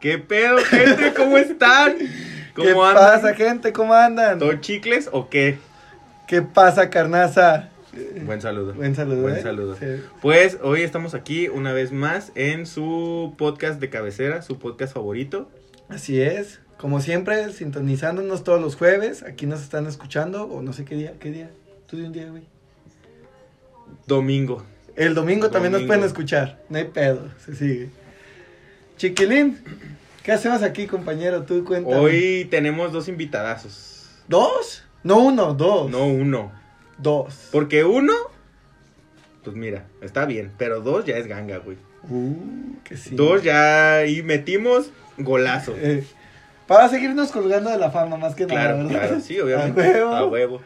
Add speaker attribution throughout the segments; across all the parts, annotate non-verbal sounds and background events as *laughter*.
Speaker 1: ¿Qué pedo, gente? ¿Cómo están? ¿Cómo
Speaker 2: ¿Qué pasa, gente? ¿Cómo andan?
Speaker 1: ¿Todo chicles o qué?
Speaker 2: ¿Qué pasa, carnaza?
Speaker 1: Buen saludo.
Speaker 2: Buen saludo,
Speaker 1: Buen
Speaker 2: ¿eh?
Speaker 1: saludo.
Speaker 2: Sí.
Speaker 1: Pues hoy estamos aquí una vez más en su podcast de cabecera, su podcast favorito.
Speaker 2: Así es. Como siempre, sintonizándonos todos los jueves. Aquí nos están escuchando, o no sé qué día, qué día. Tú de un día, güey.
Speaker 1: Domingo.
Speaker 2: El domingo también nos
Speaker 1: Domingo.
Speaker 2: pueden escuchar. No hay pedo, se sigue. Chiquilín, ¿qué hacemos aquí, compañero? Tú cuéntame.
Speaker 1: Hoy tenemos dos invitadazos.
Speaker 2: ¿Dos? No uno, dos.
Speaker 1: No uno.
Speaker 2: Dos.
Speaker 1: Porque uno, pues mira, está bien. Pero dos ya es ganga, güey.
Speaker 2: Uh, que sí.
Speaker 1: Dos ya y metimos golazo.
Speaker 2: Eh, para seguirnos colgando de la fama, más que
Speaker 1: Claro,
Speaker 2: nada, ¿verdad?
Speaker 1: claro, sí, obviamente.
Speaker 2: *laughs* A huevo.
Speaker 1: A huevo.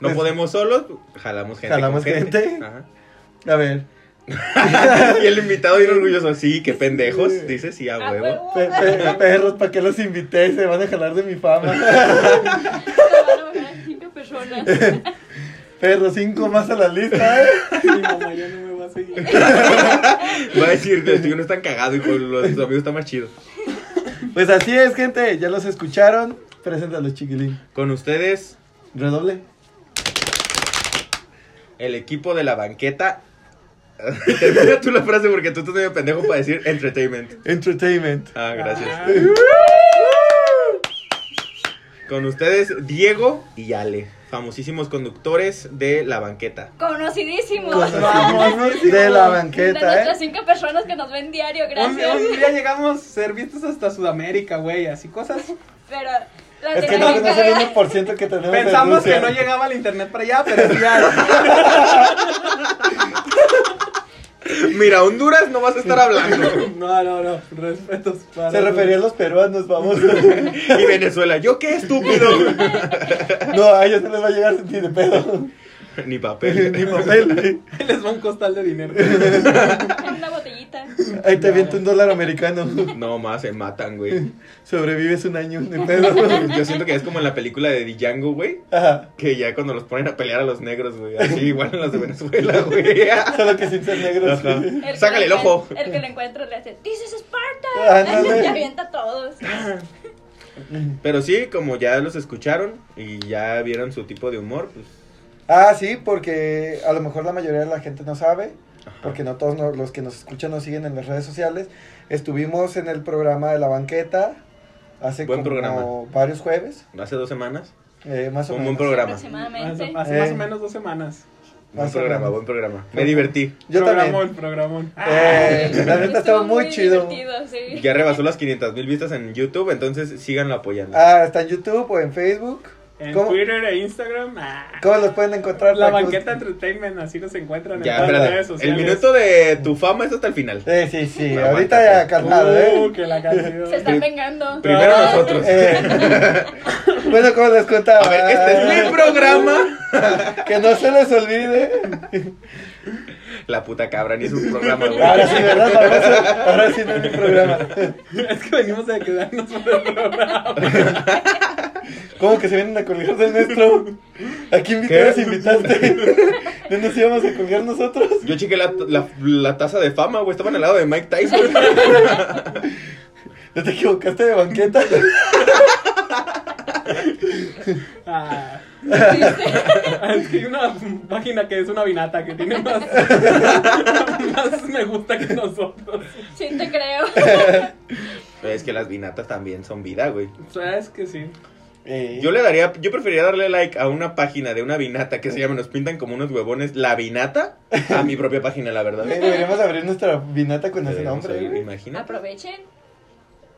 Speaker 1: No
Speaker 2: Pues-
Speaker 1: podemos solos, jalamos gente.
Speaker 2: Jalamos
Speaker 1: con
Speaker 2: gente.
Speaker 1: Ajá.
Speaker 2: A ver,
Speaker 1: y el invitado bien orgulloso, sí, qué pendejos. Dice, sí, a
Speaker 3: A
Speaker 1: huevo.
Speaker 3: huevo.
Speaker 2: pe- pe- perros, ¿para qué los invité? Se van a jalar de mi fama. *laughs*
Speaker 3: Se van a bajar cinco personas.
Speaker 2: Perros, cinco más a la lista, ¿eh?
Speaker 4: *laughs* Mi mamá ya no me va a seguir.
Speaker 1: Va a decir, el tío no es tan cagado y con los amigos está más chido.
Speaker 2: Pues así es, gente, ya los escucharon. Preséntalos, chiquilín.
Speaker 1: Con ustedes,
Speaker 2: Redoble.
Speaker 1: el equipo de la banqueta. *laughs* Termina tú la frase porque tú estás medio pendejo para decir entertainment.
Speaker 2: Entertainment.
Speaker 1: Ah, gracias.
Speaker 4: Ay,
Speaker 1: Con ustedes, Diego y Ale, famosísimos conductores de la banqueta.
Speaker 3: Conocidísimos.
Speaker 2: Con los
Speaker 3: De
Speaker 4: Vamos,
Speaker 2: chiquilines de la banqueta,
Speaker 3: nuestras
Speaker 2: ¿eh?
Speaker 3: cinco personas que nos ven diario,
Speaker 4: Un, día-
Speaker 3: gracias.
Speaker 4: un día llegamos a ser vistos hasta Sudamérica, güey, así cosas.
Speaker 2: *laughs*
Speaker 3: Pero la
Speaker 2: Es que no,
Speaker 3: dinámica
Speaker 2: no es el
Speaker 3: era-
Speaker 2: 1% que tenemos. en
Speaker 4: Pensamos que
Speaker 2: Rusia.
Speaker 4: no llegaba el internet para allá, pero sí hay.
Speaker 2: *laughs*
Speaker 1: Mira, Honduras no vas a estar hablando.
Speaker 4: No, no, no, respetos para...
Speaker 2: Se refería a los peruanos,
Speaker 4: *laughs*
Speaker 2: vamos.
Speaker 1: Y Venezuela, yo qué estúpido. *laughs*
Speaker 2: No, a ellos no les va a llegar ni de pedo.
Speaker 1: Ni papel.
Speaker 2: *laughs* Ni papel.
Speaker 4: *laughs* Les va un costal de dinero.
Speaker 3: una botellita.
Speaker 2: Ahí te avienta un dólar americano.
Speaker 1: No más, se matan, güey.
Speaker 2: Sobrevives un año, de
Speaker 4: *laughs*
Speaker 2: pedo.
Speaker 1: *laughs* Yo siento que es como en la película de Django, güey.
Speaker 2: Ajá.
Speaker 1: Que ya cuando los ponen a pelear a los negros, güey.
Speaker 4: *laughs*
Speaker 1: Así igual en los de Venezuela, güey. *laughs*
Speaker 2: *laughs* Solo que sin ser negros.
Speaker 1: Ajá.
Speaker 3: *laughs* El que
Speaker 1: Sácale el
Speaker 3: lo
Speaker 1: ojo.
Speaker 3: encuentra- El que lo encuentra le hace, ¡Dices Sparta!
Speaker 2: Ándale.
Speaker 3: Y avienta a todos.
Speaker 1: Pero sí, como ya los escucharon y ya vieron su tipo de humor, pues.
Speaker 2: Ah, sí, porque a lo mejor la mayoría de la gente no sabe,
Speaker 1: ajá.
Speaker 2: porque no todos no- los que nos escuchan nos siguen en las redes sociales. Estuvimos en el programa de la banqueta hace
Speaker 1: Buen
Speaker 2: como
Speaker 1: programa.
Speaker 2: varios jueves,
Speaker 1: Hace dos semanas.
Speaker 2: eh, más o
Speaker 1: Un buen
Speaker 2: menos.
Speaker 1: programa.
Speaker 3: Aproximadamente.
Speaker 4: Hace, hace más
Speaker 2: Eh.
Speaker 4: o menos dos semanas.
Speaker 1: Buen
Speaker 2: Más o
Speaker 1: programa,
Speaker 2: menos.
Speaker 1: buen programa. Me divertí.
Speaker 2: Yo
Speaker 4: programón,
Speaker 2: también.
Speaker 4: programón. Ah,
Speaker 2: Eh, la neta estaba
Speaker 3: Ah. Estuvo
Speaker 2: muy chido.
Speaker 3: divertido, sí.
Speaker 1: Ya rebasó las 500 mil vistas en YouTube, entonces síganlo apoyando.
Speaker 2: Ah, está en YouTube o en Facebook.
Speaker 4: En
Speaker 2: ¿Cómo,
Speaker 4: Twitter e Instagram. ah.
Speaker 2: cómo los pueden encontrar?
Speaker 4: La
Speaker 2: para que
Speaker 4: banqueta entertainment, así nos encuentran
Speaker 1: ya,
Speaker 4: en todas las redes
Speaker 1: espérate. El
Speaker 4: sociales.
Speaker 1: minuto de tu fama es hasta el final.
Speaker 2: los- Eh, sí, sí,
Speaker 1: La
Speaker 2: ahorita
Speaker 1: banqueta.
Speaker 2: ya calmado, ¿eh?
Speaker 4: Uh, que la canción.
Speaker 3: Se están vengando.
Speaker 1: Primero
Speaker 4: Ah.
Speaker 1: nosotros.
Speaker 2: *laughs* Eh, bueno, como les contaba. eh,
Speaker 1: A ver, este es mi programa.
Speaker 2: Que no se les olvide.
Speaker 1: La puta cabra, ni es un programa, güey.
Speaker 2: Ahora sí, ¿verdad? Ahora sí, ahora sí no es mi programa.
Speaker 4: *laughs* Es que venimos a quedarnos *laughs* por el programa.
Speaker 2: ¿Cómo que se vienen a colgar del nuestro? ¿A quién invitados
Speaker 1: ¿Qué?
Speaker 2: invitaste? ¿No nos íbamos a colgar nosotros?
Speaker 1: Yo chequé la, la, la taza de fama, güey. Estaban al lado de Mike Tyson.
Speaker 2: ¿No te equivocaste de banqueta?
Speaker 4: Ah, *laughs*
Speaker 3: Triste.
Speaker 4: es que hay una página que es una vinata que tiene más, *laughs* más me gusta que nosotros.
Speaker 3: Sí, te creo.
Speaker 1: es que las vinatas también son vida, güey.
Speaker 4: Sabes que sí.
Speaker 2: Eh,
Speaker 1: Yo le daría, yo preferiría darle like a una página de una vinata que se llama Nos pintan como unos huevones la vinata a Eh, mi propia página, la verdad.
Speaker 2: eh, deberíamos abrir nuestra vinata con ese
Speaker 1: Deberíamos
Speaker 2: nombre. ¿eh?
Speaker 1: abrir,
Speaker 2: güey.
Speaker 1: imagina.
Speaker 3: Aprovechen.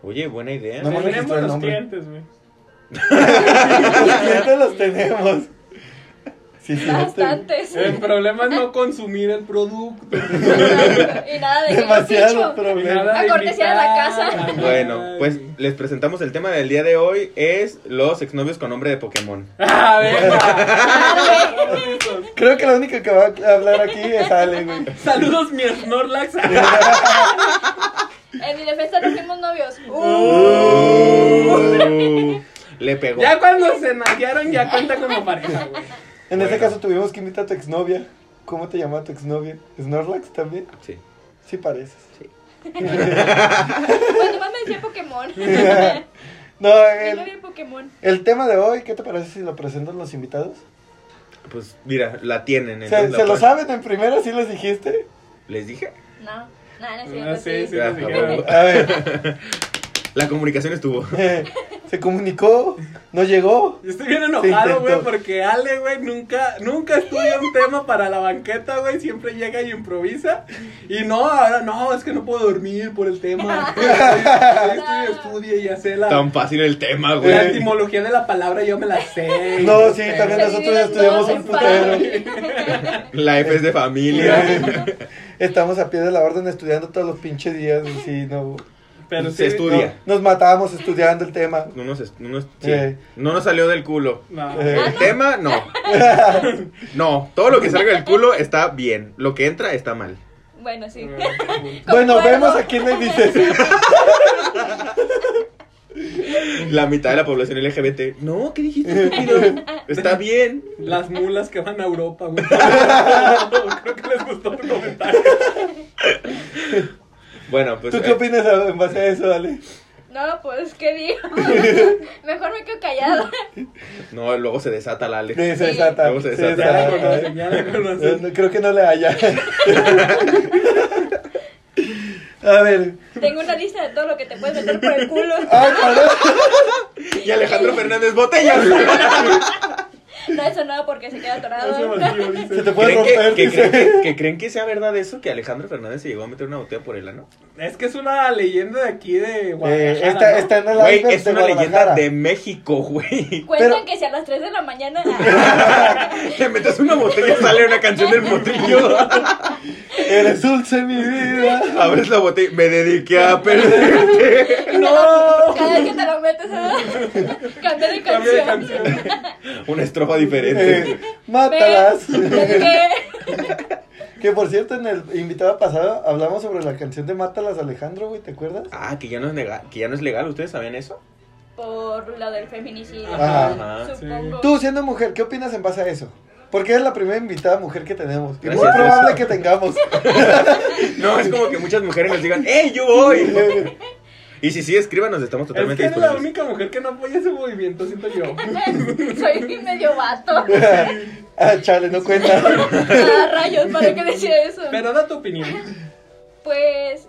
Speaker 1: Oye, buena idea.
Speaker 2: No hemos registrado
Speaker 4: Tenemos
Speaker 2: el
Speaker 4: los
Speaker 2: nombre.
Speaker 4: clientes, güey.
Speaker 2: Los clientes los tenemos. Sí, sí,
Speaker 3: Bastantes.
Speaker 4: El problema es no consumir el
Speaker 2: *laughs*
Speaker 4: producto.
Speaker 3: Y nada de
Speaker 2: Demasiado
Speaker 3: que yo
Speaker 4: ni nada
Speaker 2: problema.
Speaker 3: A cortesía de la
Speaker 4: invitar.
Speaker 3: casa.
Speaker 1: Bueno,
Speaker 4: Ay.
Speaker 1: pues les presentamos el tema del día de hoy es los exnovios con nombre de Pokémon.
Speaker 4: A ver,
Speaker 3: *laughs*
Speaker 2: Creo que la única que va a hablar aquí es Ale, güey.
Speaker 4: Saludos, mi
Speaker 2: *laughs*
Speaker 4: Snorlax.
Speaker 3: En mi defensa no fuimos novios.
Speaker 1: Uh.
Speaker 2: Uh.
Speaker 1: Le pegó.
Speaker 4: Ya cuando se naquearon, ya cuenta como pareja, güey.
Speaker 2: En este
Speaker 1: Bueno.
Speaker 2: caso tuvimos que invitar a tu exnovia. ¿Cómo te llamaba tu exnovia? ¿Snorlax también?
Speaker 1: Sí.
Speaker 3: *laughs*
Speaker 2: Sí pareces.
Speaker 3: Pues nomás me decía Pokémon. *laughs* Yo
Speaker 2: No,
Speaker 3: no
Speaker 2: el,
Speaker 3: vi Pokémon.
Speaker 2: el tema de hoy, ¿qué te parece si lo presentan los invitados?
Speaker 1: Pues mira, la tienen.
Speaker 2: ¿Se,
Speaker 1: entonces la
Speaker 2: se lo
Speaker 1: pueden-
Speaker 2: saben en primera? ¿Sí les dijiste?
Speaker 1: ¿Les dije?
Speaker 3: No, nada, no es cierto.
Speaker 4: Ah, sí,
Speaker 3: Sí,
Speaker 4: sí.
Speaker 1: Ya,
Speaker 4: les
Speaker 1: a
Speaker 4: dije.
Speaker 1: huevo.
Speaker 2: A ver, *laughs*
Speaker 1: La comunicación estuvo. *laughs*
Speaker 2: eh, se comunicó, no llegó.
Speaker 4: Yo estoy bien
Speaker 2: Se
Speaker 4: enojado, güey,
Speaker 2: intentó.
Speaker 4: porque Ale, güey, nunca, nunca estudia un tema para la banqueta, güey. Siempre llega y improvisa. Y no, ahora no, es que no puedo dormir por el tema. Estudia, estudia y ya sé la,
Speaker 1: Tan fácil el tema,
Speaker 4: la
Speaker 1: güey.
Speaker 4: etimología de la palabra, yo me la sé.
Speaker 2: *laughs*
Speaker 4: y
Speaker 2: No, sí,
Speaker 4: sé. *laughs*
Speaker 2: también
Speaker 3: Se
Speaker 2: nosotros
Speaker 3: dividen
Speaker 2: estudiamos
Speaker 3: dos
Speaker 2: un
Speaker 3: en par.
Speaker 1: La F es de familia.
Speaker 2: *laughs* Estamos a pie de la orden estudiando todos los pinches días. y Sí, no,
Speaker 4: Pero
Speaker 1: Se
Speaker 4: sí,
Speaker 1: estudia.
Speaker 2: no, nos matábamos estudiando el
Speaker 3: *laughs*
Speaker 2: tema.
Speaker 1: No nos, est- no nos- sí.
Speaker 2: Eh.
Speaker 1: No nos salió del culo.
Speaker 4: no.
Speaker 2: Eh.
Speaker 1: El tema, no. No, todo lo que salga del culo está bien. Lo que entra está mal.
Speaker 3: Bueno, sí.
Speaker 4: Ah.
Speaker 2: Bueno,
Speaker 3: Concuerdo.
Speaker 2: vemos a quién le dices.
Speaker 1: La mitad de la población LGBT. No, ¿qué dijiste, estúpido? Está bien.
Speaker 4: Las mulas que van a Europa,
Speaker 2: *laughs*
Speaker 4: güey. Creo que les gustó tu comentario.
Speaker 1: Bueno, pues.
Speaker 2: ¿Tú
Speaker 1: eh,
Speaker 2: qué opinas a- en base a eso, Ale?
Speaker 3: *laughs* No, pues, ¿qué digo? Mejor me quedo callada.
Speaker 1: No, luego se desata la Ale.
Speaker 2: Sí, se desata.
Speaker 1: Luego se
Speaker 2: se
Speaker 1: desata.
Speaker 4: Ya la
Speaker 2: desata,
Speaker 4: conocen,
Speaker 2: ¿eh?
Speaker 4: ya la
Speaker 2: Eh,
Speaker 4: conocen.
Speaker 2: no, Creo que no le haya. A ver.
Speaker 3: Tengo una lista de todo lo que te puedes meter por el culo.
Speaker 2: Ay, cabrón.
Speaker 1: Y Alejandro Fernández Botellas.
Speaker 3: No, eso no, porque se queda atorado.
Speaker 2: Se te puede
Speaker 1: ¿Creen que,
Speaker 2: romper.
Speaker 1: que
Speaker 2: dice.
Speaker 1: creen que, que creen que sea verdad eso? Que Alejandro Fernández se llegó a meter una botella por el ano.
Speaker 4: Es que es una leyenda de aquí de
Speaker 2: Eh,
Speaker 4: Guadalajara.
Speaker 2: está,
Speaker 4: ¿no?
Speaker 2: está en el
Speaker 1: Güey,
Speaker 2: iceberg
Speaker 1: es
Speaker 2: de
Speaker 1: una leyenda
Speaker 2: Guadalajara.
Speaker 1: de México, güey.
Speaker 3: Cuentan
Speaker 2: Pero-
Speaker 3: que si a las 3 de la mañana. Ah,
Speaker 1: Te metes una botella, sale una canción del potrillo.
Speaker 2: Eres dulce, mi vida.
Speaker 1: Abres la botella. Me dediqué a perderte.
Speaker 4: *laughs* ¡No!
Speaker 3: cada vez que te lo metes, ah, *laughs* cambia de
Speaker 4: Cambio de
Speaker 3: canción.
Speaker 4: canción.
Speaker 1: *laughs* Una estrofa diferente.
Speaker 2: Eh, mátalas.
Speaker 3: ¿Qué?
Speaker 2: *laughs* Que por cierto, en el invitado pasado hablamos sobre la canción de Mátalas Alejandro, güey, ¿te acuerdas?
Speaker 1: Ah, que ya no es legal. Que ya no es legal. ¿Ustedes sabían eso?
Speaker 3: Por lo del feminicidio.
Speaker 2: Ajá.
Speaker 4: Ajá,
Speaker 3: supongo.
Speaker 2: Tú siendo mujer, ¿qué opinas en base a eso? Porque es la primera invitada mujer que tenemos. Y muy
Speaker 1: Gracias.
Speaker 2: probable que tengamos. *laughs*
Speaker 1: No, es como que muchas mujeres nos digan, ¡Ey, yo voy! Y si sí, escríbanos, estamos
Speaker 4: Es
Speaker 1: totalmente
Speaker 4: que es la
Speaker 1: disponibles.
Speaker 4: única mujer que no apoya ese movimiento, siento yo.
Speaker 3: *laughs* Soy medio vato. *laughs*
Speaker 2: ah, chale, no cuenta.
Speaker 3: Ah, rayos, ¿para qué decía eso?
Speaker 4: Pero da tu opinión.
Speaker 3: Pues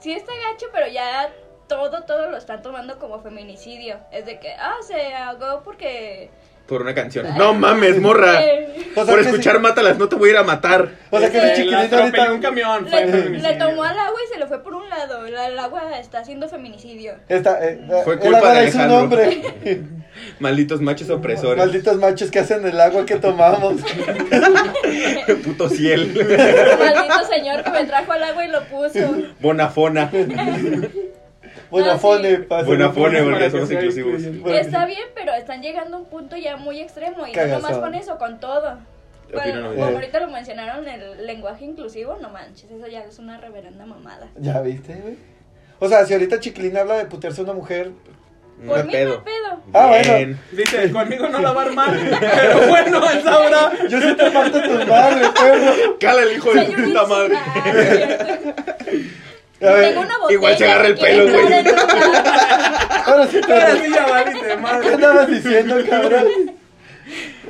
Speaker 3: sí está gacho, pero ya todo, todo lo están tomando como feminicidio. Es de que, ah, se ahogó porque...
Speaker 1: Por una canción. ¡No mames,
Speaker 4: Ah.
Speaker 1: morra!
Speaker 3: eh,
Speaker 2: O sea,
Speaker 1: Por
Speaker 2: que sí.
Speaker 1: escuchar Mátalas, no te voy a ir a matar.
Speaker 2: O sea que ese
Speaker 4: Eh, la
Speaker 2: chiquitito
Speaker 4: atropelló
Speaker 2: ahorita
Speaker 4: un camión. fue
Speaker 3: le,
Speaker 4: feminicidio.
Speaker 3: le tomó al agua y se le fue por un lado. La- el agua está haciendo feminicidio.
Speaker 2: Está, eh,
Speaker 1: Fue
Speaker 2: el
Speaker 1: culpa
Speaker 2: agua
Speaker 1: de
Speaker 2: le hizo un
Speaker 1: Alejandro.
Speaker 2: hombre.
Speaker 1: *laughs* Malditos machos opresores.
Speaker 2: Malditos machos que hacen el agua que tomamos.
Speaker 1: *laughs*
Speaker 2: *laughs*
Speaker 1: Puto ciel. *laughs*
Speaker 3: Maldito señor que me trajo al agua y lo puso.
Speaker 4: *laughs*
Speaker 1: Bonafona.
Speaker 2: Bonafone,
Speaker 3: sí.
Speaker 2: pasa.
Speaker 1: Bonafone,
Speaker 4: Para
Speaker 1: porque
Speaker 4: que
Speaker 1: somos
Speaker 4: sea
Speaker 1: inclusivos.
Speaker 4: incluyente.
Speaker 2: Bueno.
Speaker 3: Está bien, pero están llegando a un punto ya muy extremo. Y
Speaker 2: Cagazón.
Speaker 3: no nomás con eso, con todo.
Speaker 1: Opino
Speaker 3: Bueno,
Speaker 1: lo mismo.
Speaker 3: como ahorita lo mencionaron, el lenguaje inclusivo, no manches, eso ya es una reverenda mamada.
Speaker 2: Ya viste, güey. O sea, si ahorita Chiquilín habla de putearse a una mujer,
Speaker 3: Por
Speaker 1: No
Speaker 3: mí
Speaker 1: pedo. *laughs*
Speaker 3: no pedo.
Speaker 2: Ah, bueno.
Speaker 1: Bien.
Speaker 4: Dice, conmigo no la va a armar. Pero bueno, él sabrá.
Speaker 2: yo sí te parto tu madre, perro.
Speaker 1: Cala el hijo de
Speaker 3: Señor
Speaker 1: puta Pues,
Speaker 3: Jesús,
Speaker 1: madre.
Speaker 3: ah, no es cierto.
Speaker 1: *laughs*
Speaker 2: A ver,
Speaker 3: Tengo una botella.
Speaker 1: igual se agarra el
Speaker 3: que
Speaker 1: pelo,
Speaker 3: quiere
Speaker 1: güey.
Speaker 3: entrar en otro lado.
Speaker 2: ahora sí te
Speaker 4: Ahora sí ya valiste,
Speaker 2: ¿Qué
Speaker 4: madre.
Speaker 2: andabas diciendo, cabrón?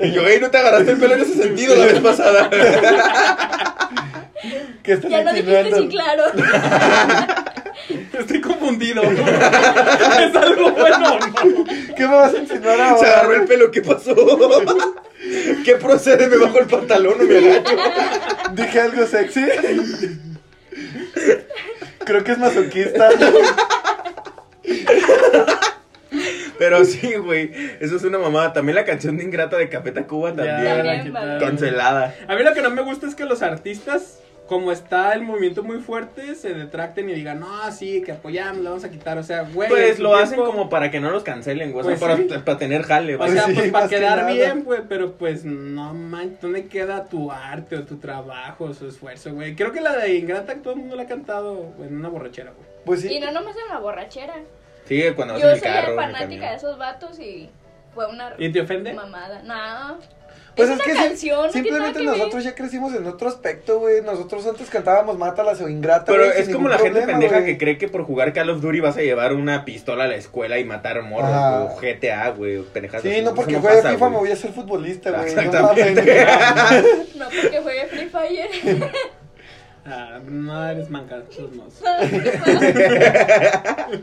Speaker 1: Y yo, ey, no te agarraste el pelo en ese sentido la vez
Speaker 2: *laughs*
Speaker 1: pasada.
Speaker 2: ¿Qué estás
Speaker 3: Ya lo dijiste,
Speaker 1: *laughs*
Speaker 2: insinuando?
Speaker 3: sí, claro.
Speaker 4: Estoy confundido. *laughs* ¿Es algo bueno o no?
Speaker 2: ¿Qué me vas a insinuar ahora?
Speaker 1: Se agarró el pelo, ¿qué
Speaker 2: *laughs*
Speaker 1: pasó? ¿Qué procede? ¿Me bajo el pantalón o me
Speaker 2: *laughs*
Speaker 1: agacho?
Speaker 2: ¿Dije algo sexy? Creo que es masoquista.
Speaker 1: Pero sí, güey, eso es una mamada. También la canción de Ingrata de Capeta Cuba
Speaker 4: Ya,
Speaker 1: también.
Speaker 4: la
Speaker 3: También,
Speaker 4: quitaron.
Speaker 1: Cancelada.
Speaker 4: A mí lo que no me gusta es que los artistas, como está el movimiento muy fuerte, se detracten y digan, no, sí, que apoyamos, le vamos a quitar. O sea, güey. en
Speaker 1: Pues
Speaker 4: su
Speaker 1: lo hacen
Speaker 4: tiempo-
Speaker 1: como para que no los cancelen, güey. o sea,
Speaker 4: Pues
Speaker 1: para,
Speaker 4: sí.
Speaker 1: para tener jale,
Speaker 4: O
Speaker 1: güey.
Speaker 2: Pues
Speaker 4: sea,
Speaker 2: sí,
Speaker 4: pues
Speaker 2: más
Speaker 4: para
Speaker 2: que
Speaker 4: quedar
Speaker 2: nada.
Speaker 4: bien, güey, pero pues no manches, ¿dónde queda tu arte o tu trabajo, su esfuerzo, güey? Creo que la de Ingrata todo el mundo la ha cantado en una borrachera, güey.
Speaker 2: Pues
Speaker 3: Y
Speaker 2: sí.
Speaker 3: no nomás en la borrachera.
Speaker 1: Sí, cuando vas en
Speaker 3: Yo
Speaker 1: el
Speaker 3: soy
Speaker 1: carro. en el
Speaker 3: fanática de
Speaker 1: camión.
Speaker 3: esos vatos y fue una
Speaker 4: ¿Y te ofende?
Speaker 3: mamada. No,
Speaker 2: Pues es,
Speaker 3: Es una
Speaker 2: que sim-
Speaker 3: canción, no tiene
Speaker 2: simplemente
Speaker 3: nada que ver.
Speaker 2: nosotros ya crecimos en otro aspecto, güey. Nosotros antes cantábamos Mátalas o Ingrata.
Speaker 1: Pero
Speaker 2: güey, sin
Speaker 1: es como
Speaker 2: ningún
Speaker 1: la gente
Speaker 2: problema,
Speaker 1: pendeja
Speaker 2: güey.
Speaker 1: que cree que por jugar Call of Duty vas a llevar una pistola a la escuela y matar morros
Speaker 2: Ajá.
Speaker 1: o GTA, güey, o pendejadas.
Speaker 2: Sí,
Speaker 1: así.
Speaker 2: no
Speaker 1: Eso
Speaker 2: porque juegue
Speaker 1: pasa,
Speaker 2: FIFA me
Speaker 1: güey.
Speaker 2: voy a ser futbolista, güey. no
Speaker 1: Exactamente.
Speaker 2: mames. *laughs*
Speaker 3: No porque juegue Free Fire. *laughs*
Speaker 4: Ah, no eres mancachos, no.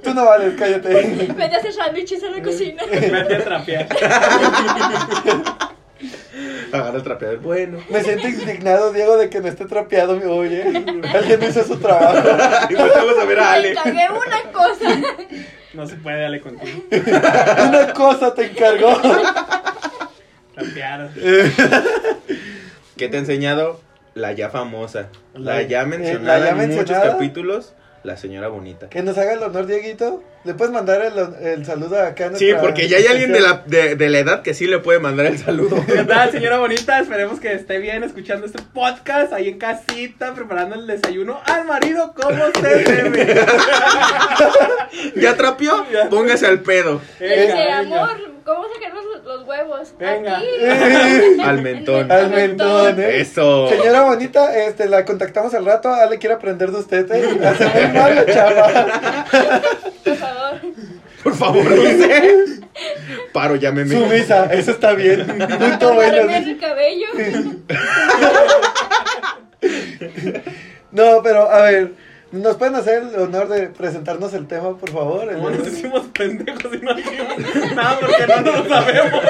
Speaker 2: Tú no vales,
Speaker 1: *laughs*
Speaker 2: cállate.
Speaker 3: Vete a hacer sándwiches a la cocina.
Speaker 4: *laughs* Vete a trapear.
Speaker 1: Agarra el trapeador. Bueno.
Speaker 2: Me siento indignado, Diego, de que no esté trapeado, mi oye. Alguien no hizo su trabajo.
Speaker 1: *laughs* Y volvemos a ver a
Speaker 3: Le
Speaker 1: Ale.
Speaker 3: cagué una cosa.
Speaker 1: *laughs*
Speaker 4: No se puede darle contigo.
Speaker 2: Una cosa te
Speaker 1: *laughs*
Speaker 2: encargó.
Speaker 4: Trapear.
Speaker 1: ¿Qué te ha enseñado la ya famosa? La
Speaker 2: La-
Speaker 1: ya
Speaker 2: eh,
Speaker 1: mencionada
Speaker 2: la ya
Speaker 1: en muchos
Speaker 2: mencionada.
Speaker 1: capítulos, la señora bonita.
Speaker 2: Que nos haga el honor, Dieguito. ¿Le puedes mandar el, el saludo acá? a
Speaker 1: Sí,
Speaker 2: nuestra-
Speaker 1: porque ya hay alguien de la, de, de la edad que sí le puede mandar el saludo.
Speaker 4: ¿Qué tal, señora bonita? Esperemos que esté bien escuchando este podcast ahí en casita, preparando el desayuno al marido como se debe.
Speaker 1: ¿Ya trapeó?
Speaker 4: Ya.
Speaker 1: Póngase al pedo.
Speaker 3: Le
Speaker 4: Venga,
Speaker 3: dije,
Speaker 4: venga.
Speaker 3: amor, ¿cómo sacarnos los, los huevos?
Speaker 4: Venga.
Speaker 3: Aquí.
Speaker 2: *laughs*
Speaker 1: Al mentón.
Speaker 2: Al mentón, ¿eh?
Speaker 1: Eso.
Speaker 2: Señora bonita, este, la contactamos al rato. Ale quiere aprender de usted.
Speaker 1: *laughs*
Speaker 2: ¿eh? Hace muy mal la chava.
Speaker 3: Por favor.
Speaker 1: Por favor, dice. Paro, llámeme.
Speaker 2: Sumisa, eso está bien. Punto bueno.
Speaker 3: Arreglarme
Speaker 2: dice.
Speaker 3: el
Speaker 2: *laughs*
Speaker 3: cabello.
Speaker 2: No, pero a ver, ¿nos pueden hacer el honor de presentarnos el tema, por favor? El- *laughs*
Speaker 4: ¿Cómo nos hicimos pendejos y no dijimos nada porque no nos lo sabemos?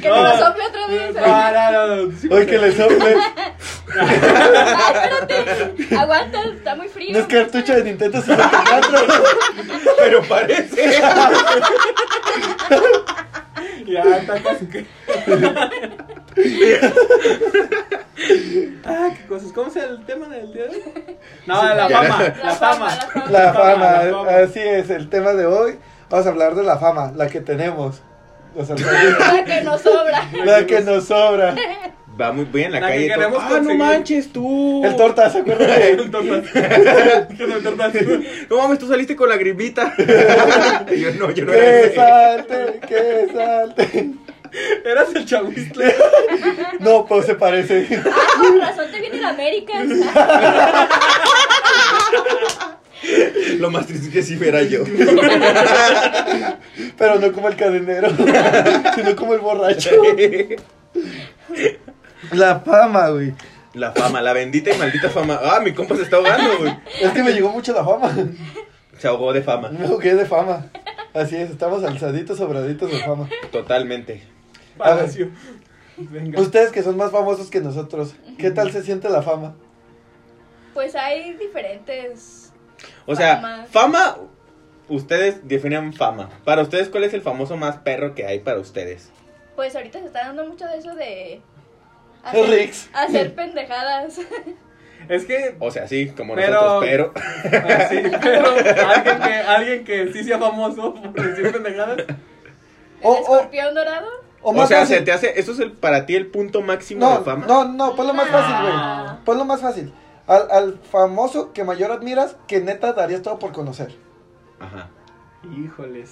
Speaker 3: Que te
Speaker 2: Ah.
Speaker 3: lo sople otra vez. ¿eh?
Speaker 4: No, no, no, no. sí,
Speaker 2: Hoy que le sople.
Speaker 3: Ah, espérate. Aguanta, está muy frío.
Speaker 2: No es cartucho de Nintendo 64.
Speaker 1: Pero parece.
Speaker 4: Ya, está casi que. ah, qué cosas. ¿Cómo es el tema del día de hoy? No, la
Speaker 1: Ya.
Speaker 4: fama,
Speaker 3: La
Speaker 4: la
Speaker 3: fama,
Speaker 4: fama.
Speaker 3: la fama.
Speaker 2: La
Speaker 4: fama, la
Speaker 2: fama,
Speaker 4: fama. *laughs*
Speaker 2: así es el tema de hoy. Vamos a hablar de la fama, la que tenemos. O sea,
Speaker 3: La que nos sobra.
Speaker 2: la que nos sobra.
Speaker 1: Va muy bien en la,
Speaker 4: La que
Speaker 1: calle. todo,
Speaker 4: queremos
Speaker 1: ah,
Speaker 4: conseguir".
Speaker 1: no manches tú.
Speaker 2: El torta, ¿se acuerdan
Speaker 4: El
Speaker 2: de
Speaker 4: *laughs* tortas. ¿Qué es el tortas?
Speaker 1: No mames, tú saliste con la gripita. *laughs* yo no, yo no era
Speaker 2: que
Speaker 1: ese.
Speaker 2: salte, que salte?
Speaker 4: Eras el chavistle.
Speaker 2: No, pues se parece.
Speaker 3: Ah, con razón te viene la América.
Speaker 1: Lo más triste es que sí era yo.
Speaker 2: Pero no como el cadenero, *laughs* sino como el borracho. *laughs* La fama, güey.
Speaker 1: La fama, la bendita y maldita fama. Ah, mi compa se está ahogando, güey.
Speaker 2: Es que me llegó mucho la fama.
Speaker 1: Se ahogó de fama.
Speaker 2: Me jugué de fama. Así es, estamos alzaditos, sobraditos de fama.
Speaker 1: Totalmente.
Speaker 4: Palacio. Venga.
Speaker 2: Ustedes que son más famosos que nosotros, ¿qué tal se siente la fama?
Speaker 3: Pues hay diferentes.
Speaker 1: O sea,
Speaker 3: Fama.
Speaker 1: fama. Ustedes definan fama. Para ustedes, ¿cuál es el famoso más perro que hay para ustedes?
Speaker 3: Pues ahorita se está dando mucho de eso de.
Speaker 2: Rix.
Speaker 3: hacer pendejadas.
Speaker 4: Es que.
Speaker 1: O sea, sí, como
Speaker 4: Pero-
Speaker 1: nosotros, pero.
Speaker 4: ah, sí, pero alguien que, alguien que sí sea famoso por decir pendejadas.
Speaker 2: O, o,
Speaker 3: el escorpión dorado.
Speaker 2: o
Speaker 1: O
Speaker 2: más
Speaker 1: sea,
Speaker 2: fácil.
Speaker 1: se te hace. ¿Eso es el, para ti el punto máximo
Speaker 2: No,
Speaker 1: de fama?
Speaker 2: no, no, ponlo más fácil,
Speaker 3: Ah.
Speaker 2: güey. Ponlo más fácil. Al, al famoso que mayor admiras, que neta darías todo por conocer.
Speaker 1: Ajá.
Speaker 4: Híjoles.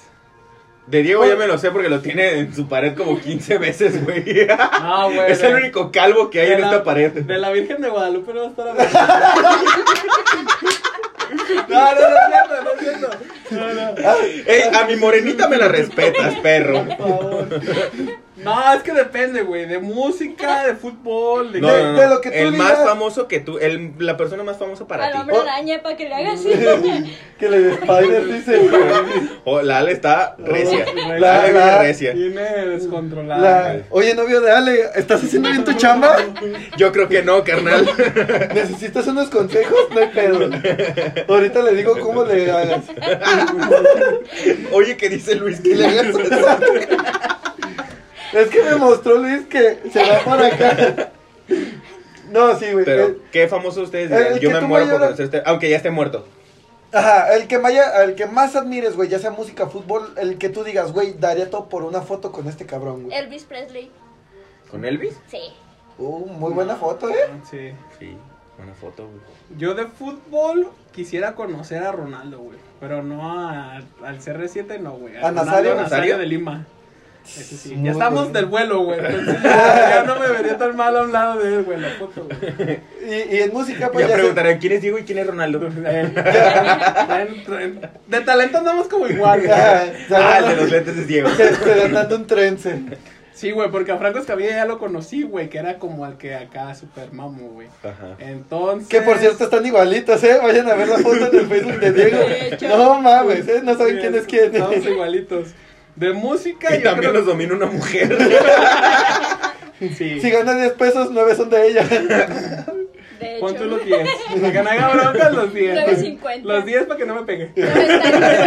Speaker 1: De Diego ya me lo sé porque lo tiene en su pared como 15 veces, güey.
Speaker 4: No, güey.
Speaker 1: es el único calvo que hay
Speaker 4: de
Speaker 1: en
Speaker 4: la-
Speaker 1: esta pared.
Speaker 4: De la Virgen de Guadalupe no va a estar hablando. *laughs* No, no, no es cierto, no es cierto. No, no.
Speaker 2: Ah.
Speaker 1: Ey, a mi morenita me la respetas, perro.
Speaker 2: Por favor.
Speaker 4: No, es que depende, güey. De música, de fútbol, de.
Speaker 1: No,
Speaker 2: De-
Speaker 1: no, no.
Speaker 2: de lo que tú
Speaker 1: el
Speaker 2: digas.
Speaker 1: más famoso que tú, el, la persona más famosa para
Speaker 3: Al
Speaker 1: ti.
Speaker 3: hombre
Speaker 2: Oh.
Speaker 3: araña para que le
Speaker 2: *laughs*
Speaker 3: haga así.
Speaker 2: *laughs* que le de Spider dice.
Speaker 1: Oh, la Ale está recia.
Speaker 4: güey,
Speaker 1: La Ale
Speaker 2: la-
Speaker 1: viene recia.
Speaker 4: Tiene descontrolada.
Speaker 2: La, oye, novio de Ale, ¿estás haciendo bien tu chamba?
Speaker 1: Yo creo que no,
Speaker 2: *laughs*
Speaker 1: carnal.
Speaker 2: ¿Necesitas unos consejos? No hay pedo. Ahorita le digo cómo le hagas.
Speaker 1: Oye, ¿qué dice Luis? ¿Qué
Speaker 2: Y le
Speaker 1: le-
Speaker 2: hagas Es que me mostró Luis que se va por acá. No, sí, güey.
Speaker 1: Pero, ¿qué famoso ustedes
Speaker 2: el-
Speaker 1: dirán?
Speaker 2: el
Speaker 1: Yo
Speaker 2: que
Speaker 1: me
Speaker 2: tú
Speaker 1: muero por
Speaker 2: mayor-
Speaker 1: conocer este. Aunque ya esté muerto.
Speaker 2: Ajá, el que vaya, el que más admires, güey, ya sea música, fútbol, el que tú digas, güey, daría todo por una foto con este cabrón, güey.
Speaker 3: Elvis Presley.
Speaker 1: ¿Con Elvis?
Speaker 3: Sí.
Speaker 2: Uh, muy buena foto, eh.
Speaker 4: Sí.
Speaker 1: Sí, una foto, güey.
Speaker 4: Yo de fútbol quisiera conocer a Ronaldo, güey. Pero no a- al CR7, no, güey.
Speaker 2: ¿A Nazario?
Speaker 4: Nazario de Lima. Ese sí.
Speaker 2: Muy
Speaker 4: Ya estamos
Speaker 2: bueno.
Speaker 4: del vuelo,
Speaker 2: *laughs*
Speaker 4: güey. Entonces, ya, ya no me vería tan mal a un lado de él, güey. La foto,
Speaker 2: *laughs*
Speaker 4: güey.
Speaker 2: Y, y en música, pues.
Speaker 1: Ya
Speaker 2: ya se-
Speaker 1: preguntarán quién es Diego y quién es
Speaker 2: *laughs*
Speaker 1: Ronaldo.
Speaker 4: Traen- traen- De talento andamos como igual, güey.
Speaker 2: *laughs* Ah,
Speaker 1: Ah, el de los lentes es Diego.
Speaker 2: Se, se le anda dando un trense.
Speaker 4: Sí, güey, porque a Franco Escamilla ya lo conocí, güey, que era como al que acá super mamo, güey.
Speaker 1: Ajá.
Speaker 4: Entonces.
Speaker 2: Que por cierto están igualitos, ¿eh? Vayan a ver la foto en el Facebook de Diego.
Speaker 3: De hecho.
Speaker 2: No mames, ¿eh? No saben
Speaker 4: sí,
Speaker 2: quién
Speaker 4: es-
Speaker 2: es quién.
Speaker 4: Estamos igualitos. De música,
Speaker 1: Y también
Speaker 4: creo-
Speaker 1: los domina una mujer.
Speaker 2: *laughs*
Speaker 4: Sí.
Speaker 2: Si ganan 10 pesos, 9 son de ella.
Speaker 3: De hecho.
Speaker 4: Pon tú
Speaker 3: *laughs*
Speaker 4: los 10. Para que no haga broncas, los 10.
Speaker 3: 9.50.
Speaker 4: Los 10 para que no me pegue.
Speaker 3: Pero está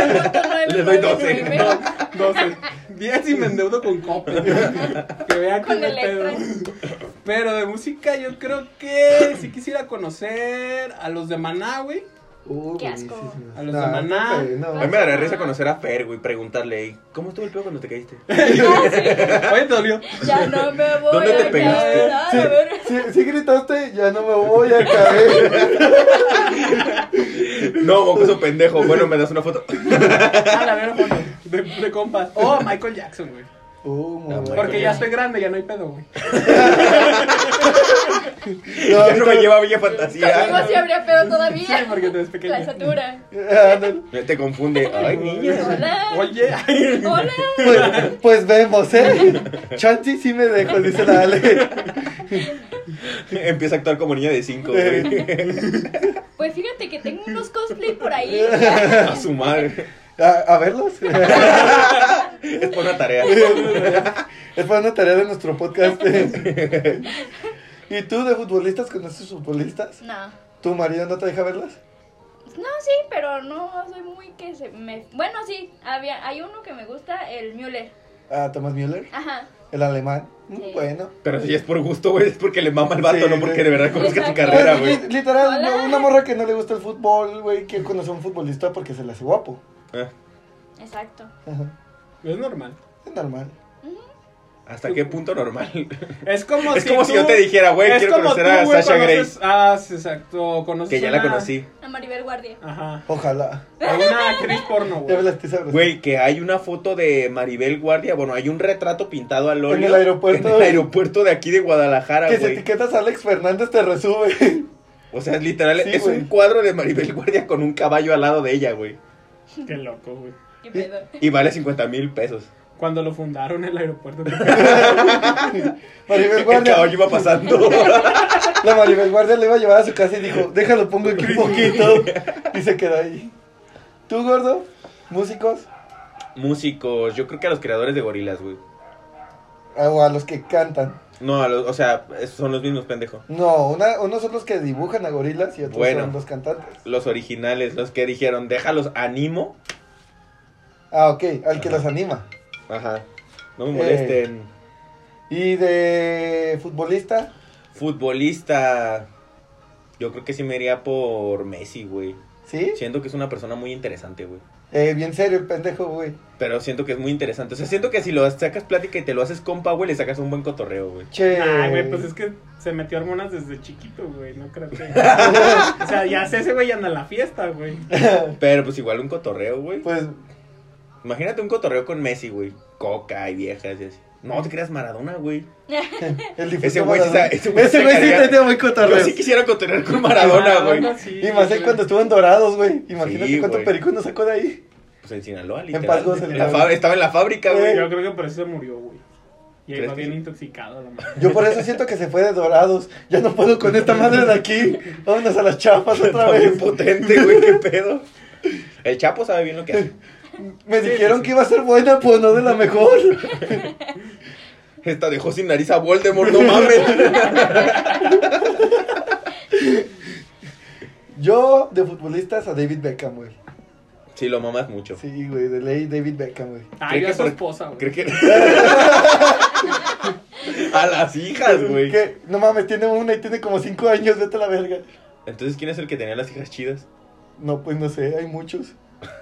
Speaker 3: en el punto nueve,
Speaker 1: Le doy
Speaker 3: ponle
Speaker 1: 12.
Speaker 3: nueve.
Speaker 4: No, 12. 10 y me endeudo con copa. Que vea que
Speaker 3: Con
Speaker 4: me
Speaker 3: Electra.
Speaker 4: pedo. Pero de música, yo creo que sí quisiera conocer a los de Maná, güey.
Speaker 2: Uh,
Speaker 3: Qué asco.
Speaker 2: buenísimo.
Speaker 4: A los de Maná.
Speaker 2: güey, no.
Speaker 1: A mí me daría risa conocer a Fer, güey, preguntarle, "Ey, ¿cómo estuvo el pedo cuando te caíste? *laughs*
Speaker 4: Oye, te dolió.
Speaker 3: Ya no me voy
Speaker 1: ¿Dónde
Speaker 3: a
Speaker 1: te pegaste?
Speaker 3: quedar, a
Speaker 2: Sí,
Speaker 3: ver.
Speaker 2: sí, sí gritaste, ya no me voy a *laughs* caer.
Speaker 1: No, mocoso pendejo. Bueno, me das una foto.
Speaker 3: Ah,
Speaker 4: A la ver, foto. De, de compas. Oh, Michael Jackson, güey.
Speaker 2: Uh, muy
Speaker 1: No,
Speaker 2: bueno.
Speaker 4: Porque ya estoy grande, ya no hay pedo, güey.
Speaker 2: No,
Speaker 1: Ya no me
Speaker 2: ahorita-
Speaker 1: lleva a Villa
Speaker 3: Conmigo
Speaker 1: Fantasía.
Speaker 3: sí habría pedo todavía.
Speaker 4: Sí, porque te ves pequeño.
Speaker 3: La estatura.
Speaker 2: Ah, no.
Speaker 1: Te confunde. Ay, niña.
Speaker 3: Hola.
Speaker 4: Oye,
Speaker 3: Hola.
Speaker 2: Pues, pues vemos, ¿eh? Chanti sí me dejo, dice la Ale.
Speaker 1: Empieza a actuar como niña de 5,
Speaker 2: Eh.
Speaker 1: güey.
Speaker 3: Pues fíjate que tengo unos cosplay por ahí.
Speaker 1: *laughs* A su madre.
Speaker 2: ¿A, a verlos? *laughs*
Speaker 1: Es por una tarea.
Speaker 2: Es para una tarea de nuestro podcast. *laughs* ¿Y tú de futbolistas conoces futbolistas?
Speaker 3: No.
Speaker 2: ¿Tu marido no te deja verlas?
Speaker 3: No, sí, pero no soy muy que se me. Bueno, sí, había, hay uno que me gusta, el Müller.
Speaker 2: Ah, Thomas Müller,
Speaker 3: Ajá.
Speaker 2: el alemán. Muy
Speaker 3: Sí.
Speaker 2: bueno.
Speaker 1: Pero si es por gusto, güey, es porque le mama al vato,
Speaker 2: Sí,
Speaker 1: no porque de verdad conozca su
Speaker 3: Exacto.
Speaker 1: carrera,
Speaker 2: Pues,
Speaker 1: güey.
Speaker 2: li- Literal,
Speaker 3: Hola.
Speaker 2: una- una morra que no le gusta el fútbol, güey, que conoce a un futbolista porque se le hace guapo.
Speaker 1: Ah,
Speaker 3: Exacto.
Speaker 2: Ajá.
Speaker 4: es normal.
Speaker 2: Es normal.
Speaker 1: ¿Hasta qué punto normal?
Speaker 4: Es como
Speaker 1: Es
Speaker 4: si
Speaker 1: como si yo
Speaker 4: tú-
Speaker 1: te dijera, güey,
Speaker 4: es
Speaker 1: quiero
Speaker 4: como
Speaker 1: conocer
Speaker 4: tú,
Speaker 1: a
Speaker 4: güey,
Speaker 1: Sasha Grey.
Speaker 4: conoces- Ah, sí, exacto. Conoces
Speaker 1: Que ya la
Speaker 4: una-
Speaker 1: conocí.
Speaker 3: A Maribel Guardia.
Speaker 4: Ajá.
Speaker 2: Ojalá.
Speaker 4: A una actriz porno,
Speaker 2: Ya me
Speaker 4: güey.
Speaker 2: las estoy abrazando.
Speaker 1: Güey, que hay una foto de Maribel Guardia. Bueno, hay un retrato pintado al óleo.
Speaker 2: En el aeropuerto.
Speaker 1: En el aeropuerto de aquí de Guadalajara,
Speaker 2: Que si
Speaker 1: güey.
Speaker 2: etiquetas a Alex Fernández
Speaker 1: *laughs*
Speaker 2: te resube.
Speaker 1: O sea, literal,
Speaker 2: Sí,
Speaker 1: es
Speaker 2: güey.
Speaker 1: un cuadro de Maribel Guardia con un caballo al lado de ella, güey.
Speaker 4: Qué loco, güey.
Speaker 3: Qué pedo.
Speaker 1: Y vale 50 mil pesos.
Speaker 4: Cuando lo fundaron el
Speaker 1: *laughs*
Speaker 2: *laughs*
Speaker 4: aeropuerto.
Speaker 2: Maribel
Speaker 1: El caballo
Speaker 2: Guardia.
Speaker 1: iba pasando.
Speaker 2: La Maribel Guardia le iba a llevar a su casa y dijo, déjalo, pongo aquí un poquito. Y se quedó ahí. ¿Tú, gordo? ¿Músicos?
Speaker 1: *laughs* Músicos, yo creo que a los creadores de gorilas, güey.
Speaker 2: Ah, O a los que cantan.
Speaker 1: No, a los- o sea, es- son los mismos, pendejo.
Speaker 2: No, una, unos son los que dibujan a gorilas y otros
Speaker 1: Bueno.
Speaker 2: son los cantantes.
Speaker 1: Los originales, los que dijeron, déjalos, animo.
Speaker 2: Ah, ok, al que los anima.
Speaker 1: Ajá. No me
Speaker 2: Eh.
Speaker 1: molesten.
Speaker 2: Y de futbolista,
Speaker 1: Futbolista. Yo creo que sí me iría por Messi, güey.
Speaker 2: ¿sí?
Speaker 1: Siento que es una persona muy interesante, güey.
Speaker 2: Eh, bien serio el pendejo, güey.
Speaker 1: Pero siento que es muy interesante. O sea, siento que si lo sacas plática y te lo haces compa, güey, le sacas un buen cotorreo, güey.
Speaker 2: Che.
Speaker 1: *laughs*
Speaker 4: Ay, güey, pues es que se metió hormonas desde chiquito, güey. No creo que. o sea, ya sé, ese güey anda en la fiesta, güey.
Speaker 1: Pero pues igual un cotorreo, güey.
Speaker 2: *laughs* Pues,
Speaker 1: Imagínate un cotorreo con Messi, güey. Coca y viejas y así. No te creas Maradona, güey.
Speaker 2: el difunto
Speaker 1: Ese güey sí
Speaker 2: Maradona.
Speaker 1: sa- ese güey
Speaker 2: Ese
Speaker 1: sí
Speaker 2: güey sí
Speaker 1: sacaría-
Speaker 2: tenía muy
Speaker 1: Yo
Speaker 2: cotorreo.
Speaker 1: sí quisiera cotorrear con Maradona, güey.
Speaker 4: sí,
Speaker 2: Y más ahí
Speaker 4: güey.
Speaker 2: cuando estuvo en Dorados, güey. Imagínate
Speaker 1: Sí,
Speaker 2: cuánto
Speaker 1: güey.
Speaker 2: perico nos sacó de ahí.
Speaker 1: Pues en Sinaloa,
Speaker 2: Paz Eh,
Speaker 1: literal.
Speaker 2: Gómez,
Speaker 1: En la
Speaker 2: Sinaloa.
Speaker 1: fab- Estaba en la fábrica, güey. *laughs*
Speaker 4: Yo creo que por eso se murió, güey. Y ahí
Speaker 1: ¿Crees
Speaker 4: va
Speaker 1: que
Speaker 4: bien
Speaker 1: sí?
Speaker 4: intoxicado, la madre.
Speaker 2: Yo por eso siento que se fue de Dorados. Ya no puedo con esta madre de aquí. Vámonos a las chapas otra
Speaker 1: Está bien
Speaker 2: vez.
Speaker 1: potente, güey,
Speaker 2: *laughs*
Speaker 1: qué pedo. El Chapo sabe bien lo que hace.
Speaker 2: Me
Speaker 4: Sí,
Speaker 2: dijeron
Speaker 4: sí, sí.
Speaker 2: que iba a ser buena, pues no de la mejor.
Speaker 1: Esta dejó sin nariz a Voldemort, no
Speaker 2: *laughs*
Speaker 1: mames.
Speaker 2: Yo, de futbolistas, a David Beckham, güey.
Speaker 1: Sí, lo mamas mucho.
Speaker 2: Sí, güey, de ley David Beckham, güey.
Speaker 4: Ah,
Speaker 1: Creo
Speaker 4: yo
Speaker 1: que
Speaker 4: a su
Speaker 1: por-
Speaker 4: esposa,
Speaker 2: *laughs*
Speaker 4: güey.
Speaker 1: Creo que... a las hijas, güey.
Speaker 2: Pues Que, no mames, tiene una y tiene como cinco años, vete a la verga.
Speaker 1: Entonces, ¿quién es el que tenía las hijas
Speaker 2: *laughs*
Speaker 1: chidas?
Speaker 2: No, pues no sé, hay muchos.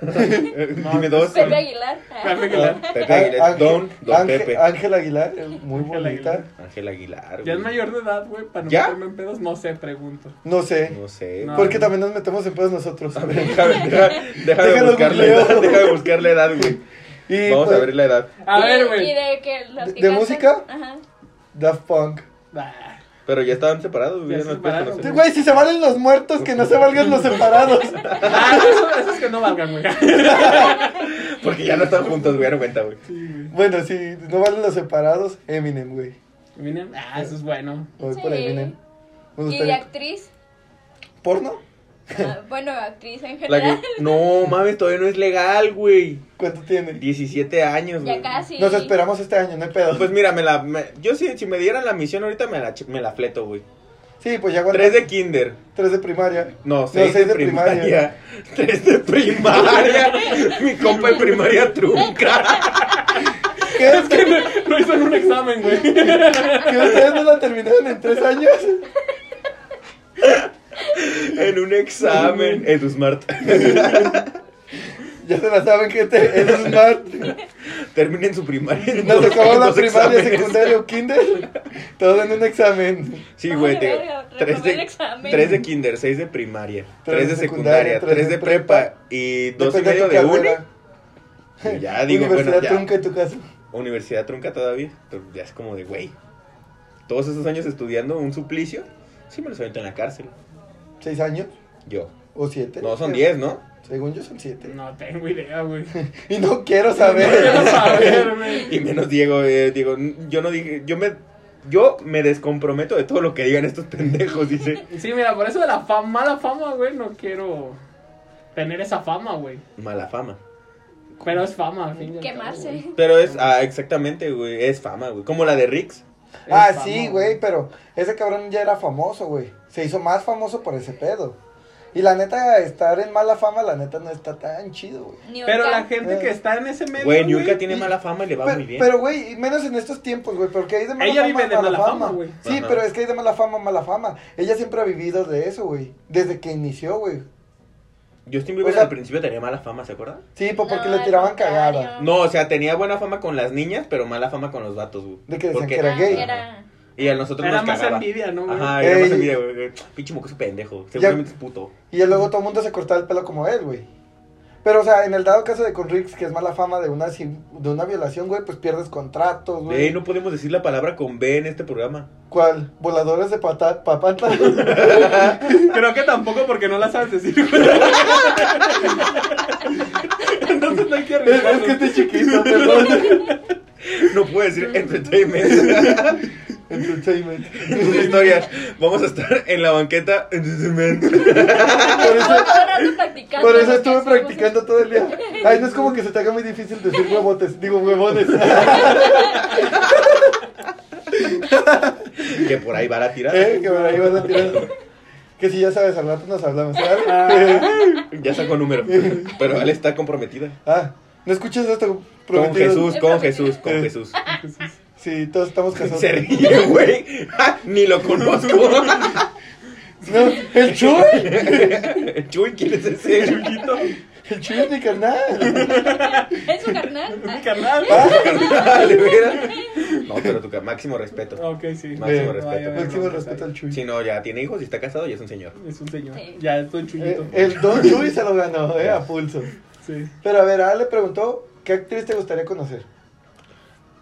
Speaker 1: Eh, Dime dos.
Speaker 3: Pepe Aguilar. Ah.
Speaker 4: Pepe Aguilar.
Speaker 1: Pepe Aguilar.
Speaker 2: pues Ángel-
Speaker 1: Don, Don
Speaker 2: Ángel-
Speaker 1: Pepe.
Speaker 2: Ángel Aguilar, eh, muy
Speaker 4: Ángel
Speaker 2: bonita.
Speaker 4: Aguilar.
Speaker 1: Ángel Aguilar.
Speaker 4: Ya es
Speaker 1: güey.
Speaker 4: mayor de edad, güey, para no
Speaker 1: ¿Ya?
Speaker 4: meterme en pedos, no sé, pregunto.
Speaker 2: No sé,
Speaker 1: No sé.
Speaker 4: No.
Speaker 2: porque también nos metemos en pedos nosotros.
Speaker 1: A ver, déjame, deja- deja de
Speaker 2: Déjalo
Speaker 1: buscarle
Speaker 2: googleo.
Speaker 1: edad, deja de buscarle edad, güey.
Speaker 2: *laughs* Y
Speaker 1: Vamos
Speaker 2: pues,
Speaker 1: a ver la edad.
Speaker 4: A
Speaker 3: Y de-
Speaker 4: ver,
Speaker 3: y
Speaker 4: güey.
Speaker 3: de que los
Speaker 2: ¿De-
Speaker 3: que
Speaker 2: de
Speaker 3: cantan-
Speaker 2: música?
Speaker 3: Ajá.
Speaker 2: Daft Punk.
Speaker 4: Bah,
Speaker 1: Pero ya estaban separados, güey.
Speaker 4: Ya
Speaker 1: ya no los puedes
Speaker 4: separaron.
Speaker 1: conocer.
Speaker 2: Güey, si se valen los muertos, que no se valgan
Speaker 1: *laughs*
Speaker 2: los separados.
Speaker 4: Ah, eso, eso es que no valgan, güey. *laughs*
Speaker 1: Porque ya no están juntos, güey. Ya no cuenta, güey.
Speaker 2: Bueno, si no valen los separados, Eminem, güey.
Speaker 4: Miren, ah, eso es bueno.
Speaker 2: Me voy por
Speaker 3: Sí.
Speaker 2: Eminem. Me
Speaker 3: Y de
Speaker 2: gustaría.
Speaker 3: actriz.
Speaker 2: ¿Porno?
Speaker 3: ah, bueno, actriz en
Speaker 1: La
Speaker 3: general.
Speaker 1: que... No, mames, todavía no es legal, güey.
Speaker 2: ¿Cuánto tiene?
Speaker 1: 17 años, güey.
Speaker 3: Ya casi.
Speaker 2: Nos esperamos este año, no hay pedo.
Speaker 1: Pues mira, me la, me- yo si, si me dieran la misión ahorita me la, ch- me la fleto, güey.
Speaker 2: Sí, pues ya aguanta.
Speaker 1: Tres de kinder.
Speaker 2: Tres de primaria.
Speaker 1: No, seis,
Speaker 2: seis
Speaker 1: de,
Speaker 2: de
Speaker 1: primaria.
Speaker 2: primaria.
Speaker 1: Tres de primaria. Mi compa de primaria trunca.
Speaker 2: ¿Qué es que,
Speaker 4: *laughs* No hizo en un examen, güey.
Speaker 2: que ustedes no la terminaron en tres años?
Speaker 1: En un
Speaker 2: *laughs*
Speaker 1: examen. EduSmart.
Speaker 2: Ya se la saben, gente. Es smart.
Speaker 1: Terminen su primaria.
Speaker 2: Nos acabó la
Speaker 1: Dos
Speaker 2: primaria,
Speaker 1: exámenes.
Speaker 2: secundaria o kinder. Todo en un examen.
Speaker 1: Sí, güey.
Speaker 3: Ay,
Speaker 1: te-
Speaker 3: verga,
Speaker 1: Tres
Speaker 3: reprobé el
Speaker 1: de,
Speaker 3: examen.
Speaker 1: tres de kinder, seis de primaria, tres de secundaria, tres de prepa y dos y
Speaker 2: Depende
Speaker 1: medio
Speaker 2: tu
Speaker 1: de uni.
Speaker 2: carrera.
Speaker 1: Y Ya digo,
Speaker 2: Universidad
Speaker 1: bueno, ya.
Speaker 2: trunca en tu caso.
Speaker 1: Universidad trunca todavía. pero Ya es como de, güey. Todos esos años estudiando un suplicio, sí me los aviento en la cárcel.
Speaker 2: ¿Seis años?
Speaker 1: Yo.
Speaker 2: ¿O siete?
Speaker 1: No, son 10, ¿no?
Speaker 2: Según yo son siete.
Speaker 4: *laughs* No tengo idea, güey.
Speaker 2: Y no quiero
Speaker 4: Quiero
Speaker 2: saber.
Speaker 4: saber, güey.
Speaker 1: Y menos Diego, eh, Diego, yo no dije, yo me, yo me descomprometo de todo lo que digan estos pendejos, *laughs* dice.
Speaker 4: Sí, mira, por eso de la fama, mala fama, güey, no quiero tener esa fama, güey.
Speaker 1: Mala fama.
Speaker 4: Pero es fama, al fin y al cabo, güey.
Speaker 3: Quemarse.
Speaker 1: Pero es, ah, exactamente, güey, es fama, güey. Como la de Rix.
Speaker 4: Es
Speaker 2: *laughs* ah,
Speaker 4: fama,
Speaker 2: sí, güey, pero ese cabrón ya era famoso, güey. Se hizo más famoso por ese pedo. Y la neta, estar en mala fama, la neta no está tan chido, güey.
Speaker 3: Ni
Speaker 4: Pero
Speaker 3: orca.
Speaker 4: la gente que está en ese medio.
Speaker 1: Güey, Niurka tiene
Speaker 2: y-
Speaker 1: mala fama y le va
Speaker 2: Pero,
Speaker 1: muy bien.
Speaker 2: pero, güey, y menos en estos tiempos, güey, porque hay de mala
Speaker 4: Ella
Speaker 2: fama.
Speaker 4: vive de
Speaker 2: a
Speaker 4: mala fama, güey.
Speaker 2: Sí,
Speaker 1: Ajá.
Speaker 2: pero es que hay de mala fama, a mala fama. Ella siempre ha vivido de eso, güey. Desde que inició, güey.
Speaker 1: Justin Bieber
Speaker 2: o sea-
Speaker 1: al principio tenía mala fama, ¿se acuerdan?
Speaker 2: Sí, pues porque
Speaker 3: No,
Speaker 2: le tiraban
Speaker 3: al contrario.
Speaker 2: cagada.
Speaker 1: No, o sea, tenía buena fama con las niñas, pero mala fama con los vatos, güey.
Speaker 2: De que decían
Speaker 1: Porque-
Speaker 2: que era
Speaker 3: Ah,
Speaker 2: gay.
Speaker 3: era-
Speaker 1: Y a nosotros
Speaker 4: Era
Speaker 1: nos
Speaker 4: más
Speaker 1: cagaba.
Speaker 4: envidia, ¿no, güey?
Speaker 1: Ajá, era más
Speaker 2: Ey.
Speaker 1: envidia, güey, güey. Pinche mocoso pendejo. Seguramente es puto.
Speaker 2: Y ya luego todo el mundo se cortaba el pelo como él, güey. Pero, o sea, en el dado caso de con Riggs, que es mala fama de una, sim- de una violación, güey, pues pierdes contratos, güey.
Speaker 1: Ey, no podemos decir la palabra con B en este programa.
Speaker 2: ¿Cuál? ¿Voladores de pata papata? *laughs*
Speaker 4: *laughs* Creo que tampoco porque no la sabes decir, güey. *laughs* Entonces no hay que
Speaker 2: es, es
Speaker 4: arriesgarnos.
Speaker 2: que estoy chiquito, perdón.
Speaker 1: *laughs* No puedo decir entertainment. *laughs*
Speaker 2: Entertainment.
Speaker 1: sus historias. Vamos a estar en la banqueta.
Speaker 2: Por eso,
Speaker 3: Todo el rato practicando.
Speaker 2: por eso
Speaker 3: lo que
Speaker 2: estuve
Speaker 3: hacemos.
Speaker 2: practicando todo el día. Ay, no es como que se te haga muy difícil decir huevotes. Digo, huevones.
Speaker 1: que por ahí va la tirada.
Speaker 2: ¿Eh? Que por ahí vas a tirar. Que si ya sabes, al rato nos hablamos, ¿sabes?
Speaker 4: Ah,
Speaker 1: Ya sacó número. Pero Ale está comprometida.
Speaker 2: ah, no escuches esto,
Speaker 1: Con
Speaker 2: prometido.
Speaker 1: Jesús, con Jesús, con
Speaker 2: Eh.
Speaker 1: Jesús.
Speaker 2: Sí, todos estamos casados.
Speaker 1: Se ríe, güey. Ja, Ni lo conozco.
Speaker 2: *laughs* No, el Chuy.
Speaker 1: Chuy, ¿quién es ese?
Speaker 4: Chiquito,
Speaker 2: El Chuy es mi carnal.
Speaker 3: Es su
Speaker 2: *laughs*
Speaker 3: carnal. Ah,
Speaker 4: mi canal.
Speaker 2: Ah.
Speaker 1: Dale, mira. No, pero tu ca- máximo respeto.
Speaker 4: Ok, sí.
Speaker 1: Máximo
Speaker 2: Eh,
Speaker 1: respeto.
Speaker 2: Máximo respeto al Chuy. Eh,
Speaker 1: Si no, ya tiene hijos y está casado y es un señor.
Speaker 4: Es un señor.
Speaker 3: Sí.
Speaker 4: Ya, es un chullito.
Speaker 2: Eh, el Don Chuy se lo ganó, eh, a pulso.
Speaker 4: Sí.
Speaker 2: Pero a ver, Ale preguntó, ¿qué actriz te gustaría conocer?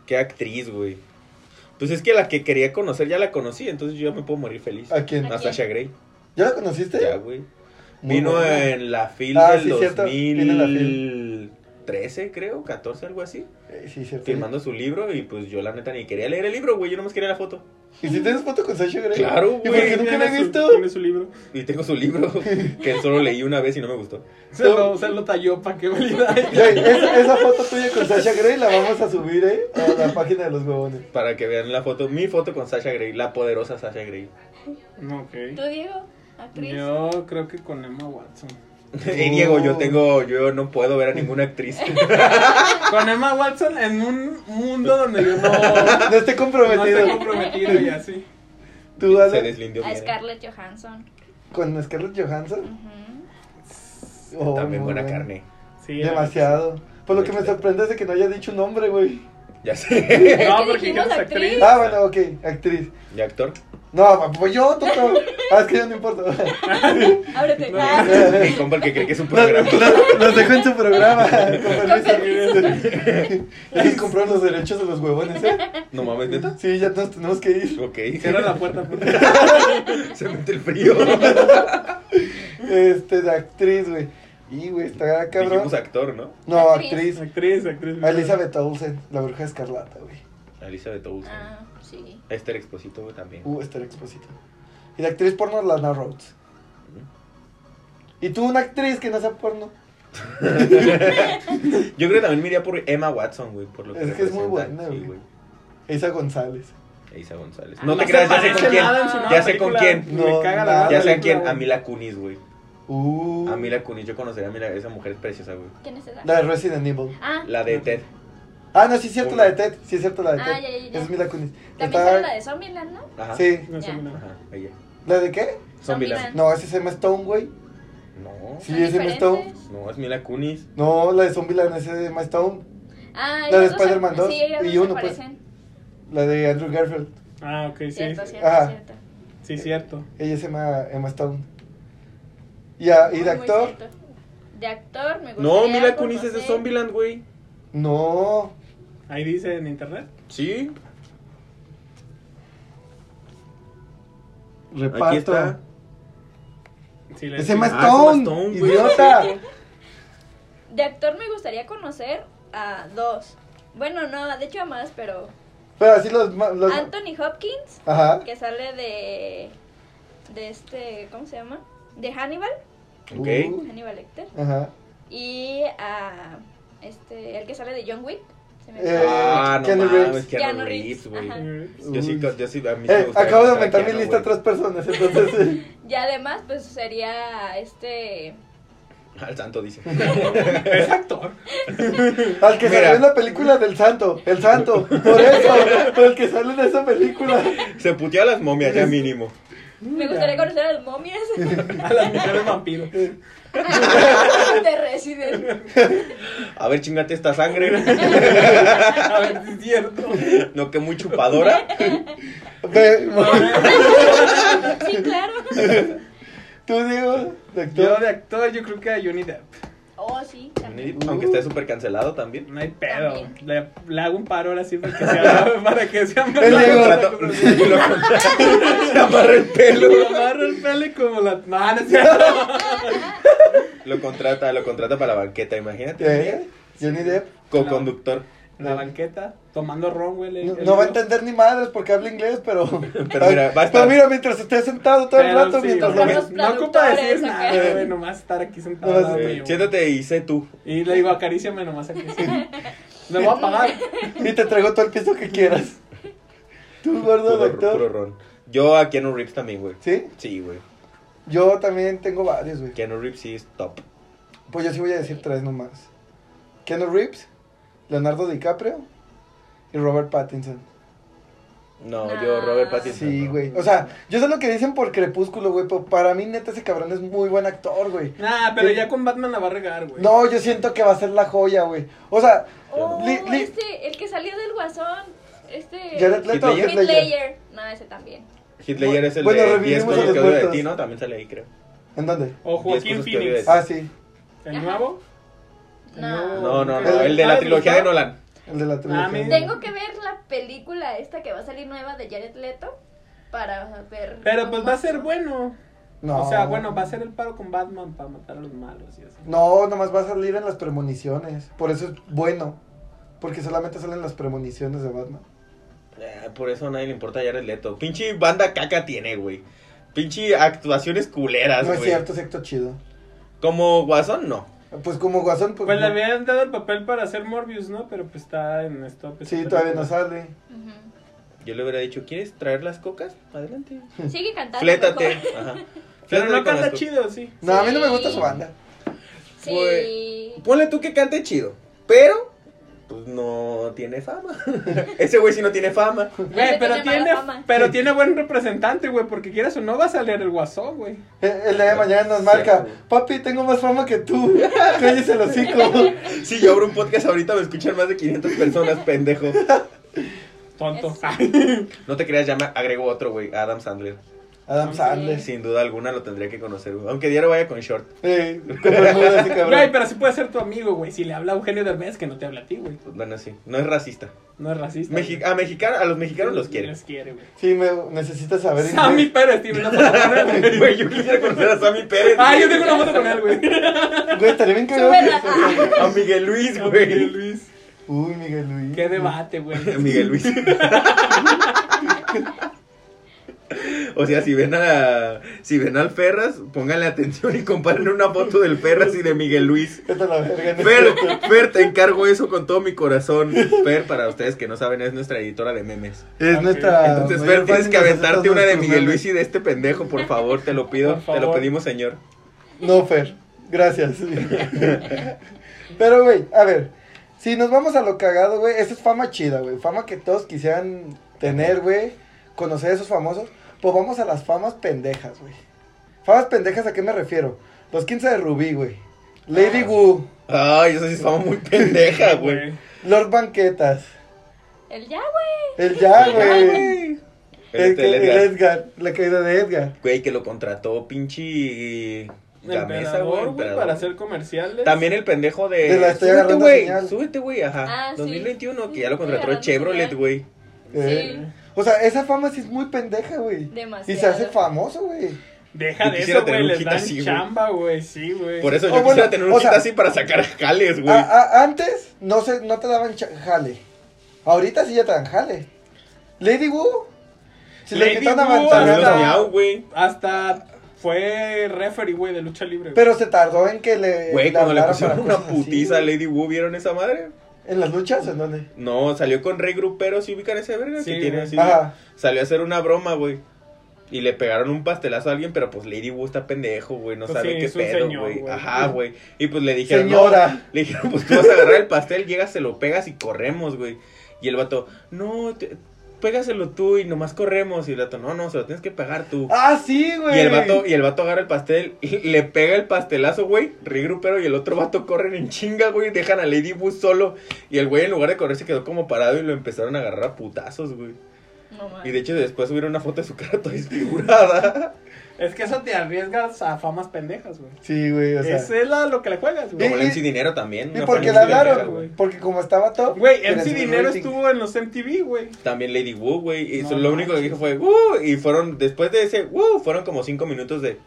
Speaker 1: Qué actriz, güey. Pues es que la que quería conocer ya la conocí, entonces yo ya me puedo morir feliz.
Speaker 2: ¿A quién?
Speaker 1: A Sasha Grey.
Speaker 2: ¿Ya la conociste?
Speaker 1: Ya, eh, güey.
Speaker 2: Muy
Speaker 1: Vino
Speaker 2: buena.
Speaker 1: en la fil
Speaker 2: Ah,
Speaker 1: del
Speaker 2: sí, cierto, vino en la
Speaker 1: 2013, creo, 14, algo así.
Speaker 2: Eh, sí, cierto.
Speaker 1: Firmando su libro y pues yo la neta ni quería leer el libro, güey. Yo nomás quería la foto.
Speaker 2: ¿Y si tienes foto con Sasha Grey?
Speaker 1: Claro,
Speaker 2: ¿Y
Speaker 1: güey.
Speaker 2: por qué nunca
Speaker 4: Tiene
Speaker 2: la he
Speaker 4: su-
Speaker 2: visto?
Speaker 4: Tiene su libro.
Speaker 1: Y tengo su libro *laughs* que solo leí una vez y no me gustó.
Speaker 4: Se lo, se lo talló para que validara.
Speaker 2: Güey, esa, esa foto tuya con Sasha Grey la vamos a subir, eh, a la página de los huevones.
Speaker 1: Para que vean la foto, mi foto con Sasha Grey, la poderosa Sasha Grey. *laughs*
Speaker 4: Ok.
Speaker 3: ¿Tú, Diego? Actriz.
Speaker 4: Yo creo que con Emma Watson.
Speaker 1: Y Diego,
Speaker 2: Oh.
Speaker 1: yo tengo, yo no puedo ver a ninguna
Speaker 2: *laughs*
Speaker 1: actriz.
Speaker 4: Con Emma Watson en un mundo donde yo no.
Speaker 2: No esté
Speaker 4: No estoy
Speaker 2: comprometido.
Speaker 4: comprometido y así.
Speaker 2: Tú,
Speaker 1: Se
Speaker 2: Ale,
Speaker 1: deslindió
Speaker 3: A
Speaker 1: bien. eh.
Speaker 3: Ah, Scarlett Johansson.
Speaker 2: con Scarlett Johansson.
Speaker 3: Ujú.
Speaker 2: Oh,
Speaker 1: También
Speaker 2: muy
Speaker 1: buena
Speaker 2: buena.
Speaker 1: carne.
Speaker 4: Sí,
Speaker 2: Demasiado. Por lo que me sorprende es de que no haya dicho un nombre, güey.
Speaker 1: Ya sé. *laughs*
Speaker 4: No,
Speaker 3: Es que
Speaker 4: porque
Speaker 3: dijimos
Speaker 4: eres
Speaker 3: actriz.
Speaker 4: actriz.
Speaker 2: Ah, bueno, ok, actriz.
Speaker 1: ¿Y actor?
Speaker 2: No, pues yo, tonto. Ah, es que yo no importa.
Speaker 3: Ábrete.
Speaker 4: No.
Speaker 3: Ah,
Speaker 1: Mi compa el que cree que es un
Speaker 2: *laughs*
Speaker 1: programa.
Speaker 2: Los dejó en su programa. Con
Speaker 3: Con
Speaker 2: permiso. Ellos compraron los derechos de los huevones, ¿eh?
Speaker 1: *laughs* No mames, neta.
Speaker 2: Sí, ya nos tenemos que ir.
Speaker 1: Ok. *laughs*
Speaker 4: Cierra la puerta, por favor.
Speaker 1: Se mete el frío.
Speaker 2: Este, de actriz, güey. Y, güey, está *laughs* cabrón.
Speaker 1: Dijimos actor, ¿no?
Speaker 2: No,
Speaker 3: Actriz.
Speaker 2: actriz.
Speaker 4: Actriz, actriz.
Speaker 2: Elizabeth Olsen, la bruja escarlata, güey.
Speaker 1: Elizabeth Olsen.
Speaker 3: ah, sí.
Speaker 1: Esther Exposito güey, también.
Speaker 2: Uh, Esther Exposito. Y de actriz porno, Lana Rhodes. Y tú, una actriz que no sea porno.
Speaker 1: Yo creo que también me iría por Emma Watson, güey, por lo que
Speaker 2: Es que es muy
Speaker 1: representa.
Speaker 2: buena,
Speaker 1: Sí,
Speaker 2: güey. Isa González.
Speaker 1: Eiza González.
Speaker 3: Ah,
Speaker 1: No
Speaker 3: no
Speaker 1: te
Speaker 3: se
Speaker 1: creas, ya sé
Speaker 4: parece
Speaker 1: con quién.
Speaker 4: nada en su nueva
Speaker 1: Ya sé con
Speaker 4: película.
Speaker 1: quién.
Speaker 2: No,
Speaker 4: Me caga la
Speaker 2: nada.
Speaker 4: nueva
Speaker 1: Ya sé a
Speaker 4: película,
Speaker 1: quién. A
Speaker 4: güey.
Speaker 1: Mila Kunis, güey.
Speaker 2: Uh.
Speaker 1: A Mila Kunis, yo conocería a Mila. Esa mujer es preciosa, güey.
Speaker 3: ¿Quién es esa?
Speaker 2: La de Resident Evil.
Speaker 3: Ah,
Speaker 1: La de Ted.
Speaker 2: Ah, no, sí es cierto la de Ted. Sí es cierto la de
Speaker 3: Ah,
Speaker 2: Ted.
Speaker 3: ya, ya, ya.
Speaker 2: Es Mila Kunis.
Speaker 3: también sale la de Zombieland, ¿no?
Speaker 1: Ajá.
Speaker 2: Sí.
Speaker 4: No sé,
Speaker 3: Ya.
Speaker 4: no.
Speaker 1: Ajá, ella.
Speaker 2: ¿La de qué?
Speaker 1: Zombieland.
Speaker 2: No, ese es Emma Stone, güey.
Speaker 1: No.
Speaker 2: Sí,
Speaker 3: Son
Speaker 2: ese me está-
Speaker 3: diferentes.
Speaker 1: No, es Mila Kunis.
Speaker 2: No, la de Zombieland ese es Emma Stone.
Speaker 3: Ah,
Speaker 2: La de
Speaker 3: ellos dos se-
Speaker 2: Spider-Man dos
Speaker 3: Sí, ellos
Speaker 2: y
Speaker 3: dos se
Speaker 2: uno, pues.
Speaker 3: parecen.
Speaker 2: La de Andrew Garfield.
Speaker 4: Ah, ok, sí.
Speaker 3: Cierto,
Speaker 4: sí.
Speaker 3: cierto,
Speaker 2: Ah.
Speaker 3: cierto.
Speaker 4: Sí, cierto.
Speaker 2: Ella es Emma, Emma Stone. Y, a- y de
Speaker 3: Muy
Speaker 2: actor.
Speaker 3: cierto. De actor, me gusta.
Speaker 1: No, Mila Kunis es de Zombieland, güey.
Speaker 2: No.
Speaker 4: Ahí dice en internet.
Speaker 1: Sí.
Speaker 2: Reparto.
Speaker 1: Aquí está.
Speaker 4: Sí, le
Speaker 2: Es Emma
Speaker 1: Ah, es Emma
Speaker 2: Stone.
Speaker 1: Stone,
Speaker 2: *laughs*
Speaker 1: güey.
Speaker 2: idiota.
Speaker 3: De actor me gustaría conocer a dos. Bueno, no, de hecho a más, pero.
Speaker 2: Pero así los. ma- los-
Speaker 3: Anthony Hopkins,
Speaker 2: Ajá.
Speaker 3: que sale de. De este. ¿Cómo se llama? De Hannibal.
Speaker 1: Ok.
Speaker 2: Uh,
Speaker 3: Hannibal Lecter.
Speaker 2: ajá.
Speaker 3: Y a. Este. El que sale de John Wick. Se me
Speaker 2: Eh,
Speaker 1: Ah, no
Speaker 2: Keanu
Speaker 1: mames,
Speaker 2: Reeves.
Speaker 1: Keanu
Speaker 3: Keanu
Speaker 1: Reeves, güey.
Speaker 3: Ajá.
Speaker 1: Yo sí, yo sí, a mí sí me
Speaker 2: Eh,
Speaker 1: gustaría
Speaker 2: acabo de
Speaker 1: conocer a
Speaker 2: aumentar mi
Speaker 1: Keanu,
Speaker 2: lista a
Speaker 1: güey.
Speaker 2: tres personas,
Speaker 1: *laughs*
Speaker 2: entonces. eh,
Speaker 3: Y además, pues sería. Este.
Speaker 1: Al santo dice. *laughs*
Speaker 4: Es actor.
Speaker 2: al que
Speaker 1: Mira.
Speaker 2: salió en la película del santo. El santo.
Speaker 1: *laughs*
Speaker 2: Por eso. por el que sale en esa película.
Speaker 1: Se puteó a las momias ya mínimo.
Speaker 3: Me gustaría conocer a las momias
Speaker 2: *laughs*
Speaker 3: *laughs*
Speaker 4: A las mujeres vampiro.
Speaker 3: de Resident.
Speaker 1: A ver, chingate esta sangre.
Speaker 2: *laughs*
Speaker 4: A ver si es cierto.
Speaker 1: No, que muy chupadora.
Speaker 2: Ve,
Speaker 3: Sí, claro.
Speaker 2: Tú digo, de actor.
Speaker 4: Yo de actor, yo creo que a Johnny Depp.
Speaker 3: Oh, sí, también.
Speaker 1: Aunque
Speaker 2: Uh.
Speaker 1: esté súper cancelado también.
Speaker 4: No hay pedo. Le, le hago un paro ahora sí para que
Speaker 2: *laughs*
Speaker 4: sea. Para que sea
Speaker 2: El
Speaker 1: Lo
Speaker 2: Diego.
Speaker 1: contrato- lo
Speaker 2: *laughs*
Speaker 1: contrato- Se amarra el pelo.
Speaker 4: Lo agarro el pelo y como la. No, no es cierto.
Speaker 1: Lo contrata, lo contrata para la banqueta, imagínate.
Speaker 2: ¿Eh? Johnny Depp.
Speaker 1: Co-conductor.
Speaker 4: La banqueta, tomando ron, güey. el-
Speaker 2: No,
Speaker 4: el
Speaker 2: no va a
Speaker 4: video.
Speaker 2: entender ni madres porque habla inglés,
Speaker 1: *laughs*
Speaker 2: pero. Ah,
Speaker 1: Pero mira, va a estar-
Speaker 2: Pero mira, mientras esté sentado todo el
Speaker 4: Pero
Speaker 2: rato,
Speaker 4: sí,
Speaker 2: mientras
Speaker 4: güey.
Speaker 2: lo
Speaker 3: Con
Speaker 2: ves.
Speaker 3: los
Speaker 4: No ocupa decir
Speaker 3: traductores
Speaker 4: nada,
Speaker 3: acá.
Speaker 4: güey. Nomás estar aquí sentado.
Speaker 2: Nomás,
Speaker 4: al lado
Speaker 1: Eh,
Speaker 4: mío.
Speaker 1: siéntate y sé tú.
Speaker 4: Y le digo, acaríciame nomás aquí. Me voy
Speaker 2: *laughs*
Speaker 4: a pagar.
Speaker 2: Y te traigo todo el piso que quieras. Tú, gordo,
Speaker 1: Puro, puro
Speaker 2: doctor.
Speaker 1: ron. Yo a Keanu Reeves también, güey.
Speaker 2: ¿Sí?
Speaker 1: Sí, güey.
Speaker 2: Yo también tengo varios, güey.
Speaker 1: Keanu Reeves sí es top.
Speaker 2: Pues yo sí voy a decir tres nomás. Keanu Reeves, Leonardo DiCaprio y Robert Pattinson.
Speaker 1: No,
Speaker 4: Ah,
Speaker 3: Nah.
Speaker 1: yo Robert Pattinson.
Speaker 2: Sí,
Speaker 1: no.
Speaker 2: güey. O sea, yo sé lo que dicen por Crepúsculo, güey, pero para mí neta ese cabrón es muy buen actor, güey.
Speaker 4: Nah, pero ya con Batman la va a regar, güey.
Speaker 2: No, yo siento que va a ser la joya, güey. O sea,
Speaker 3: Oh,
Speaker 2: Li- li-
Speaker 3: este, el que salió del guazón. Este.
Speaker 2: Jared Leto o
Speaker 1: Heath
Speaker 2: Heath
Speaker 3: Hitler.
Speaker 2: Ledger.
Speaker 3: No, ese también.
Speaker 1: Hitler es el
Speaker 2: Bueno,
Speaker 1: de 10
Speaker 2: revivimos a
Speaker 1: cosas
Speaker 2: los
Speaker 1: que odio de
Speaker 2: muertos.
Speaker 1: ti, ¿no? También sale ahí, creo.
Speaker 2: ¿En dónde?
Speaker 4: O Joaquín
Speaker 1: Diez cosas que odio de
Speaker 4: Phoenix.
Speaker 1: ti.
Speaker 2: Ah, sí,
Speaker 4: ¿El nuevo?
Speaker 3: No.
Speaker 1: No, no, no.
Speaker 2: El-
Speaker 1: El de
Speaker 4: Ah,
Speaker 1: la
Speaker 4: ¿te
Speaker 1: trilogía de
Speaker 4: gustó?
Speaker 1: Nolan.
Speaker 2: el de la
Speaker 4: Ah, me-
Speaker 2: televisión.
Speaker 3: Tengo que ver la película esta que va a salir nueva de Jared Leto para ver.
Speaker 4: Pero
Speaker 3: cómo
Speaker 4: pues va a ser
Speaker 3: actúa.
Speaker 4: bueno.
Speaker 2: No.
Speaker 4: O sea, bueno, va a ser el paro con Batman para matar a los malos y así.
Speaker 2: No, nomás va a salir en las premoniciones. Por eso es bueno. Porque solamente salen las premoniciones de Batman.
Speaker 1: Ah, por eso a nadie le importa a Jared Leto. Pinche banda caca tiene, güey. Pinche actuaciones culeras,
Speaker 2: No
Speaker 1: güey.
Speaker 2: es cierto, es acto chido.
Speaker 1: Como Guasón, no.
Speaker 2: Pues como Guasón, pues.
Speaker 4: Pues le
Speaker 2: no.
Speaker 4: habían dado el papel para hacer Morbius, ¿no? Pero pues está en esto. pues,
Speaker 2: Sí,
Speaker 4: esta
Speaker 2: todavía no
Speaker 4: película.
Speaker 2: sale.
Speaker 3: Ujú.
Speaker 1: Yo le hubiera dicho, ¿quieres traer las cocas? Adelante.
Speaker 3: Sigue cantando.
Speaker 1: Flétate.
Speaker 3: mejor.
Speaker 1: Ajá.
Speaker 4: Pero
Speaker 1: Flétate
Speaker 4: no
Speaker 1: con
Speaker 4: canta
Speaker 1: las co-
Speaker 4: chido, sí.
Speaker 2: No, a mí no me
Speaker 3: Sí.
Speaker 2: gusta su banda.
Speaker 3: Sí.
Speaker 1: Ponle tú que cante chido. Pero, pues no tiene fama. *laughs* Ese güey sí no tiene fama.
Speaker 4: Güey, pero
Speaker 3: tiene mala
Speaker 4: tiene,
Speaker 3: fama.
Speaker 4: pero tiene buen representante, güey, porque quieras o no va a salir el guasón, güey.
Speaker 2: Eh, El día de mañana nos marca: Papi, tengo más fama que tú. Cállese
Speaker 1: *laughs*
Speaker 2: el hocico.
Speaker 1: Si yo abro un podcast ahorita me escuchan más de 500 personas, pendejo.
Speaker 4: Tonto. *laughs*
Speaker 1: No te creas, ya me agregó otro, güey, Adam Sandler.
Speaker 2: Adam
Speaker 4: Sí.
Speaker 2: Sandler.
Speaker 1: Sin duda alguna lo tendría que conocer, güey. Aunque diario vaya con short.
Speaker 2: Eh, con bermuda ese cabrón.
Speaker 4: Güey, pero sí puede ser tu amigo, güey. Si le habla a Eugenio Derbez, que no te habla a ti, güey.
Speaker 1: pues, Bueno, sí. No es racista.
Speaker 4: No es racista.
Speaker 1: Mexi-
Speaker 4: güey.
Speaker 1: a, mexicanos, a los mexicanos los
Speaker 4: *laughs*
Speaker 1: quieren.
Speaker 4: Los quiere, güey.
Speaker 2: Sí, me, necesitas saber inglés.
Speaker 4: Sammy Pérez tiene una foto
Speaker 2: *laughs*
Speaker 4: con él, güey.
Speaker 1: Güey, yo quisiera conocer a Sammy Pérez.
Speaker 4: Ah,
Speaker 1: güey.
Speaker 4: yo tengo una foto con él, güey.
Speaker 2: Güey, estaría bien cagado.
Speaker 3: Súbela. Ah,
Speaker 2: que-
Speaker 1: A Miguel Luis,
Speaker 4: Miguel
Speaker 1: güey.
Speaker 4: Luis.
Speaker 2: Uy, Miguel Luis.
Speaker 4: Qué
Speaker 1: *laughs*
Speaker 4: debate, güey.
Speaker 1: Miguel Luis. O sea, si ven a si ven al Ferras, pónganle atención y comparen una foto del Ferras y de Miguel Luis.
Speaker 2: Vete a la verga. este- no es
Speaker 1: Fer,
Speaker 2: cierto.
Speaker 1: Fer, te encargo eso con todo mi corazón. Fer, para ustedes que no saben, es nuestra editora de memes.
Speaker 2: Es
Speaker 4: Ok.
Speaker 2: nuestra.
Speaker 1: Entonces,
Speaker 2: mayor
Speaker 1: Fer, tienes
Speaker 2: fan y
Speaker 1: que
Speaker 2: nos
Speaker 1: aventarte
Speaker 2: aceptas
Speaker 1: una de
Speaker 2: nuestros
Speaker 1: Miguel
Speaker 2: memes.
Speaker 1: Luis y de este pendejo, por favor, te lo pido,
Speaker 4: Por
Speaker 1: te lo
Speaker 4: favor.
Speaker 1: pedimos, señor.
Speaker 2: No, Fer. Gracias. *laughs* Pero, güey, a ver. Si nos vamos a lo cagado, güey. Esa es fama chida, güey. Fama que todos quisieran tener, güey. Conocer a esos famosos. Pues vamos a las famas pendejas, güey. Famas pendejas, ¿a qué me refiero? Los 15 de Rubí, güey. Lady Wu.
Speaker 1: Ay, eso sí estaba muy pendeja, güey.
Speaker 2: Lord Banquetas.
Speaker 3: El ya, güey.
Speaker 2: El ya, güey. El,
Speaker 1: Este,
Speaker 2: que-
Speaker 1: el
Speaker 2: el
Speaker 1: Edgar.
Speaker 2: Edgar. La caída de Edgar.
Speaker 1: Güey, que lo contrató pinche Gamesa, güey.
Speaker 4: Emperador, güey,
Speaker 1: emperador.
Speaker 4: para hacer comerciales.
Speaker 1: También el pendejo de.
Speaker 2: De la estoy
Speaker 1: súbete,
Speaker 2: agarrando
Speaker 1: güey.
Speaker 2: señal".
Speaker 1: Súbete, güey. Ajá.
Speaker 3: Ah, sí.
Speaker 1: 2021, que ya lo
Speaker 3: Estoy
Speaker 1: contrató
Speaker 3: agarrando
Speaker 1: Chevrolet,
Speaker 3: señal.
Speaker 1: güey.
Speaker 2: Eh,
Speaker 3: Sí.
Speaker 2: O sea, esa fama sí es muy pendeja, güey.
Speaker 3: Demasiado.
Speaker 2: Y se hace famoso, güey.
Speaker 1: Yo
Speaker 4: Deja de
Speaker 1: quisiera
Speaker 4: eso,
Speaker 1: tener
Speaker 4: güey.
Speaker 1: un
Speaker 4: Les
Speaker 1: hit
Speaker 4: dan
Speaker 1: así, güey.
Speaker 4: chamba, güey. Sí, güey.
Speaker 1: Por eso yo
Speaker 2: Oh, bueno,
Speaker 1: quisiera tener un
Speaker 2: o
Speaker 1: hit
Speaker 2: sea- Ah,
Speaker 1: así para
Speaker 2: *laughs*
Speaker 1: sacar jales, güey.
Speaker 2: A- a- antes no se, no te daban cha- jale. Ahorita sí ya te dan jale. Lady Wu. Si le
Speaker 4: Lady
Speaker 2: quitan
Speaker 1: También
Speaker 4: Wu,
Speaker 1: los
Speaker 4: Pero no.
Speaker 2: avanzada.
Speaker 1: miau, güey.
Speaker 4: Hasta fue referee, güey, de lucha libre. güey.
Speaker 2: Pero se tardó en que le.
Speaker 1: Güey, cuando le
Speaker 2: hablaran
Speaker 1: pusieron
Speaker 2: para *laughs*
Speaker 1: una
Speaker 2: cosas así,
Speaker 1: putiza a
Speaker 2: güey.
Speaker 1: Lady Wu, ¿vieron esa madre?
Speaker 2: ¿En las luchas? ¿En dónde?
Speaker 1: No, salió con Rey Grupero, ¿sí ubican ese verga?
Speaker 4: Sí,
Speaker 1: que tiene
Speaker 4: güey.
Speaker 1: así.
Speaker 2: Ajá.
Speaker 1: Salió a hacer una broma, güey. Y le pegaron un pastelazo a alguien, pero pues Lady Wu está pendejo, güey. No
Speaker 4: Pues
Speaker 1: sabe
Speaker 4: sí,
Speaker 1: qué
Speaker 4: es un
Speaker 1: pedo,
Speaker 4: señor,
Speaker 1: güey.
Speaker 4: güey.
Speaker 1: Ajá, güey. Y pues le dijeron. no,
Speaker 2: Señora.
Speaker 1: Le dijeron, pues tú vas a agarrar el pastel, llegas, se lo pegas y corremos, güey. Y el vato, no, te- pégaselo tú y nomás corremos. Y el vato, no, no, se lo tienes que pegar tú.
Speaker 2: Ah, sí, güey.
Speaker 1: Y el vato, y el vato agarra el pastel y le pega el pastelazo, güey. Regrupero y el otro vato corren en chinga, güey. y Dejan a Lady Boo solo. Y el güey, en lugar de correr, se quedó como parado y lo empezaron a agarrar a putazos, güey.
Speaker 3: No mames.
Speaker 1: Y de hecho, después subieron una foto de su cara toda desfigurada.
Speaker 4: Es que eso te arriesgas a famas pendejas, güey.
Speaker 2: Sí, güey, o sea.
Speaker 4: Esa es la, lo que le juegas, güey.
Speaker 1: Como
Speaker 2: Y-
Speaker 1: Lenzi Dinero también.
Speaker 2: ¿Y
Speaker 1: una
Speaker 2: por qué
Speaker 1: fama
Speaker 2: la
Speaker 1: muy verga,
Speaker 2: hablaron?
Speaker 1: güey.
Speaker 2: Porque como estaba top.
Speaker 4: Güey,
Speaker 2: era
Speaker 4: MC
Speaker 2: su
Speaker 4: Dinero
Speaker 2: rating.
Speaker 4: estuvo en los MTV, güey.
Speaker 1: También Lady Wu, güey. Y
Speaker 4: No
Speaker 1: eso- lo único que dije fue, ¡Woo! Y fueron, después de ese, ¡Woo! Fueron como cinco minutos de.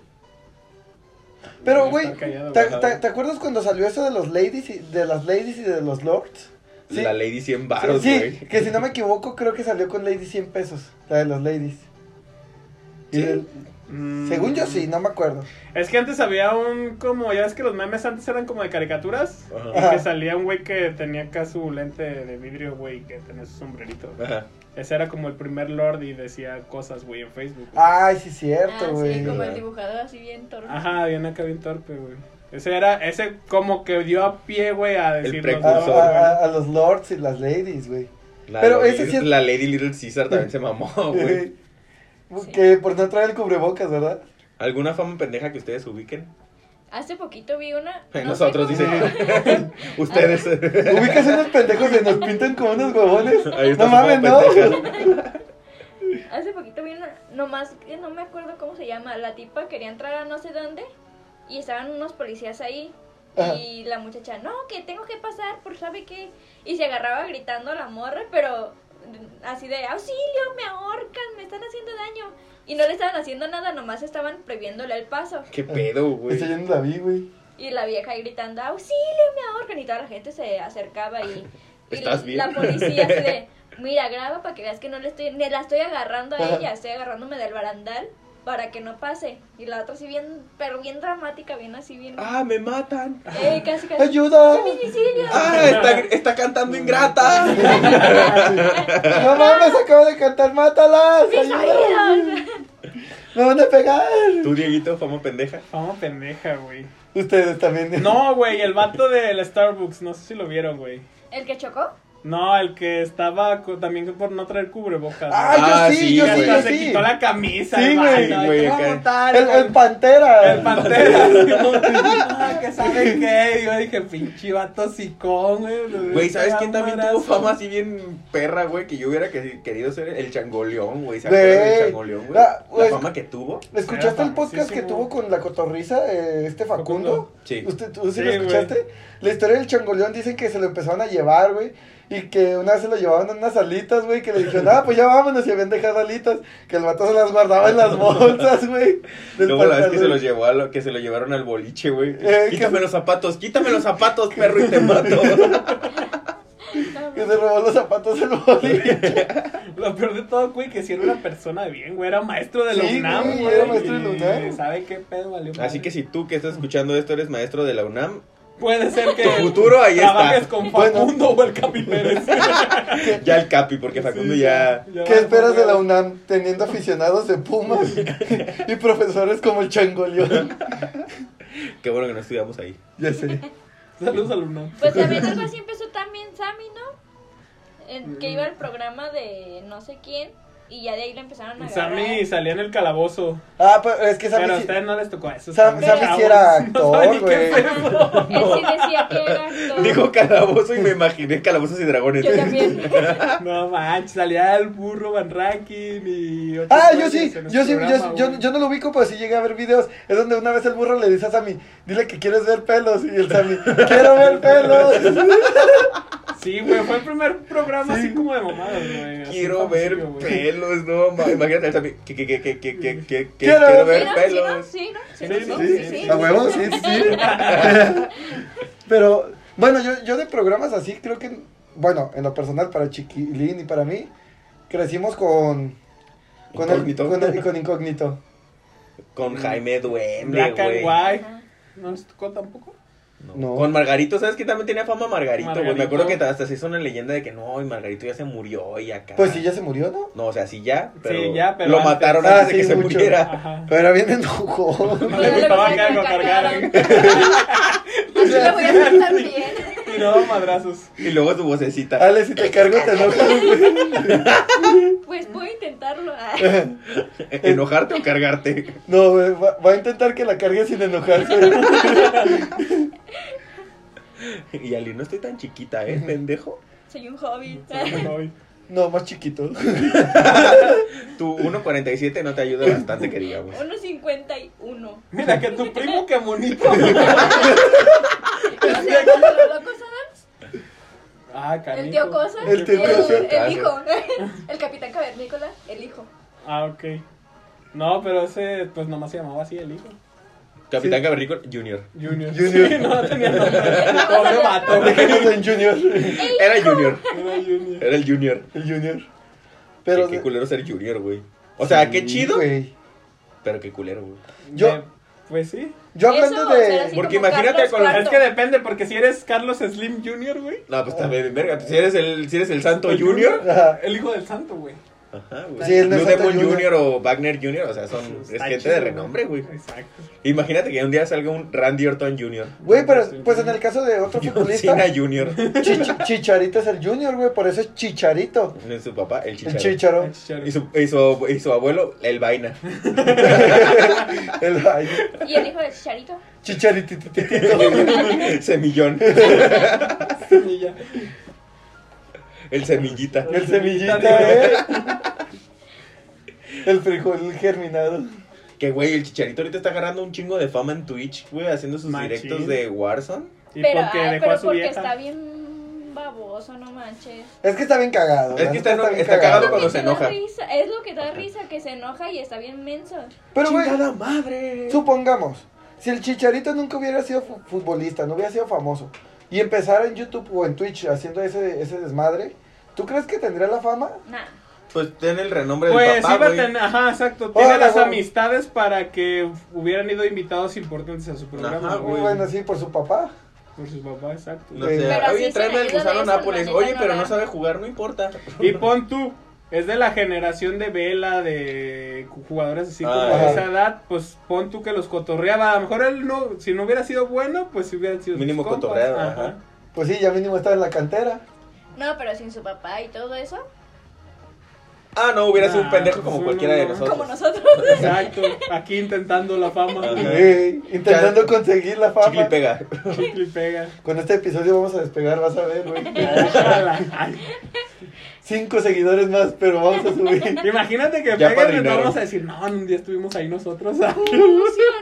Speaker 2: Pero,
Speaker 4: Está
Speaker 2: güey,
Speaker 4: callado,
Speaker 2: ¿te,
Speaker 4: güey.
Speaker 2: te, te acuerdas cuando salió eso de los ladies y, de las ladies y de los lords? Sí,
Speaker 1: La Lady 100 varos,
Speaker 2: sí,
Speaker 1: güey.
Speaker 2: sí, que si no me equivoco, creo que salió con ladies 100 pesos, la de los ladies. Y
Speaker 1: Sí.
Speaker 2: del-
Speaker 4: Mm.
Speaker 2: Según yo sí, no me acuerdo.
Speaker 4: Es que antes había un como, ya ves que los memes antes eran como de caricaturas.
Speaker 1: Ajá.
Speaker 4: Y que salía un güey que tenía acá su lente de vidrio, güey, que tenía su sombrerito.
Speaker 1: Ajá.
Speaker 4: Ese era como el primer lord y decía cosas, güey, en Facebook. güey.
Speaker 2: Ay, sí,
Speaker 3: Ah,
Speaker 2: cierto,
Speaker 3: sí,
Speaker 2: güey.
Speaker 3: como el dibujador así bien torpe.
Speaker 4: Ajá, bien acá, bien torpe, güey. Ese era, ese como que dio a pie, güey, a decir los
Speaker 2: a,
Speaker 1: precursor,
Speaker 4: lords,
Speaker 2: a- a-
Speaker 4: güey.
Speaker 2: a los lords y las ladies, güey.
Speaker 1: La
Speaker 2: Pero
Speaker 1: Lady-
Speaker 2: ese sí es-
Speaker 1: La Lady Little Caesar también se
Speaker 2: *laughs*
Speaker 1: mamó, güey.
Speaker 3: Sí.
Speaker 2: que por no traer el cubrebocas, ¿verdad?
Speaker 1: ¿Alguna fama pendeja que ustedes ubiquen?
Speaker 3: Hace poquito vi una. no sé
Speaker 1: Nosotros,
Speaker 3: cómo-
Speaker 1: dicen. ustedes.
Speaker 2: Ubicas unos pendejos que nos pintan como unos huevones.
Speaker 1: *laughs* Ahí está
Speaker 2: No
Speaker 1: su
Speaker 2: mames,
Speaker 1: fama
Speaker 2: no.
Speaker 1: pendeja.
Speaker 3: Hace poquito vi una, nomás que no me acuerdo cómo se llama, la tipa quería entrar a no sé dónde y estaban unos policías ahí
Speaker 2: Ajá.
Speaker 3: y la muchacha, no, que tengo que pasar por sabe qué y se agarraba gritando a la morra, pero así de auxilio, me ahorcan, me están haciendo daño y no le estaban haciendo nada, nomás estaban prohibiéndole el paso
Speaker 1: Qué pedo, güey.
Speaker 2: Esa yo no la vi, güey.
Speaker 3: y la vieja ahí gritando auxilio, me ahorcan y toda la gente se
Speaker 1: *laughs*
Speaker 3: acercaba y, y
Speaker 1: ¿Estás bien?
Speaker 3: la policía así
Speaker 1: *laughs*
Speaker 3: de Mira, graba para que veas que no le estoy, ni la estoy agarrando a
Speaker 2: Ajá.
Speaker 3: ella, estoy agarrándome del barandal para que no pase. Y la otra así bien, pero bien dramática, bien así, bien...
Speaker 1: Ah, me matan.
Speaker 3: ¡Ey, casi, casi!
Speaker 2: ¡Ayuda!
Speaker 3: ¡Feminicidio!
Speaker 1: Ah, está, está cantando ingrata.
Speaker 2: No mames, acabo de cantar, mátalas.
Speaker 3: ¡Mis
Speaker 2: Ayuda.
Speaker 3: oídos!
Speaker 2: Me van a pegar.
Speaker 1: Tú, Dieguito, fama pendeja.
Speaker 4: Fama pendeja, güey.
Speaker 2: Ustedes también.
Speaker 4: No, güey, el vato del Starbucks, no sé si lo vieron, güey.
Speaker 3: ¿El que chocó?
Speaker 4: No, el que estaba co- también por no traer cubrebocas.
Speaker 2: Ah, yo
Speaker 1: Ah,
Speaker 2: sí,
Speaker 1: sí,
Speaker 2: yo
Speaker 4: güey.
Speaker 2: sí,
Speaker 4: Hasta
Speaker 2: yo
Speaker 4: se
Speaker 2: sí.
Speaker 4: quitó la camisa.
Speaker 2: Sí,
Speaker 4: el
Speaker 2: güey.
Speaker 4: vato, ay,
Speaker 1: Güey,
Speaker 4: te voy a
Speaker 1: acá.
Speaker 4: montar,
Speaker 2: El, el
Speaker 4: hijo
Speaker 2: Pantera. *laughs*
Speaker 4: el pantera. *laughs* Ah, que sabe qué. Yo dije, pinche vato sicón, güey.
Speaker 1: Güey, ¿sabes quién también tuvo
Speaker 4: Amarazo.
Speaker 1: fama así bien perra, güey? Que yo hubiera que- querido ser el changoleón, güey. ¿Se
Speaker 2: Güey.
Speaker 1: acuerdan del changoleón, güey?
Speaker 2: Ah,
Speaker 1: La
Speaker 2: güey.
Speaker 1: fama que tuvo.
Speaker 2: ¿Escuchaste
Speaker 4: Era
Speaker 2: el podcast que
Speaker 4: famosísimo.
Speaker 2: tuvo con la cotorriza, eh, este Facundo?
Speaker 1: Sí.
Speaker 2: ¿Usted, ¿Tú sí,
Speaker 4: Sí,
Speaker 2: lo
Speaker 4: güey.
Speaker 2: escuchaste? La historia del changoleón dicen que se lo empezaron a llevar, güey. Y que una vez se lo llevaban a unas alitas, güey, que le dijeron, ah, pues ya vámonos, y habían dejado alitas, que el vato se las guardaba en las bolsas, güey. del
Speaker 1: Luego la vez que se
Speaker 2: pantalón.
Speaker 1: lo llevó a lo, que se lo llevaron al boliche, güey.
Speaker 2: Eh,
Speaker 1: quítame
Speaker 2: que-
Speaker 1: los zapatos, quítame los zapatos, perro, y te mato. *laughs*
Speaker 2: Que se robó los zapatos del boliche.
Speaker 4: Lo peor de todo, güey, que si
Speaker 2: *laughs*
Speaker 4: era una persona de bien, güey. Era maestro de la
Speaker 2: Sí,
Speaker 4: UNAM,
Speaker 2: güey,
Speaker 4: güey.
Speaker 2: era maestro de la UNAM.
Speaker 4: y ¿Sabe qué pedo valió?
Speaker 1: Así
Speaker 4: madre.
Speaker 1: que si tú que estás escuchando esto eres maestro de la UNAM,
Speaker 4: Puede ser que.
Speaker 1: Tu futuro ahí está.
Speaker 4: Trabajes con
Speaker 2: Bueno.
Speaker 4: Facundo o el
Speaker 1: *laughs*
Speaker 4: Capi Pérez.
Speaker 1: ya el Capi, porque Facundo ya.
Speaker 2: ¿Qué esperas de la UNAM teniendo aficionados de Pumas y profesores como el changoleón?
Speaker 1: Qué bueno que no estudiamos ahí.
Speaker 2: Ya sé.
Speaker 4: Saludos al UNAM.
Speaker 3: Pues también algo así empezó también Sammy, ¿no? En- que iba al programa de no sé quién y ya de ahí le empezaron a agarrar.
Speaker 4: Sammy salía en el calabozo.
Speaker 2: Ah, pero es que Sammy
Speaker 4: pero a
Speaker 2: sí-
Speaker 4: ustedes no les tocó eso.
Speaker 2: Sam-
Speaker 4: estaban
Speaker 2: Sammy sí
Speaker 4: chavos, *laughs*
Speaker 2: era
Speaker 4: no saben ni
Speaker 2: actor,
Speaker 4: qué
Speaker 2: güey.
Speaker 4: pedo.
Speaker 3: Él sí decía que era actor.
Speaker 1: Dijo calabozo y me imaginé calabozos y dragones. *laughs*
Speaker 3: Yo también.
Speaker 4: No manches, salía el burro Van Rankin y otros
Speaker 2: *laughs* Ah, yo
Speaker 4: güeyes
Speaker 2: sí,
Speaker 4: en ese
Speaker 2: yo sí, yo,
Speaker 4: programa,
Speaker 2: yo,
Speaker 4: güey.
Speaker 2: yo no lo ubico, pero sí llegué a ver videos. Es donde una vez el burro le dice a Sammy, dile que quieres ver pelos. Y el Sammy, quiero ver *laughs* pelos.
Speaker 4: Sí, güey, fue el primer programa
Speaker 2: Sí.
Speaker 4: así como de mamadas, güey. así
Speaker 1: Quiero
Speaker 4: famosillo,
Speaker 1: ver
Speaker 4: güey.
Speaker 1: pelos, no, ma- imagínate él también. Que, que, que, que, que, que, que, que-
Speaker 2: Quiero
Speaker 1: quiero
Speaker 2: ver
Speaker 1: ver
Speaker 3: Sí, ¿no?
Speaker 1: pelos.
Speaker 3: Sí, ¿no? Sí,
Speaker 4: Sí,
Speaker 3: ¿no? Sí,
Speaker 4: ¿no?
Speaker 3: sí, sí, sí.
Speaker 2: a huevo, sí, sí, sí. *laughs* Pero, bueno, yo, yo de programas así creo que, bueno, en lo personal para Chiquilín y para mí, crecimos con... Con el-
Speaker 1: Incógnito.
Speaker 2: con el- con *laughs* incógnito.
Speaker 1: *laughs* Con Jaime Duende,
Speaker 4: Black and
Speaker 1: güey.
Speaker 4: White.
Speaker 3: Ajá.
Speaker 4: ¿No les tocó tampoco?
Speaker 1: No.
Speaker 2: No.
Speaker 1: Con Margarito, ¿sabes que también tenía fama Margarito, güey? Me
Speaker 4: Margarito.
Speaker 1: acuerdo que hasta se hizo una leyenda de que no, y Margarito ya se murió y acá.
Speaker 2: Pues sí, ya se murió, ¿no?
Speaker 1: No, o sea, sí ya, pero,
Speaker 4: Sí, ya, pero
Speaker 1: lo
Speaker 4: antes. Ah.
Speaker 1: mataron
Speaker 2: Ah,
Speaker 1: antes de
Speaker 2: sí,
Speaker 1: que se
Speaker 2: mucho.
Speaker 1: muriera.
Speaker 4: Ajá.
Speaker 2: Pero era bien enojado.
Speaker 4: No
Speaker 3: Pero
Speaker 4: le gustaba
Speaker 3: le
Speaker 4: que algo
Speaker 3: gustaba que
Speaker 4: cargaran. *laughs*
Speaker 3: Así lo voy a hacer también.
Speaker 4: Tiraba
Speaker 3: *laughs*
Speaker 4: madrazos.
Speaker 1: Y luego su vocecita.
Speaker 2: *laughs* Ale, si te cargo, te enojas.
Speaker 3: Pues puedo
Speaker 4: *laughs*
Speaker 3: intentarlo. Ah.
Speaker 1: "E-, ¿Enojarte o cargarte?
Speaker 2: *laughs*
Speaker 1: *laughs*
Speaker 2: No, güey, va, va a intentar que la cargue sin enojarse.
Speaker 1: Y Ali, no estoy tan chiquita, ¿eh, pendejo?
Speaker 3: Soy un hobbit.
Speaker 2: *laughs* No, más chiquito.
Speaker 1: Tu 1.47 no te ayuda bastante, que
Speaker 4: *laughs*
Speaker 1: digamos.
Speaker 3: 1.51.
Speaker 4: Mira, que tu primo, qué bonito.
Speaker 3: ¿Cómo se llama el loco Adams?
Speaker 4: Ah, canijo.
Speaker 3: El tío Cosa.
Speaker 2: El tío
Speaker 1: Cosa.
Speaker 3: El, el hijo. *laughs* El capitán cavernícola. El hijo.
Speaker 4: Ah, ok. No, pero ese, pues nomás se llamaba así el hijo.
Speaker 1: Capitán
Speaker 2: Sí.
Speaker 1: Cavernícola Junior.
Speaker 4: Junior.
Speaker 2: Junior.
Speaker 4: Sí, no *laughs* tenía nombre. Pobre vato, güey.
Speaker 2: Pequeños en
Speaker 1: *laughs*
Speaker 2: Junior. El
Speaker 1: Era Junior.
Speaker 4: Era Junior.
Speaker 1: Era el Junior.
Speaker 2: Junior. Pero.
Speaker 1: qué, qué culero ser Junior, güey. O sea, qué
Speaker 2: Sí,
Speaker 1: chido,
Speaker 2: güey.
Speaker 1: pero qué culero, güey.
Speaker 2: Yo-
Speaker 4: De- pues sí.
Speaker 2: Yo
Speaker 3: Eso,
Speaker 2: hablando
Speaker 3: o sea,
Speaker 2: de.
Speaker 3: así
Speaker 1: Porque
Speaker 3: como
Speaker 1: imagínate
Speaker 3: Carlos
Speaker 1: con los-
Speaker 3: IV.
Speaker 4: Es que depende, porque si eres Carlos Slim Jr., güey.
Speaker 1: No,
Speaker 2: Ah.
Speaker 1: pues también, verga. pues, si eres el, si eres el Santo Junior.
Speaker 2: Ajá.
Speaker 4: El hijo del santo, güey.
Speaker 1: Ajá, güey.
Speaker 2: Sí, el
Speaker 1: Blue
Speaker 2: Santo
Speaker 1: Demon
Speaker 2: Junior.
Speaker 1: Junior o Wagner Junior, o sea, son, es
Speaker 4: Está
Speaker 1: gente
Speaker 4: chido,
Speaker 1: de renombre, güey.
Speaker 4: Exacto.
Speaker 1: Imagínate que un día salga un Randy Orton Jr.
Speaker 2: Güey, pero pues en el caso de otro
Speaker 1: John
Speaker 2: futbolista.
Speaker 1: Cena Jr.
Speaker 2: Chich- Chicharito es el Junior, güey. Por eso es Chicharito.
Speaker 1: Es su papá, el
Speaker 2: El
Speaker 1: chicharo.
Speaker 2: Chicharo.
Speaker 4: Ay, chicharo. *laughs*
Speaker 1: Y su, y su- y su abuelo, el
Speaker 2: *laughs*
Speaker 1: vaina.
Speaker 2: El ay,
Speaker 3: Y el hijo del chicharito.
Speaker 2: Chicharitititito.
Speaker 1: Semillón.
Speaker 4: Semilla.
Speaker 1: El semillita.
Speaker 2: El semillita, eh. El frijol germinado.
Speaker 1: Que güey, el chicharito ahorita está agarrando un chingo de fama en Twitch, güey, haciendo sus
Speaker 4: Machín.
Speaker 1: directos de Warzone.
Speaker 4: Y
Speaker 3: pero
Speaker 4: porque
Speaker 3: ay,
Speaker 4: dejó
Speaker 3: pero
Speaker 4: a su
Speaker 3: porque
Speaker 4: vieja.
Speaker 3: está bien baboso, no manches.
Speaker 2: Es que está bien cagado.
Speaker 1: Es
Speaker 2: la
Speaker 1: que
Speaker 2: neta
Speaker 1: está eno- está cagado
Speaker 3: Es lo
Speaker 1: cuando
Speaker 3: que
Speaker 1: se
Speaker 3: te da
Speaker 1: enoja.
Speaker 3: risa, Es lo que da risa, que se enoja y está bien menso.
Speaker 2: Pero, güey,
Speaker 1: ¡Chingada madre!
Speaker 2: Supongamos, si el Chicharito nunca hubiera sido fu- futbolista, no hubiera sido famoso, y empezara en YouTube o en Twitch haciendo ese, ese desmadre, ¿tú crees que tendría la fama?
Speaker 3: Nah.
Speaker 1: Pues tiene el renombre del
Speaker 4: Pues
Speaker 1: papá,
Speaker 4: iba a
Speaker 1: güey.
Speaker 4: tener, ajá, exacto. Tiene
Speaker 2: Órale,
Speaker 4: las
Speaker 2: güey.
Speaker 4: amistades para que hubieran ido invitados importantes a su programa,
Speaker 1: Ajá,
Speaker 2: Muy
Speaker 4: güey.
Speaker 2: bueno, sí, por su papá.
Speaker 4: Por sus papás, exacto.
Speaker 1: No
Speaker 2: Sí.
Speaker 1: sé,
Speaker 3: Pero así
Speaker 1: oye,
Speaker 3: se
Speaker 1: tráeme el
Speaker 3: ayuda de
Speaker 1: gusano
Speaker 3: esa
Speaker 1: Nápoles.
Speaker 3: manera,
Speaker 1: Oye,
Speaker 3: no
Speaker 1: pero
Speaker 3: va.
Speaker 1: no sabe jugar, no importa.
Speaker 4: Y pon tú, es de la generación de Vela, de jugadores así como
Speaker 1: Ah,
Speaker 4: de
Speaker 2: ya.
Speaker 4: esa edad, pues pon tú que los cotorreaba. A lo mejor él no, si no hubiera sido bueno, pues si hubiera sido. sus
Speaker 1: Mínimo
Speaker 4: compas.
Speaker 1: cotorreaba, ajá.
Speaker 2: Pues sí, ya mínimo estaba en la cantera.
Speaker 3: No, pero sin su papá y todo eso,
Speaker 1: Ah, no, hubiera sido un
Speaker 4: Nah,
Speaker 1: pendejo como
Speaker 4: sí,
Speaker 1: cualquiera de
Speaker 4: no.
Speaker 1: nosotros.
Speaker 3: como nosotros.
Speaker 4: *laughs* Exacto, aquí intentando la fama. *laughs*
Speaker 1: Ajá.
Speaker 2: Ey, intentando conseguir la
Speaker 1: Chicle y
Speaker 2: fama.
Speaker 1: pega.
Speaker 4: Chicle y pega.
Speaker 2: Con este episodio vamos a despegar, vas a ver, güey.
Speaker 4: Ay,
Speaker 2: Cinco seguidores más, pero vamos a
Speaker 1: *laughs*
Speaker 2: subir.
Speaker 4: Imagínate que
Speaker 1: Ya
Speaker 4: pegan y nos
Speaker 1: padrinaron.
Speaker 4: vamos a decir, no, en un día estuvimos ahí nosotros. *laughs*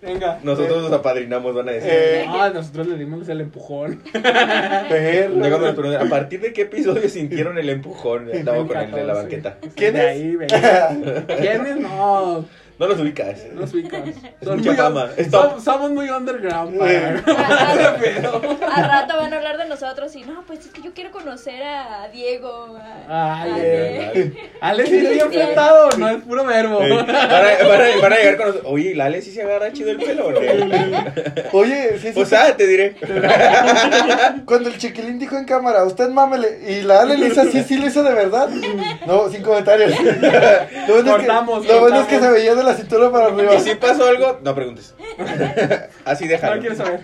Speaker 4: Venga.
Speaker 1: Nosotros nos apadrinamos, van a decir.
Speaker 2: Eh,
Speaker 4: Ah, nosotros le dimos el empujón.
Speaker 1: Luego me
Speaker 2: Perro.
Speaker 1: preguntan, ¿a partir de qué episodio sintieron el empujón? Estaba con el de la banqueta.
Speaker 2: ¿Quién
Speaker 4: ¿Quién es?
Speaker 2: es?
Speaker 4: Ahí, venga. ¿Quién es? No,
Speaker 1: No los ubicas.
Speaker 4: no los ubicas. Son
Speaker 1: mucha
Speaker 4: muy
Speaker 1: fama.
Speaker 4: un-
Speaker 1: Está-
Speaker 4: som- Somos muy underground.
Speaker 2: Eh.
Speaker 4: para- Pero-
Speaker 3: Al rato van *laughs* a hablar de nosotros y no, pues es que yo quiero conocer a Diego. A,
Speaker 4: Ay,
Speaker 3: a
Speaker 4: eh.
Speaker 3: Diego".
Speaker 4: Ale sí estoy enfrentado, no es puro verbo.
Speaker 1: Eh, van, a, van a- van a llegar con los... Oye, ¿y la Ale sí se agarra chido el pelo? o
Speaker 4: *laughs*
Speaker 1: no?
Speaker 2: Oye, sí, sí.
Speaker 1: O sea, te diré.
Speaker 2: Cuando el chiquilín dijo en cámara, usted mámele, y la Ale le hizo así, sí lo hizo de verdad. No, sin
Speaker 4: *laughs*
Speaker 2: comentarios. Lo bueno,
Speaker 4: Cortamos,
Speaker 2: es, que, lo bueno es que
Speaker 4: cortamos.
Speaker 2: se veía de la cintura para arriba.
Speaker 1: Y si pasó algo, no preguntes. Así déjalo.
Speaker 4: No quiero saber.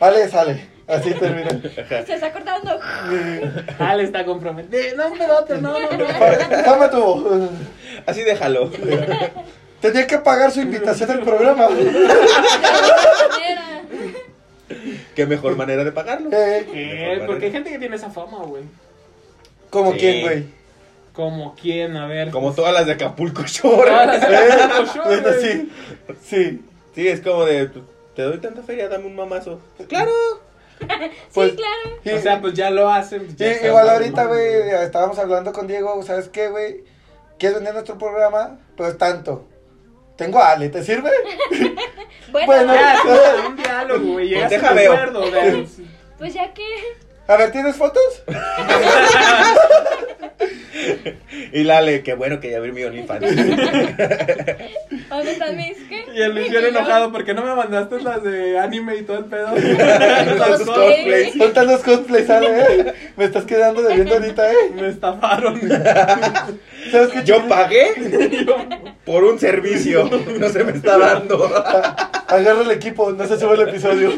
Speaker 2: Ale, sale. Así termina.
Speaker 3: Se está cortando.
Speaker 4: Ale está comprometido. No, pedote, no, no, no.
Speaker 2: Dame tu.
Speaker 1: Así déjalo.
Speaker 2: Tenía que pagar su invitación al programa.
Speaker 3: Manera.
Speaker 1: Qué mejor manera de pagarlo.
Speaker 2: Eh,
Speaker 4: Eh, Porque hay gente que tiene esa fama, güey.
Speaker 2: ¿Como
Speaker 1: Sí.
Speaker 2: quién, güey?
Speaker 4: Como quién, a *laughs* ver. Ah,
Speaker 1: Como todas las de Acapulco Shore.
Speaker 4: Todas las-
Speaker 2: Eh,
Speaker 4: Yo,
Speaker 2: bueno,
Speaker 4: güey.
Speaker 2: sí. Sí.
Speaker 1: Sí, es como de... "Pues, Te doy tanta feria, dame un mamazo. Claro.
Speaker 2: Pues-
Speaker 3: sí, claro.
Speaker 2: Y-
Speaker 4: O sea, pues ya lo hacen.
Speaker 2: y-
Speaker 4: ya está,
Speaker 2: igual
Speaker 4: ¿no?
Speaker 2: ahorita, güey, estábamos hablando con Diego, ¿sabes qué, güey? ¿Quieres vender nuestro programa? Pues tanto. Tengo a Ale, ¿te sirve?
Speaker 3: Bueno,
Speaker 2: Bueno.
Speaker 4: Ya, sí, un diálogo, güey. Llegas
Speaker 1: Pues
Speaker 4: a un
Speaker 1: deja
Speaker 4: acuerdo, güey.
Speaker 3: pues ya que.
Speaker 2: A ver, ¿tienes fotos?
Speaker 1: Y Lale, qué bueno que ya abrí mi OnlyFans.
Speaker 3: ¿Dónde están mis qué?
Speaker 4: Y el Luis viene enojado porque no me mandaste las de anime y todo el pedo.
Speaker 1: Con
Speaker 4: Las
Speaker 1: sus
Speaker 4: cosas.
Speaker 1: cosplays.
Speaker 2: ¿Dónde están los cosplays, Ale? eh? Me estás quedando debiendo ahorita, ¿eh?
Speaker 4: Me estafaron.
Speaker 2: ¿Sabes qué?
Speaker 1: Yo pagué por un servicio. No se me está dando.
Speaker 2: Agarra el equipo, no se sube el episodio.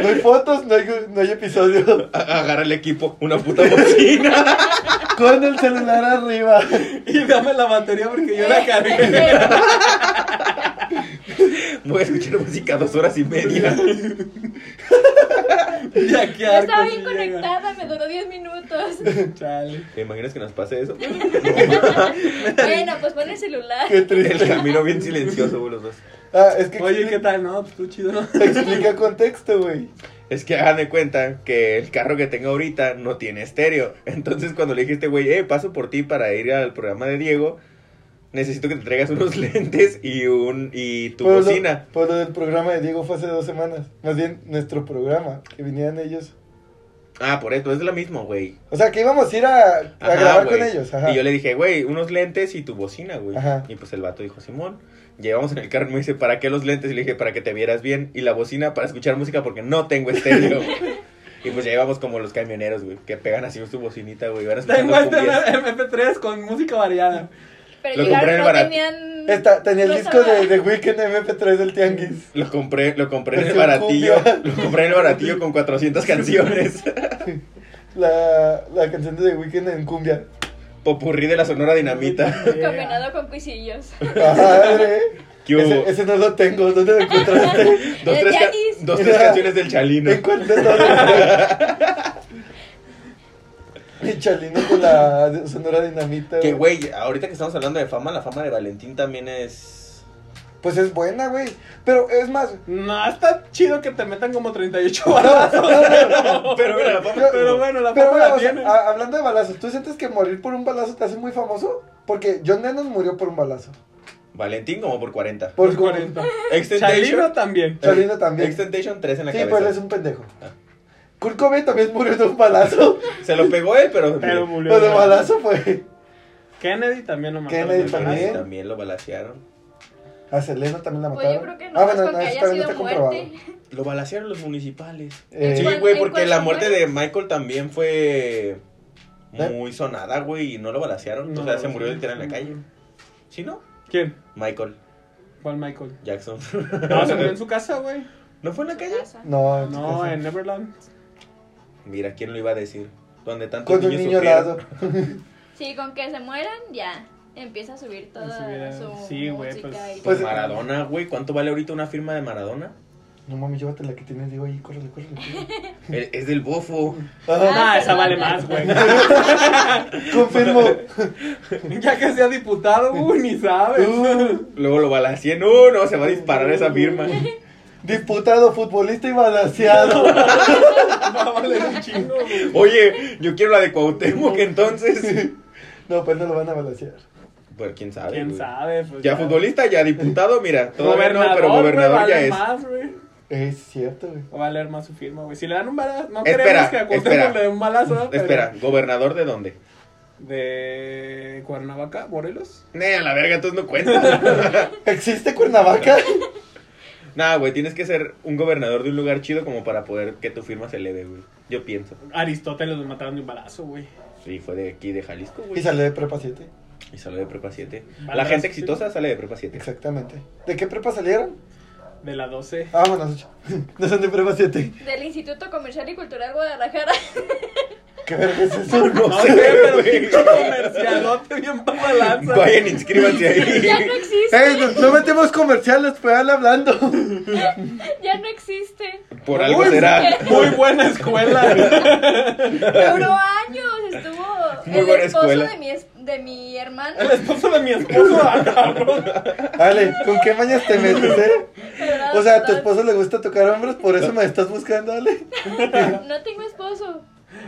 Speaker 2: No hay fotos, no hay, no hay episodio.
Speaker 1: Agarra el equipo, una puta bocina.
Speaker 2: Con el celular arriba.
Speaker 4: Y dame la batería porque yo la
Speaker 3: *laughs*
Speaker 4: cargué.
Speaker 1: Voy a escuchar música dos horas y media.
Speaker 4: *laughs* Ya que
Speaker 3: Yo estaba
Speaker 4: arco
Speaker 3: bien
Speaker 4: sí llega.
Speaker 3: conectada, me duró 10 minutos.
Speaker 4: Chale.
Speaker 1: ¿Te imaginas que nos pase eso?
Speaker 3: Bueno, pues pon el celular.
Speaker 2: Qué
Speaker 1: El
Speaker 2: triste.
Speaker 1: camino bien silencioso, güey, los dos.
Speaker 2: Ah, es que
Speaker 4: Oye,
Speaker 2: expli-
Speaker 4: ¿qué tal? No, pues tú chido, ¿no?
Speaker 2: explica contexto, güey.
Speaker 1: Es que hagan de cuenta que el carro que tengo ahorita no tiene estéreo. *laughs* Entonces, cuando le dijiste, güey, eh, paso por ti para ir al programa de Diego, necesito que te traigas *laughs* unos lentes y, un, y tu
Speaker 2: Por Pues lo-
Speaker 1: bocina.
Speaker 2: por lo del programa de Diego fue hace dos semanas. Más bien, nuestro programa, que vinieran ellos.
Speaker 1: Ah, por eso, es lo mismo, güey.
Speaker 2: O sea, que íbamos a ir a, a
Speaker 1: Ajá,
Speaker 2: grabar
Speaker 1: güey.
Speaker 2: con ellos. Ajá.
Speaker 1: Y yo le dije, güey, unos lentes y tu bocina, güey.
Speaker 2: Ajá.
Speaker 1: Y pues el vato dijo, Simón, llevamos en el carro y me dice, ¿para qué los lentes? Y le dije, para que te vieras bien. Y la bocina para escuchar música porque no tengo
Speaker 2: *laughs*
Speaker 1: estéreo. y pues ya íbamos como los camioneros, güey, que pegan así su bocinita, güey. y van escuchando
Speaker 4: Tengo este
Speaker 1: cumbias.
Speaker 4: MP3 con música variada.
Speaker 3: Pero
Speaker 1: Lo compré en
Speaker 3: llegaron,
Speaker 1: el
Speaker 3: no
Speaker 1: barato.
Speaker 3: tenían.
Speaker 2: Esta- tenía el
Speaker 3: no
Speaker 2: disco de,
Speaker 3: estaba-
Speaker 2: de Weekend MP3 del Tianguis.
Speaker 1: Lo compré, lo compré en el
Speaker 2: Versión
Speaker 1: baratillo.
Speaker 2: cumbia.
Speaker 1: Lo compré en el baratillo con 400
Speaker 2: *laughs*
Speaker 1: canciones.
Speaker 2: La, la canción de The Weeknd en cumbia.
Speaker 1: Popurrí de la Sonora Dinamita.
Speaker 3: *laughs* Combinado con cuisillos.
Speaker 2: Ah, Madre.
Speaker 1: ¿Qué hubo?
Speaker 2: Ese, ese no lo tengo. ¿Dónde lo
Speaker 4: *laughs*
Speaker 2: encontraste?
Speaker 1: Dos,
Speaker 3: El
Speaker 1: tres, ca-
Speaker 3: Yanis.
Speaker 1: dos, tres canciones del Chalino.
Speaker 2: Encontré todo. *laughs* Y Chalino con la sonora dinamita.
Speaker 1: Que, güey, ahorita que estamos hablando de fama, la fama de Valentín también es...
Speaker 2: Pues es buena, güey. Pero es
Speaker 4: *laughs*
Speaker 2: más,
Speaker 4: No, está chido que te metan como 38
Speaker 2: *laughs*
Speaker 4: balazos.
Speaker 1: Pero mira, la fama
Speaker 4: Pero,
Speaker 1: estuvo.
Speaker 4: bueno, la
Speaker 2: Pero
Speaker 4: fama la
Speaker 2: o sea, ah,
Speaker 4: tiene.
Speaker 2: a- hablando de balazos, ¿tú sientes que morir por un balazo te hace muy famoso? Porque John Lennon murió por un balazo.
Speaker 1: Valentín como por 40.
Speaker 2: Por
Speaker 4: Los 40. Chalino
Speaker 1: Extentation.
Speaker 4: también.
Speaker 2: Chalino también. Sí,
Speaker 1: Extentation 3 en la
Speaker 2: pero él pues es
Speaker 1: cabeza.
Speaker 2: un pendejo.
Speaker 4: Ah.
Speaker 2: Kurt Cobain también murió de un balazo.
Speaker 1: Se lo pegó él, pero... murió.
Speaker 4: Pero murió.
Speaker 2: Pero de balazo fue.
Speaker 4: Kennedy también lo mataron.
Speaker 2: Kennedy
Speaker 4: de
Speaker 1: Pero
Speaker 2: también.
Speaker 1: sí, también lo balacearon.
Speaker 2: A Selena también la
Speaker 3: Pues
Speaker 2: mataron. Ah,
Speaker 3: yo creo que no, es porque
Speaker 2: eso
Speaker 3: haya
Speaker 2: todavía
Speaker 3: sido muerte.
Speaker 1: Lo balacearon los municipales.
Speaker 2: Eh,
Speaker 1: Sí,
Speaker 3: ¿En cuál-
Speaker 1: güey,
Speaker 3: en
Speaker 1: porque
Speaker 3: cuál
Speaker 1: la
Speaker 3: se
Speaker 1: muerte
Speaker 3: muere?
Speaker 1: de Michael también fue
Speaker 2: ¿Eh?
Speaker 1: muy sonada, güey, y no lo balacearon.
Speaker 4: No,
Speaker 1: o sea, se
Speaker 4: sí.
Speaker 1: murió literal en la calle. ¿Sí, no?
Speaker 4: ¿Quién?
Speaker 1: Michael
Speaker 4: ¿Cuál Michael?
Speaker 1: Jackson. *laughs*
Speaker 4: No, se murió en su casa, güey.
Speaker 1: ¿No fue en la calle?
Speaker 3: Casa.
Speaker 2: No,
Speaker 4: No,
Speaker 2: Ah, en
Speaker 4: en Neverland.
Speaker 1: Mira, ¿quién lo iba a decir? donde tantos
Speaker 2: Con un
Speaker 1: niños
Speaker 2: niño al
Speaker 1: sufrieron.
Speaker 2: lado.
Speaker 3: Sí, con que se mueran, ya. Empieza a subir toda
Speaker 4: Subiera-
Speaker 3: su
Speaker 4: sí, güey,
Speaker 3: música
Speaker 4: pues-
Speaker 3: y
Speaker 1: Pues
Speaker 2: Pues-
Speaker 1: Maradona, güey, ¿cuánto vale ahorita una firma de
Speaker 2: *laughs*
Speaker 1: Maradona?
Speaker 2: No mami, llévate la que tienes, digo, ahí, córrele, córrele. córrele.
Speaker 1: E- Es del bofo.
Speaker 2: Ah,
Speaker 4: Ah, esa vale más, güey.
Speaker 2: *laughs* confirmo.
Speaker 4: Ya que
Speaker 2: *laughs*
Speaker 4: sea diputado, uy, ni sabes. *laughs*
Speaker 2: Uh,
Speaker 1: Luego lo balancien. No, no, se va a disparar esa
Speaker 2: *laughs*
Speaker 1: firma.
Speaker 2: diputado, futbolista y balanceado.
Speaker 4: Va a valer un chingo, güey.
Speaker 1: Oye, yo quiero la de
Speaker 2: *laughs*
Speaker 1: Cuauhtémoc entonces.
Speaker 2: No, pues no lo van a balancear.
Speaker 1: Pues quién sabe.
Speaker 4: ¿Quién
Speaker 1: güey.
Speaker 4: sabe? Pues,
Speaker 1: Ya futbolista, ya diputado, mira. Todavía
Speaker 4: Gobernador,
Speaker 1: no, pero gobernador
Speaker 4: güey,
Speaker 1: ya
Speaker 4: vale
Speaker 1: es.
Speaker 4: más, güey.
Speaker 2: Es cierto, güey.
Speaker 4: Va a valer más su firma, güey. Si le dan un balazo, no
Speaker 1: Espera,
Speaker 4: queremos que a Cuauhtémoc
Speaker 1: espera.
Speaker 4: le den un balazo. ¿no? Pero-
Speaker 1: Espera, ¿gobernador de dónde?
Speaker 4: De Cuernavaca, Morelos.
Speaker 1: Nee, a la verga, entonces no cuenta.
Speaker 2: ¿Existe Cuernavaca?
Speaker 1: *laughs* Nah, güey, tienes que ser un gobernador de un lugar chido como para poder que tu firma se eleve, güey. Yo pienso.
Speaker 4: Aristóteles lo mataron de un balazo, güey.
Speaker 1: Sí, fue de aquí, de Jalisco,
Speaker 2: Y
Speaker 1: güey.
Speaker 2: sale de prepa 7.
Speaker 1: Y salió de prepa 7. La
Speaker 4: Balazos,
Speaker 1: gente
Speaker 4: sí.
Speaker 1: exitosa sale de prepa 7.
Speaker 2: Exactamente. ¿De qué prepa salieron?
Speaker 4: De la 12.
Speaker 2: Ah, bueno, *laughs* no son de prepa 7.
Speaker 3: Del Instituto Comercial y Cultural Guadalajara.
Speaker 2: ¿Qué verga es eso?
Speaker 1: No,
Speaker 4: No
Speaker 1: sé,
Speaker 4: sé, pero
Speaker 1: güey.
Speaker 4: pinche comercialote bien para lanza.
Speaker 1: Vayan, inscríbanse
Speaker 4: *laughs*
Speaker 3: ya no
Speaker 1: ahí.
Speaker 3: existe.
Speaker 2: ¡Ey! No, no metemos comerciales, pues al hablando.
Speaker 3: Ya no existe.
Speaker 1: Por algo
Speaker 4: Uy,
Speaker 1: será.
Speaker 4: Muy buena escuela.
Speaker 3: Duró años. Estuvo
Speaker 1: Muy
Speaker 3: el
Speaker 1: buena
Speaker 3: esposo
Speaker 1: escuela.
Speaker 3: de mi, es- de mi
Speaker 4: *laughs*
Speaker 3: hermano.
Speaker 4: El esposo de mi esposo. ah, cabrón.
Speaker 2: Ale, ¿con qué mañas te metes, eh?
Speaker 3: ¿verdad?
Speaker 2: O sea, a tu
Speaker 3: Total.
Speaker 2: esposo le gusta tocar hombros, por eso me estás buscando, Ale.
Speaker 3: No tengo esposo.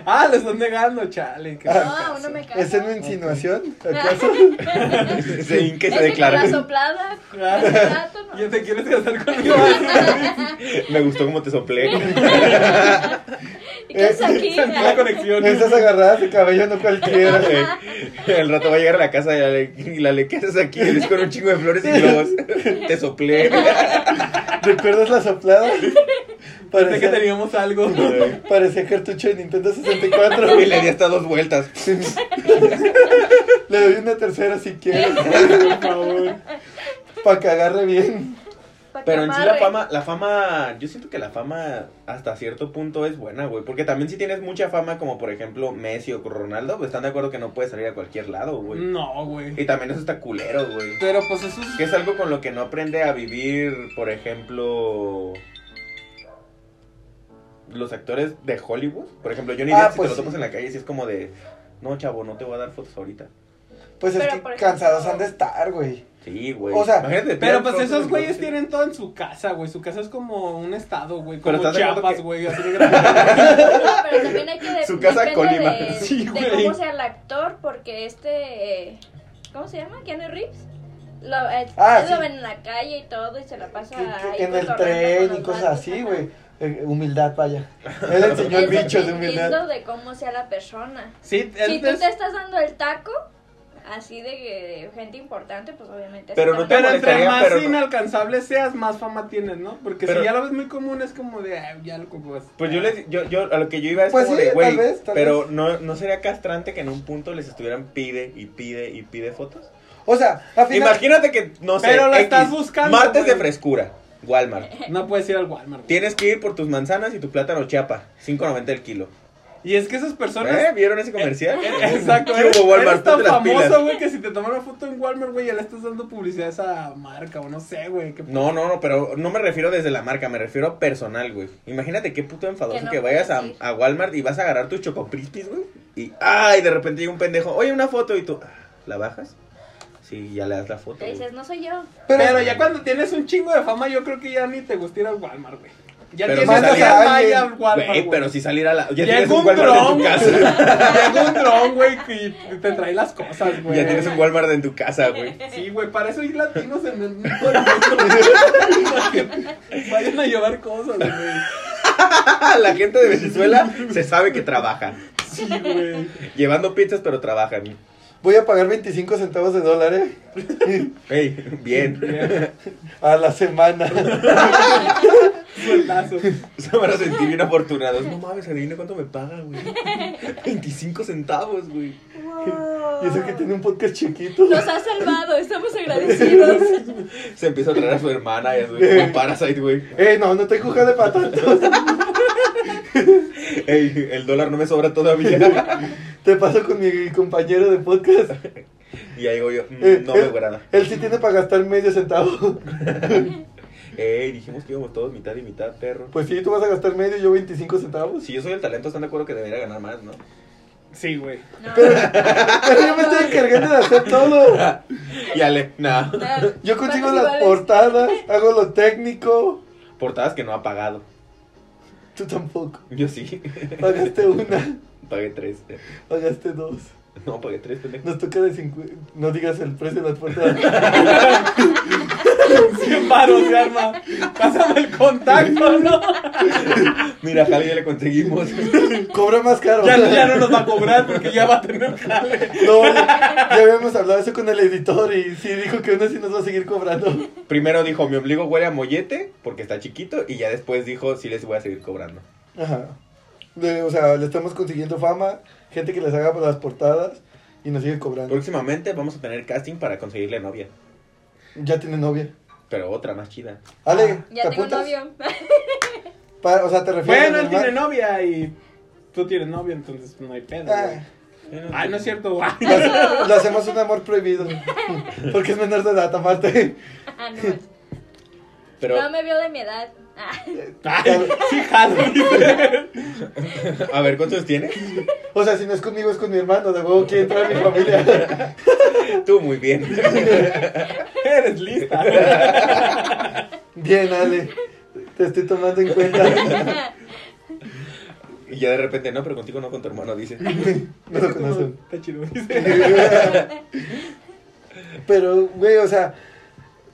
Speaker 4: Ah, le están negando, chale.
Speaker 1: Ah,
Speaker 4: qué mal
Speaker 3: no,
Speaker 4: caso.
Speaker 3: aún no me caso.
Speaker 2: ¿Es en una
Speaker 3: *laughs*
Speaker 2: insinuación? ¿Acaso?
Speaker 1: *laughs* Se hinca y se
Speaker 3: Es que con
Speaker 1: declara.
Speaker 3: la soplada. con
Speaker 4: Ah.
Speaker 3: el gato,
Speaker 4: *laughs*
Speaker 3: no.
Speaker 4: ¿Ya te quieres casar conmigo?
Speaker 1: Me gustó como te soplé.
Speaker 3: *laughs*
Speaker 1: *laughs*
Speaker 3: ¿Y qué es aquí?
Speaker 4: Sentí la conexión.
Speaker 2: Esas agarradas de cabello no cualquiera.
Speaker 1: El rato va a llegar a la casa y la le, y la le ¿qué haces aquí? Y es con un chingo de flores y globos. Te
Speaker 4: *laughs*
Speaker 1: soplé. *laughs*
Speaker 2: ¿Recuerdas la soplada?
Speaker 3: *laughs*
Speaker 4: Pensé que
Speaker 2: Parecía,
Speaker 4: teníamos algo.
Speaker 2: parecía cartucho de Nintendo
Speaker 1: Y
Speaker 2: 64.
Speaker 1: le di hasta dos vueltas.
Speaker 2: Le doy una tercera si
Speaker 3: *laughs*
Speaker 2: quieres,
Speaker 4: Por favor.
Speaker 2: para que agarre bien.
Speaker 3: Pa' que
Speaker 1: Pero en sí la
Speaker 3: amarre.
Speaker 1: fama, la fama, yo siento que la fama hasta cierto punto es buena, güey. Porque también si tienes mucha fama, como por ejemplo Messi o Ronaldo, pues están de acuerdo que no puedes salir a cualquier lado,
Speaker 2: Mm.
Speaker 1: güey.
Speaker 4: No, güey.
Speaker 1: Y también eso está culero, güey.
Speaker 4: Pero pues eso es...
Speaker 1: Que es algo con lo que no aprende a vivir, por ejemplo, los actores de Hollywood. Por ejemplo, Johnny
Speaker 2: Ah,
Speaker 1: Depp, si
Speaker 2: pues
Speaker 1: te lo tomas
Speaker 2: sí.
Speaker 1: en la calle, si es como de, no, chavo, no te voy a dar fotos ahorita.
Speaker 2: Pues es
Speaker 3: Pero,
Speaker 2: que
Speaker 3: por ejemplo-
Speaker 2: cansados han de estar, güey.
Speaker 1: Sí, güey.
Speaker 2: O sea,
Speaker 1: Imagínate, te
Speaker 4: Pero
Speaker 1: tiran
Speaker 4: pues
Speaker 1: fotos
Speaker 4: esos
Speaker 1: en
Speaker 4: güeyes
Speaker 1: coche.
Speaker 4: tienen todo en su casa, güey. Su casa es como un estado, güey.
Speaker 1: Pero
Speaker 4: Como
Speaker 1: estás de acuerdo
Speaker 4: Chiapas,
Speaker 1: que-
Speaker 4: güey. Así de grande.
Speaker 3: No, pero también hay que de-
Speaker 1: Su casa
Speaker 3: depende
Speaker 1: Colima.
Speaker 3: De,
Speaker 4: Sí,
Speaker 3: de
Speaker 4: güey.
Speaker 3: cómo sea el actor, porque este. ¿Cómo se llama? Keanu Reeves. Lo, eh,
Speaker 2: Ah,
Speaker 3: él lo
Speaker 2: sí.
Speaker 3: ven en la calle y todo, y se la pasa
Speaker 2: Que- que
Speaker 3: ahí
Speaker 2: en el
Speaker 3: cotorreando con
Speaker 2: tren
Speaker 3: los
Speaker 2: y cosas
Speaker 3: vatos,
Speaker 2: así,
Speaker 3: ajá.
Speaker 2: güey. Eh, Humildad, vaya. Él enseñó el
Speaker 3: Es
Speaker 2: bicho de
Speaker 3: dependiendo
Speaker 2: humildad.
Speaker 3: de cómo sea la persona.
Speaker 4: Sí,
Speaker 3: Si tú
Speaker 4: entonces-
Speaker 3: te estás dando el taco, así de, de gente importante, pues obviamente.
Speaker 1: Pero
Speaker 3: sí
Speaker 1: no
Speaker 3: te
Speaker 4: Pero
Speaker 3: van a-
Speaker 4: entre
Speaker 1: molestaría,
Speaker 4: más
Speaker 1: pero no.
Speaker 4: inalcanzable seas, más fama tienes, ¿no? Porque
Speaker 1: Pero-
Speaker 4: si ya lo ves muy común, es como de, "Ay, ya lo ocupas".
Speaker 1: Pues yo les, yo, yo, a lo que yo iba es
Speaker 2: Pues
Speaker 1: como
Speaker 2: sí,
Speaker 1: de,
Speaker 2: tal
Speaker 1: güey,
Speaker 2: vez, tal
Speaker 1: pero
Speaker 2: vez.
Speaker 1: no, no sería castrante que en un punto les estuvieran pide y pide y pide fotos.
Speaker 2: O sea, al final.
Speaker 1: Imagínate que, no sé,
Speaker 4: Pero la estás buscando,
Speaker 1: martes
Speaker 4: güey.
Speaker 1: de frescura, Walmart.
Speaker 4: No puedes ir al Walmart. güey.
Speaker 1: Tienes que ir por tus manzanas y tu plátano chiapa, 5.90 el kilo.
Speaker 4: Y es que esas personas.
Speaker 1: ¿Eh? ¿Vieron ese comercial?
Speaker 4: *laughs* eh, Exacto,
Speaker 1: *laughs* ¿Qué
Speaker 4: eres,
Speaker 1: hubo, Walmart?
Speaker 4: eres tan
Speaker 1: Ponte las pilas.
Speaker 4: famoso, güey, que si te toman una foto en Walmart, güey, ya le estás dando publicidad a esa marca, o no sé, güey. qué p-
Speaker 1: No, no, no, pero no me refiero desde la marca, me refiero a personal, güey. Imagínate qué puto enfadoso
Speaker 3: Que
Speaker 1: que,
Speaker 3: no
Speaker 1: vayas a,
Speaker 3: puedes ir.
Speaker 1: a Walmart y vas a agarrar tus chocoprispis, güey. Y, ay, de repente llega un pendejo, oye, una foto, y tú, ah, ¿la bajas? Sí, ya le das la foto,
Speaker 3: Te
Speaker 1: güey.
Speaker 3: dices, no soy yo.
Speaker 4: Pero,
Speaker 2: Pero
Speaker 4: ya cuando tienes un chingo de fama, yo creo que ya ni te gusta ir al Walmart, güey. Ya
Speaker 1: Pero
Speaker 4: tienes
Speaker 1: si
Speaker 4: que
Speaker 1: salía-
Speaker 4: vaya al Walmart.
Speaker 1: Güey, pero
Speaker 4: *laughs*
Speaker 1: si salir a la... Ya
Speaker 4: Llega
Speaker 1: tienes un
Speaker 4: un
Speaker 1: Walmart en
Speaker 4: dron.
Speaker 1: tu casa.
Speaker 4: Llega un dron, güey, y te trae las cosas, güey.
Speaker 1: *laughs* Ya tienes un Walmart en tu casa,
Speaker 3: *laughs*
Speaker 1: güey.
Speaker 4: Sí, güey, para eso hay latinos en el mundo. Para que Vayan a llevar cosas, güey.
Speaker 1: Ah, La gente de Venezuela se sabe que trabaja.
Speaker 4: Sí, güey.
Speaker 1: Llevando pizzas, pero trabajan.
Speaker 2: Voy a pagar 25 centavos de dólar, eh,
Speaker 1: Ey, bien.
Speaker 2: *laughs*
Speaker 4: Bien,
Speaker 2: A la
Speaker 3: *laughs*
Speaker 2: semana.
Speaker 4: Sueldazo.
Speaker 1: Se van a sentir bien afortunados. No mames, adivina cuánto me pagan, güey. *laughs* 25 centavos, güey.
Speaker 2: *laughs* Y eso que tiene un podcast chiquito.
Speaker 3: Nos ha salvado,
Speaker 2: *laughs*
Speaker 3: estamos agradecidos.
Speaker 1: Se empieza a traer a su hermana y a su como Parasite, güey.
Speaker 4: *laughs*
Speaker 2: Eh, no, no te juzgas de para tanto.
Speaker 1: Ey, el dólar no me sobra todavía. *laughs*
Speaker 2: Te paso con mi compañero de podcast.
Speaker 1: Y ahí voy yo, mm,
Speaker 2: Eh,
Speaker 1: no
Speaker 2: él-
Speaker 1: me agrada.
Speaker 2: Él sí tiene para gastar medio centavo.
Speaker 1: Ey, dijimos que íbamos todos mitad y mitad, perro.
Speaker 2: Pues sí, tú vas a gastar medio, yo 25 centavos.
Speaker 1: Si yo soy el talento, están de acuerdo que debería ganar más, ¿no?
Speaker 4: Sí, güey.
Speaker 3: No,
Speaker 4: Ah,
Speaker 2: Pero yo me estoy encargando de hacer todo.
Speaker 1: Y Ale, no.
Speaker 3: no.
Speaker 2: *laughs* Yo consigo las
Speaker 3: ¿Cuántos iguales?
Speaker 4: *laughs*
Speaker 2: portadas, hago lo técnico.
Speaker 1: Portadas que no ha pagado.
Speaker 2: Tú tampoco.
Speaker 1: Yo sí. *laughs*
Speaker 2: Pagaste una,
Speaker 1: Pagué tres.
Speaker 2: pagaste dos.
Speaker 1: No, pagué tres, pendejo.
Speaker 2: Nos toca de 50. No digas el precio de las
Speaker 4: *laughs*
Speaker 2: portadas.
Speaker 4: 100 baros de arma. Pásame el contacto, ¿no?
Speaker 1: Mira, Javi, ya le conseguimos. *laughs*
Speaker 2: Cobra más caro.
Speaker 4: Ya, ya no nos va a cobrar porque ya va a tener jale.
Speaker 2: No, ya, ya habíamos hablado eso con el editor y sí dijo que uno sí nos va a seguir cobrando.
Speaker 1: Primero dijo, mi ombligo huele a mollete porque está chiquito. Y ya después dijo, sí les voy a seguir cobrando.
Speaker 2: Ajá. De- o sea, le estamos consiguiendo fama, gente que les haga las portadas y nos sigue cobrando.
Speaker 1: Próximamente vamos a tener casting para conseguirle novia.
Speaker 2: Ya tiene novia.
Speaker 1: Pero otra más chida.
Speaker 2: Ale,
Speaker 3: Ah, Ya
Speaker 2: ¿te
Speaker 3: tengo
Speaker 2: apuntas?
Speaker 3: novio. *laughs* Ah,
Speaker 2: Pa- o sea, te refieres
Speaker 4: Bueno,
Speaker 2: a
Speaker 4: él
Speaker 2: normal?
Speaker 4: tiene novia y tú tienes novia, entonces no hay pedo.
Speaker 2: Ah,
Speaker 4: güey. Ay, no es cierto. güey.
Speaker 2: lo,
Speaker 3: *laughs*
Speaker 2: hace- lo hacemos un amor prohibido. *laughs* Porque es menor de edad, aparte. *laughs*
Speaker 3: Ah, no.
Speaker 1: Pero,
Speaker 3: No me vio de mi edad. Ah,
Speaker 4: Ay, *laughs* sí, jalo. dice.
Speaker 1: a ver, ¿cuántos tienes?
Speaker 2: O sea, si no es conmigo, es con mi hermano. De huevo quiere entrar a mi familia. *laughs*
Speaker 1: Tú muy bien.
Speaker 4: Eres lista.
Speaker 2: Bien, Ale. Te estoy tomando en cuenta. *laughs*
Speaker 1: Y ya de repente, no, pero contigo no, con tu hermano, dice.
Speaker 2: No lo conocen.
Speaker 4: Está chido. dice.
Speaker 2: *laughs* Pero, güey, o sea,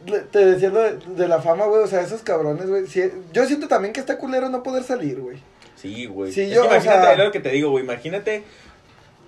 Speaker 2: le- te decía lo de, de la fama, güey, o sea, esos cabrones, güey. si- yo siento también que está culero no poder salir, güey.
Speaker 1: Sí, güey.
Speaker 2: Sí,
Speaker 1: Es
Speaker 2: yo,
Speaker 1: que
Speaker 2: o
Speaker 1: imagínate
Speaker 2: sea-
Speaker 1: lo que te digo, güey. Imagínate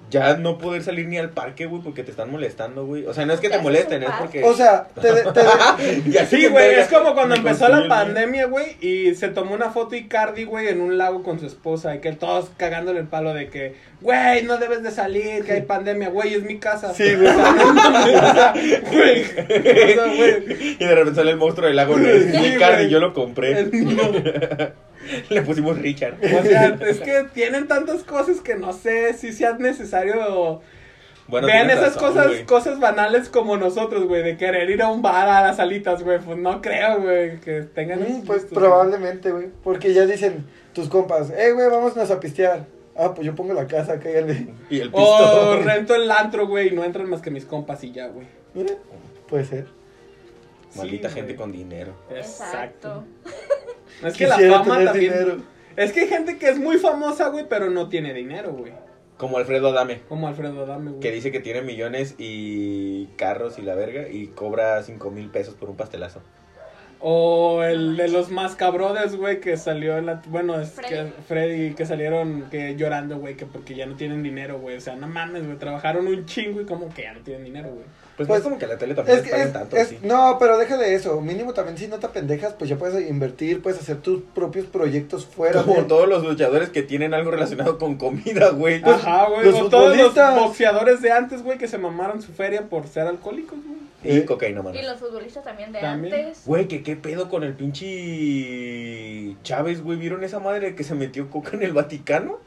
Speaker 1: ya no poder salir ni al parque, güey, porque te están molestando, güey. O sea, no es que
Speaker 3: Ya
Speaker 1: te
Speaker 3: es
Speaker 1: molesten,
Speaker 3: un
Speaker 1: es
Speaker 3: parque.
Speaker 1: porque.
Speaker 2: O sea, te, de- te
Speaker 4: *laughs*
Speaker 1: *laughs*
Speaker 2: de- *laughs*
Speaker 1: Ya
Speaker 4: Sí,
Speaker 1: se
Speaker 4: güey,
Speaker 1: enverga.
Speaker 4: es como
Speaker 1: Me
Speaker 4: cuando empezó la
Speaker 1: construyen, güey.
Speaker 4: pandemia, güey, y se tomó una foto Icardi, güey, en un lago con su esposa, y que todos cagándole el palo de que, güey, no debes de salir, que hay pandemia, güey, es mi casa. *laughs*
Speaker 2: Sí, güey.
Speaker 4: O sea, *laughs* güey, o sea, güey,
Speaker 1: *laughs* Y de repente sale el monstruo del lago. ¿no?
Speaker 4: Sí,
Speaker 1: Y Cardi,
Speaker 4: güey.
Speaker 1: yo lo compré.
Speaker 4: es mío.
Speaker 1: *laughs* Le pusimos Richard.
Speaker 4: O sea, es que tienen tantas cosas que no sé si sea necesario.
Speaker 1: Bueno,
Speaker 4: Vean
Speaker 1: tienes
Speaker 4: esas
Speaker 1: razón,
Speaker 4: cosas,
Speaker 1: güey.
Speaker 4: cosas banales como nosotros, güey, de querer ir a un bar a las salitas, güey, pues no creo, güey, que tengan.
Speaker 2: Mm,
Speaker 4: esos
Speaker 2: Pues
Speaker 4: gustos, güey.
Speaker 2: probablemente, güey. Porque ya dicen tus compas, eh, güey, vámonos a pistear. Ah, pues yo pongo la casa, cállale.
Speaker 1: Y
Speaker 4: *laughs*
Speaker 1: el
Speaker 4: O
Speaker 1: pistón.
Speaker 4: rento el antro, güey, y no entran más que mis compas y ya, güey.
Speaker 2: Mira, Puede ser.
Speaker 1: Maldita
Speaker 4: Sí,
Speaker 1: gente
Speaker 4: güey.
Speaker 1: con dinero.
Speaker 3: Exacto.
Speaker 4: *laughs* Es que la
Speaker 2: Quisiera
Speaker 4: fama
Speaker 2: tener
Speaker 4: también.
Speaker 2: dinero.
Speaker 4: Es que hay gente que es muy famosa, güey, pero no tiene dinero, güey.
Speaker 1: Como Alfredo Adame.
Speaker 4: Como Alfredo Adame,
Speaker 1: Que
Speaker 4: güey.
Speaker 1: dice que tiene millones y carros y la verga y cobra cinco mil pesos por un pastelazo.
Speaker 4: O el de los más cabrones, güey, que salió en la. Bueno, es
Speaker 3: Freddy.
Speaker 4: que Freddy, que salieron que llorando, güey, que porque ya no tienen dinero, güey. O sea, no mames, güey. Trabajaron un chingo y como que ya no tienen dinero, güey.
Speaker 1: Pues, no
Speaker 2: Pues,
Speaker 1: es como que la tele también
Speaker 2: Es
Speaker 1: es,
Speaker 2: que es-
Speaker 1: tanto
Speaker 2: es-
Speaker 1: así.
Speaker 2: no, pero deja de eso. Mínimo también si no te pendejas, pues ya puedes invertir, puedes hacer tus propios proyectos fuera.
Speaker 1: Como
Speaker 2: de-
Speaker 1: todos los luchadores que tienen algo relacionado con comida, güey.
Speaker 4: Ajá, güey.
Speaker 2: Pues, los
Speaker 4: O todos los
Speaker 2: futbolistas.
Speaker 4: boxeadores de antes, güey, que se mamaron su feria por ser alcohólicos, güey.
Speaker 1: Y
Speaker 2: ¿Eh?
Speaker 1: cocaína, mano.
Speaker 3: Y los futbolistas también de
Speaker 4: También.
Speaker 3: antes.
Speaker 1: Güey, que qué pedo con el pinche Chávez, güey. ¿Vieron esa madre que se metió coca en el Vaticano?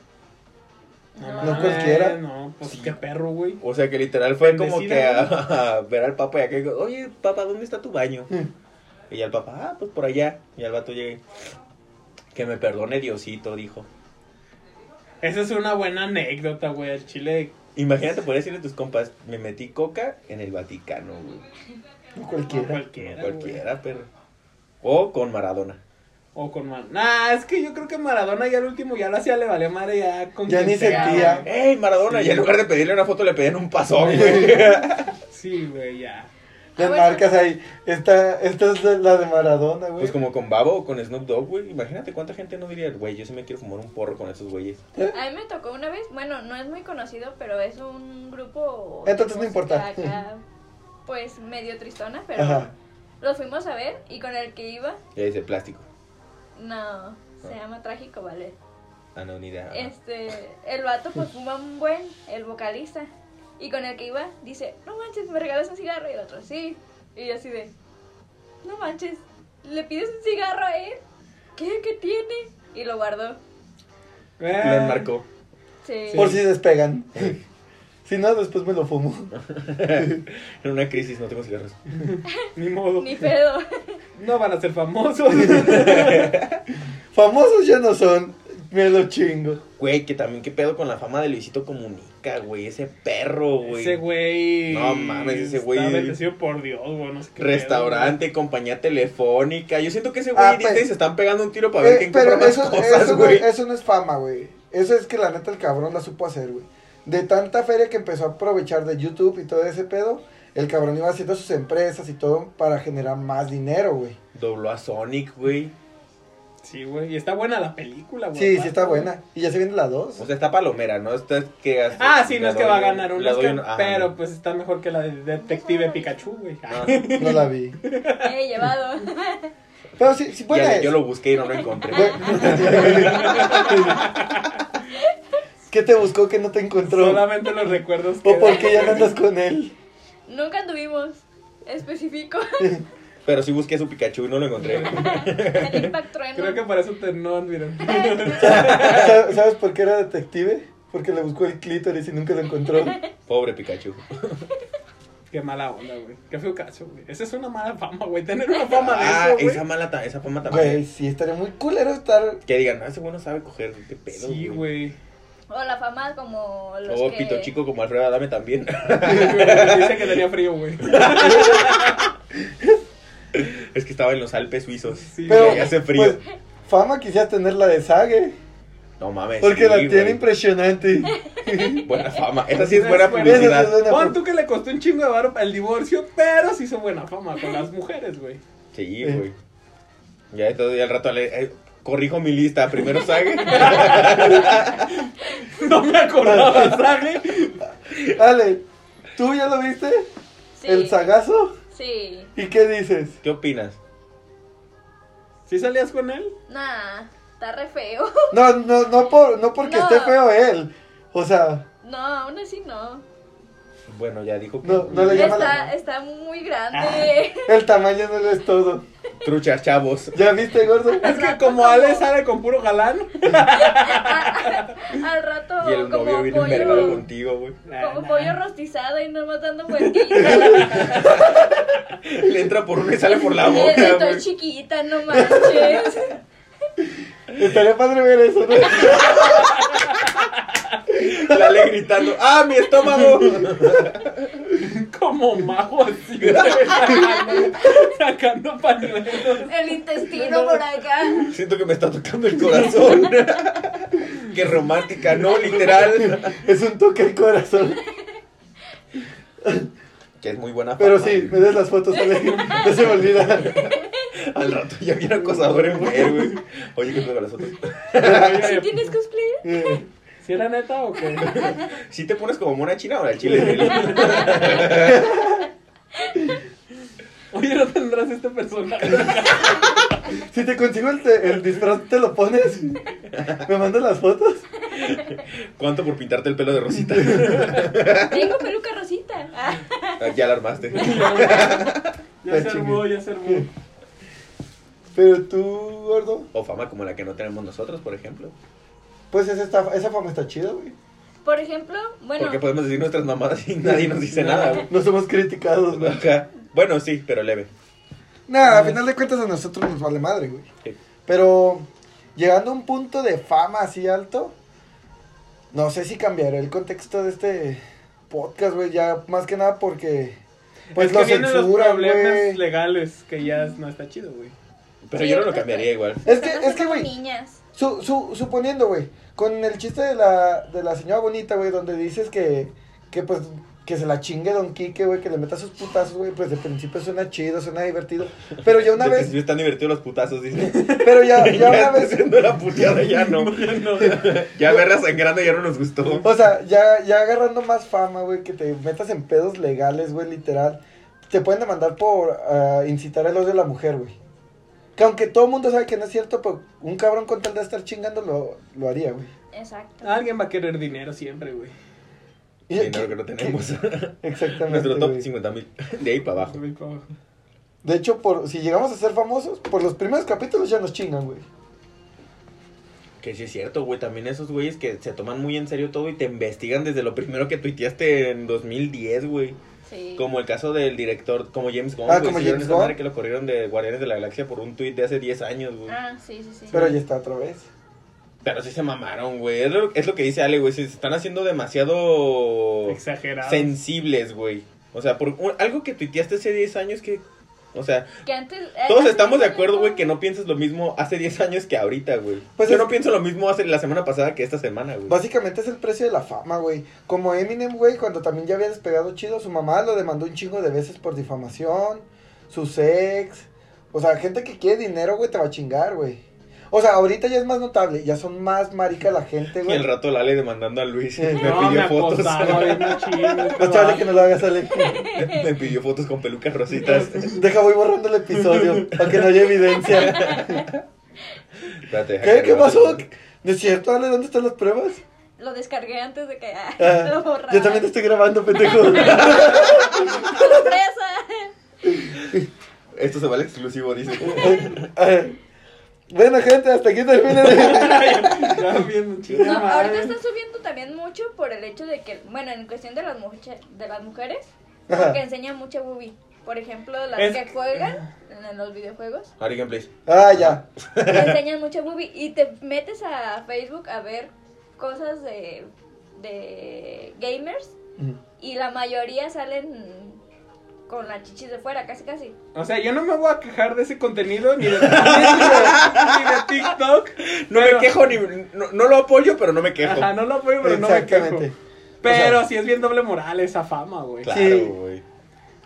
Speaker 2: No
Speaker 4: mames,
Speaker 2: cualquiera.
Speaker 4: No, pues
Speaker 1: Sí.
Speaker 4: qué perro, güey.
Speaker 1: O sea, que literal fue
Speaker 4: Pues
Speaker 1: como que
Speaker 4: Bendecida,
Speaker 1: a, a *laughs* ver al papa y aquel, oye, papá, ¿dónde está tu baño? Y al papá, ah, pues por allá. Y al vato llega y, que me perdone Diosito, dijo.
Speaker 4: Esa es una buena anécdota, güey. El chile.
Speaker 1: Imagínate poder decirle a tus compas, me metí coca en el Vaticano, güey.
Speaker 2: No
Speaker 4: no,
Speaker 2: cualquiera.
Speaker 1: No,
Speaker 4: cualquiera. güey.
Speaker 1: cualquiera, pero... O con Maradona.
Speaker 4: O con Maradona. Nah, es que yo creo que Maradona ya el último ya lo hacía, le valía madre ya con
Speaker 2: Ya
Speaker 4: quien
Speaker 2: ni
Speaker 4: sea,
Speaker 2: sentía.
Speaker 4: güey.
Speaker 1: ¡Ey, Maradona!
Speaker 4: Sí.
Speaker 1: Y en lugar de pedirle una foto, le pedían un pasón, güey.
Speaker 4: *laughs*
Speaker 1: *laughs*
Speaker 4: Sí, güey, ya.
Speaker 2: Las
Speaker 3: Ah, bueno.
Speaker 2: marcas ahí. Esta, esta es de- la de Maradona, güey.
Speaker 1: Pues como con Babo o con Snoop Dogg, güey. Imagínate cuánta gente no diría, güey, yo sí me quiero fumar un porro con esos güeyes.
Speaker 3: A mí me tocó una vez, bueno, no es muy conocido, pero es un grupo.
Speaker 2: Entonces
Speaker 3: de
Speaker 2: no importa.
Speaker 3: música
Speaker 2: *laughs*
Speaker 3: acá, pues medio tristona, pero
Speaker 2: Ajá.
Speaker 3: los fuimos a ver y con el que iba,
Speaker 1: Ya dice plástico.
Speaker 3: no,
Speaker 2: Ah.
Speaker 3: se llama Trágico Ballet.
Speaker 1: Ah, no, ni idea. Ajá.
Speaker 3: Este, el vato pues fuma un buen, el vocalista. Y con el que iba, dice, no manches, me regalas un cigarro. Y el otro, sí. Y yo así de, no manches, le pides un cigarro a él. ¿Qué? ¿Qué tiene? Y lo guardó.
Speaker 4: Eh,
Speaker 1: Lo enmarcó.
Speaker 3: Sí.
Speaker 2: Por si despegan. *laughs* si no, después me lo fumo.
Speaker 1: en una crisis, no tengo cigarros.
Speaker 4: Ni modo.
Speaker 3: Ni pedo.
Speaker 4: No van a ser famosos.
Speaker 2: Famosos ya no son. Me lo chingo.
Speaker 1: Güey, que también qué pedo con la fama de Luisito Comunica, güey. Ese perro, güey.
Speaker 4: Ese güey.
Speaker 1: No mames, ese güey.
Speaker 4: Está bendecido por Dios, güey. No sé qué
Speaker 1: Restaurante, compañía telefónica. Yo siento que ese güey
Speaker 2: Ah,
Speaker 1: y Disney
Speaker 2: pues.
Speaker 1: se están pegando un tiro para ver
Speaker 2: Eh,
Speaker 1: quién
Speaker 2: pero
Speaker 1: compra más
Speaker 2: eso,
Speaker 1: cosas,
Speaker 2: eso
Speaker 1: güey.
Speaker 2: No, eso no es fama, güey. Eso es que la neta el cabrón la supo hacer, güey. De tanta feria que empezó a aprovechar de YouTube y todo ese pedo, el cabrón iba haciendo sus empresas y todo para generar más dinero, güey.
Speaker 1: Dobló a Sonic, güey.
Speaker 4: pedo. Sí, güey. Y está buena la película, güey.
Speaker 2: Sí, sí
Speaker 4: aparte,
Speaker 2: está
Speaker 4: güey.
Speaker 2: buena. Y ya se viene la 2.
Speaker 1: O sea, está palomera, ¿no? Esta es que hace-
Speaker 4: Ah, sí,
Speaker 1: le
Speaker 4: no es que
Speaker 1: doy
Speaker 4: va a
Speaker 1: un- ah,
Speaker 4: ganar un
Speaker 1: le doy
Speaker 4: Oscar,
Speaker 1: ajá.
Speaker 4: pero pues está mejor que la de Detective Pikachu, güey.
Speaker 1: Ah, *laughs*
Speaker 2: No la vi.
Speaker 3: He llevado.
Speaker 2: Pero sí, sí buena
Speaker 1: ya,
Speaker 2: es.
Speaker 1: yo lo busqué y
Speaker 2: eh.
Speaker 1: no lo encontré.
Speaker 2: Bu- ¿Qué te buscó que no te encontró?
Speaker 4: Solamente los recuerdos
Speaker 2: ¿O por
Speaker 4: que...
Speaker 2: qué ya no andas con él?
Speaker 3: Nunca anduvimos. Específico. *laughs*
Speaker 1: Pero sí busqué su Pikachu y no lo encontré.
Speaker 3: El Impact Trueno.
Speaker 4: Creo que para eso te no *laughs* miren.
Speaker 2: ¿Sabes sabes por qué era detective? Porque le buscó el clítoris y nunca lo encontró.
Speaker 1: Pobre Pikachu.
Speaker 4: Qué mala onda, güey. Qué feo caso, güey. Esa es una mala fama, güey. Tener una fama de
Speaker 1: Ah,
Speaker 4: eso, güey.
Speaker 1: esa mala ta- esa fama también.
Speaker 2: Güey, sí, estaría muy culero estar
Speaker 1: Que digan, ah, ese güey no sabe coger, qué pedo.
Speaker 4: Sí, güey.
Speaker 3: O la fama como los
Speaker 1: Oh,
Speaker 3: que...
Speaker 1: pito chico como Alfredo Adame también. *laughs*
Speaker 4: Dice que tenía frío, güey.
Speaker 1: es que estaba en los Alpes suizos.
Speaker 4: Sí,
Speaker 1: Pero,
Speaker 4: güey.
Speaker 1: ya hace frío.
Speaker 2: pues, fama quisiera tener la de Sage.
Speaker 1: no mames. Pues
Speaker 2: Porque
Speaker 1: sí,
Speaker 2: la
Speaker 1: güey.
Speaker 2: tiene impresionante. *laughs*
Speaker 1: Buena fama. Esa sí es buena
Speaker 4: Es buena.
Speaker 1: publicidad.
Speaker 2: Esa sí es buena.
Speaker 4: Pon tú que le costó un chingo de varo el divorcio, pero se hizo buena fama con las mujeres, güey. *laughs*
Speaker 1: Sí,
Speaker 2: Eh.
Speaker 1: güey. Ya, entonces, ya al rato le. eh, corrijo mi lista. Primero
Speaker 2: *laughs*
Speaker 1: Sage.
Speaker 4: No me acordaba, ¿sabes?
Speaker 2: Ale, ¿tú ya lo viste?
Speaker 3: Sí.
Speaker 2: ¿El sagazo?
Speaker 3: Sí.
Speaker 2: ¿Y qué dices?
Speaker 1: ¿Qué opinas?
Speaker 4: ¿Sí salías con él?
Speaker 3: Nah, está re feo. *laughs*
Speaker 2: No, no, no, por, no porque
Speaker 3: No.
Speaker 2: esté feo él. O sea,
Speaker 3: No, aún así no.
Speaker 1: Bueno, ya dijo que.
Speaker 2: No, no le- llama la- Ah.
Speaker 3: Está, está muy grande.
Speaker 2: el tamaño no lo es todo.
Speaker 1: Truchas, chavos.
Speaker 2: ¿Ya viste, gordo?
Speaker 4: Es que como Ale sale con puro galán.
Speaker 3: *laughs* Al rato
Speaker 1: Y el
Speaker 3: como
Speaker 1: novio viene envergado
Speaker 3: pollo...
Speaker 1: contigo, güey.
Speaker 3: Como pollo rostizado y nomás
Speaker 1: *laughs*
Speaker 3: dando vueltitas.
Speaker 1: Le entra por una y sale
Speaker 3: *laughs*
Speaker 1: por la boca,
Speaker 3: Estoy
Speaker 1: güey.
Speaker 3: chiquita, no
Speaker 2: *laughs*
Speaker 3: manches.
Speaker 2: Estaría padre ver eso, ¿no?
Speaker 1: La le gritando. ¡Ah, mi
Speaker 2: *laughs*
Speaker 1: estómago!
Speaker 4: Como mago así, güey. Sacando pañuelos.
Speaker 3: El intestino por acá.
Speaker 1: Siento que me está tocando el corazón. *laughs* Qué romántica, ¿no?
Speaker 2: *laughs*
Speaker 1: Literal.
Speaker 2: Es un toque al corazón.
Speaker 1: Que es muy buena
Speaker 2: Pero
Speaker 1: fama.
Speaker 2: sí, me des las fotos, Ale. No se me olvida.
Speaker 1: Al rato ya viene acosador en mujer, güey. Oye, ¿qué pedo con las otras?
Speaker 3: ¿Sí tienes cosplay?
Speaker 2: Eh,
Speaker 4: ¿Si era neta o qué?
Speaker 1: ¿Sí te pones como mona china o al chile? Nelly?
Speaker 4: Oye, no tendrás este personaje.
Speaker 2: Si te consigo el, te- el disfraz, ¿te lo pones? ¿Me mandas las fotos?
Speaker 1: ¿Cuánto por pintarte el pelo de rosita?
Speaker 3: Tengo peluca
Speaker 1: *laughs*
Speaker 3: rosita. Ah,
Speaker 1: Ah, ya la armaste.
Speaker 4: Ya se armó, ya se armó.
Speaker 2: Pero tú, gordo,
Speaker 1: O fama como la que no tenemos nosotros, por ejemplo.
Speaker 2: pues esa, está- esa fama está chida, güey.
Speaker 3: Por ejemplo, bueno,
Speaker 1: Porque podemos decir nuestras mamadas y nadie nos dice nada, güey.
Speaker 2: No somos criticados, güey.
Speaker 1: Ajá. Bueno, sí, pero leve.
Speaker 2: Nada, a final de cuentas a nosotros nos vale madre, güey.
Speaker 1: Sí.
Speaker 2: Pero llegando a un punto de fama así alto, no sé si cambiará el contexto de este podcast, güey. Ya más que nada porque, pues
Speaker 4: Es que
Speaker 2: lo
Speaker 4: vienen
Speaker 2: censuran,
Speaker 4: los problemas
Speaker 2: güey.
Speaker 4: legales que ya no está chido, güey.
Speaker 1: Pero
Speaker 3: Sí,
Speaker 1: yo no lo
Speaker 3: ahorita
Speaker 1: cambiaría
Speaker 3: estoy-
Speaker 1: igual.
Speaker 2: Es que,
Speaker 3: están
Speaker 2: es que,
Speaker 3: haciendo
Speaker 2: güey,
Speaker 3: niñas.
Speaker 2: su, su, suponiendo, güey, con el chiste de la, de la señora bonita, güey, donde dices que, que pues, que se la chingue Don Quique, güey, que le meta sus putazos, güey, pues de principio suena chido, suena divertido. Pero ya una
Speaker 1: De
Speaker 2: vez,
Speaker 1: principio están divertidos los putazos, dice.
Speaker 2: pero *laughs* ya, ya
Speaker 4: *laughs*
Speaker 2: una
Speaker 1: está
Speaker 2: vez...
Speaker 1: haciendo la puteada, *laughs* ya no. *laughs*
Speaker 4: No,
Speaker 1: Ya verla sangrando ya no nos gustó.
Speaker 2: O sea, ya, ya agarrando más fama, güey, que te metas en pedos legales, güey, literal. Te pueden demandar por ah, incitar el odio a la mujer, güey. Que aunque todo el mundo sabe que no es cierto, pero un cabrón con tal de estar chingando lo, lo haría, güey.
Speaker 3: Exacto.
Speaker 2: Ah.
Speaker 4: Alguien va a querer dinero siempre, güey.
Speaker 2: Y-
Speaker 1: Dinero que no tenemos.
Speaker 2: *laughs* Exactamente.
Speaker 1: Nuestro top
Speaker 2: güey.
Speaker 1: 50 mil. De ahí para abajo.
Speaker 2: De hecho, por, si llegamos a ser famosos, por los primeros capítulos ya nos chingan, güey.
Speaker 1: Que sí es cierto, güey. También esos güeyes que se toman muy en serio todo y te investigan desde lo primero que tuiteaste en 2010, güey.
Speaker 3: Sí.
Speaker 1: Como el caso del director, como James Gunn,
Speaker 2: Ah,
Speaker 1: güey,
Speaker 2: como
Speaker 1: hicieron
Speaker 2: James
Speaker 1: esa madre
Speaker 2: Gunn.
Speaker 1: que lo corrieron de Guardianes de la Galaxia por un tuit de hace 10 años, güey.
Speaker 3: Ah, sí, sí, sí.
Speaker 2: Pero ya está otra vez.
Speaker 1: Pero sí se mamaron, güey. Es lo, es lo que dice Ale, güey. Se están haciendo demasiado
Speaker 4: Exagerado.
Speaker 1: sensibles, güey. O sea, por un- algo que tuiteaste hace 10 años que... O sea,
Speaker 3: que antes... eh,
Speaker 1: todos
Speaker 3: antes
Speaker 1: estamos de
Speaker 3: no-
Speaker 1: acuerdo, güey, que no piensas lo mismo hace 10 años que ahorita, güey.
Speaker 2: Pues
Speaker 1: Yo
Speaker 2: es- Pues
Speaker 1: no pienso lo mismo hace la semana pasada que esta semana, güey.
Speaker 2: Básicamente es el precio de la fama, güey. Como Eminem, güey, cuando también ya había despegado chido, su mamá lo demandó un chingo de veces por difamación, sus ex. O sea, gente que quiere dinero, güey, te va a chingar, güey. O sea, ahorita ya es más notable, ya son más marica la gente,
Speaker 1: Y
Speaker 2: güey.
Speaker 1: el rato la Ale demandando a *laughs* Luis.
Speaker 2: Sí.
Speaker 1: Me
Speaker 4: No, me
Speaker 1: pidió fotos.
Speaker 4: acosaron, bien machín, este
Speaker 2: Más chale
Speaker 4: vato.
Speaker 2: que no lo hagas, Ale.
Speaker 1: *laughs* me pidió fotos con pelucas *laughs* rositas.
Speaker 2: Deja, voy borrando el episodio, para que no haya evidencia.
Speaker 1: Espérate, deja
Speaker 2: ¿Qué?
Speaker 1: que
Speaker 2: ¿Qué
Speaker 1: rebase.
Speaker 2: pasó? ¿No es cierto, Ale? ¿Dónde están las pruebas?
Speaker 3: Lo descargué antes de que ah,
Speaker 2: Ah,
Speaker 3: *laughs* lo borrara.
Speaker 2: yo también estoy grabando, pendejo.
Speaker 3: ¡Sorpresa!
Speaker 1: *laughs* Esto se vale exclusivo, *laughs* dice.
Speaker 2: bueno, gente, hasta aquí termina el...
Speaker 4: *laughs* Ya bien
Speaker 3: No,
Speaker 4: chingada madre.
Speaker 3: ahorita está subiendo también mucho por el hecho de que, bueno, en cuestión de las, mujer- de las mujeres,
Speaker 2: Ajá.
Speaker 3: porque enseña mucha boobie. Por ejemplo, las
Speaker 4: Es-
Speaker 3: que juegan en en los
Speaker 2: *laughs*
Speaker 3: videojuegos,
Speaker 1: Ari Gameplays.
Speaker 2: Ah, ya.
Speaker 3: enseñan mucha boobie y te metes a Facebook a ver cosas de, de gamers y la mayoría salen con las chichis de fuera, casi casi.
Speaker 4: O sea, yo no me voy a quejar de ese contenido ni de, ni de, ni de TikTok.
Speaker 1: No me
Speaker 4: pero-
Speaker 1: quejo ni. No, no lo apoyo, pero no me quejo.
Speaker 4: Ajá, no lo apoyo, pero no me quejo.
Speaker 2: Exactamente.
Speaker 4: Pero
Speaker 2: O sea-
Speaker 4: sí es bien doble moral esa fama, güey.
Speaker 1: Claro,
Speaker 2: Sí.
Speaker 1: güey.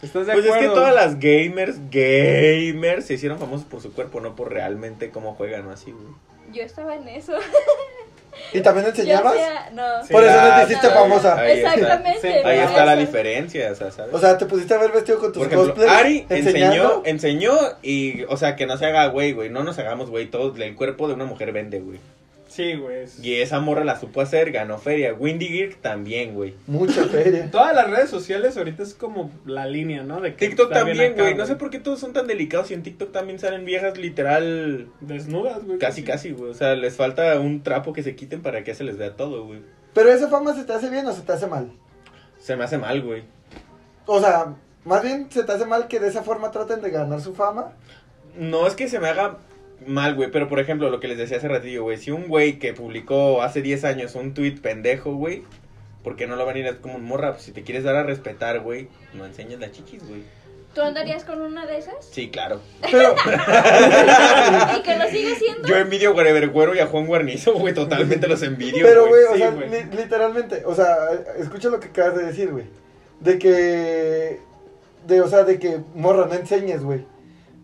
Speaker 4: ¿Estás de
Speaker 1: Pues es
Speaker 4: acuerdo?
Speaker 1: que todas las gamers, gamers, se hicieron famosos por su cuerpo, no por realmente cómo juegan o así, güey.
Speaker 3: Yo estaba en eso. *laughs*
Speaker 2: ¿Y también enseñabas?
Speaker 3: Yo hacía- no.
Speaker 2: Por eso no
Speaker 1: Ah,
Speaker 2: te hiciste
Speaker 3: no.
Speaker 2: famosa.
Speaker 1: Ahí está.
Speaker 3: Exactamente.
Speaker 4: Sí,
Speaker 1: Ahí
Speaker 3: por
Speaker 1: está la
Speaker 3: eso.
Speaker 1: diferencia, o sea, ¿sabes?
Speaker 2: O sea, te pusiste a ver vestido con tus
Speaker 1: por ejemplo,
Speaker 2: cosplays.
Speaker 1: Ari enseñó,
Speaker 2: enseñando?
Speaker 1: enseñó y, o sea, que no se haga güey, güey, no nos hagamos güey, todo el cuerpo de una mujer vende, güey.
Speaker 4: Sí, güey. es-
Speaker 1: Y esa morra la supo hacer, ganó feria. Windy Gear también, güey.
Speaker 2: Mucha feria.
Speaker 4: Todas las redes sociales ahorita es como la línea, ¿no? De que
Speaker 1: TikTok
Speaker 4: está bien
Speaker 1: también,
Speaker 4: acá,
Speaker 1: güey. No sé por qué todos son tan delicados y en TikTok también salen viejas literal
Speaker 4: Desnudas, güey.
Speaker 1: casi casi, güey. O sea, les falta un trapo que se quiten para que se les vea todo, güey.
Speaker 2: Pero esa fama se te hace bien o se te hace mal.
Speaker 1: Se me hace mal, güey.
Speaker 2: O sea, más bien se te hace mal que de esa forma traten de ganar su fama.
Speaker 1: No es que se me haga mal, güey, pero por ejemplo, lo que les decía hace ratillo, güey, si un güey que publicó hace 10 años un tweet pendejo, güey, ¿por qué no lo van a ir a- como un morra? Pues, si te quieres dar a respetar, güey, no enseñes las chichis, güey.
Speaker 3: ¿Tú andarías con una de esas?
Speaker 1: Sí, claro.
Speaker 2: Pero,
Speaker 3: Y que lo sigue siendo.
Speaker 1: Yo envidio a Wherever Güero y a Juan Guarnizo, güey, totalmente los envidio,
Speaker 2: pero güey, o
Speaker 4: sí,
Speaker 2: sea,
Speaker 4: güey.
Speaker 2: li- literalmente, o sea, escucha lo que acabas de decir, güey. De que, de, o sea, de que, morra, no enseñes, güey.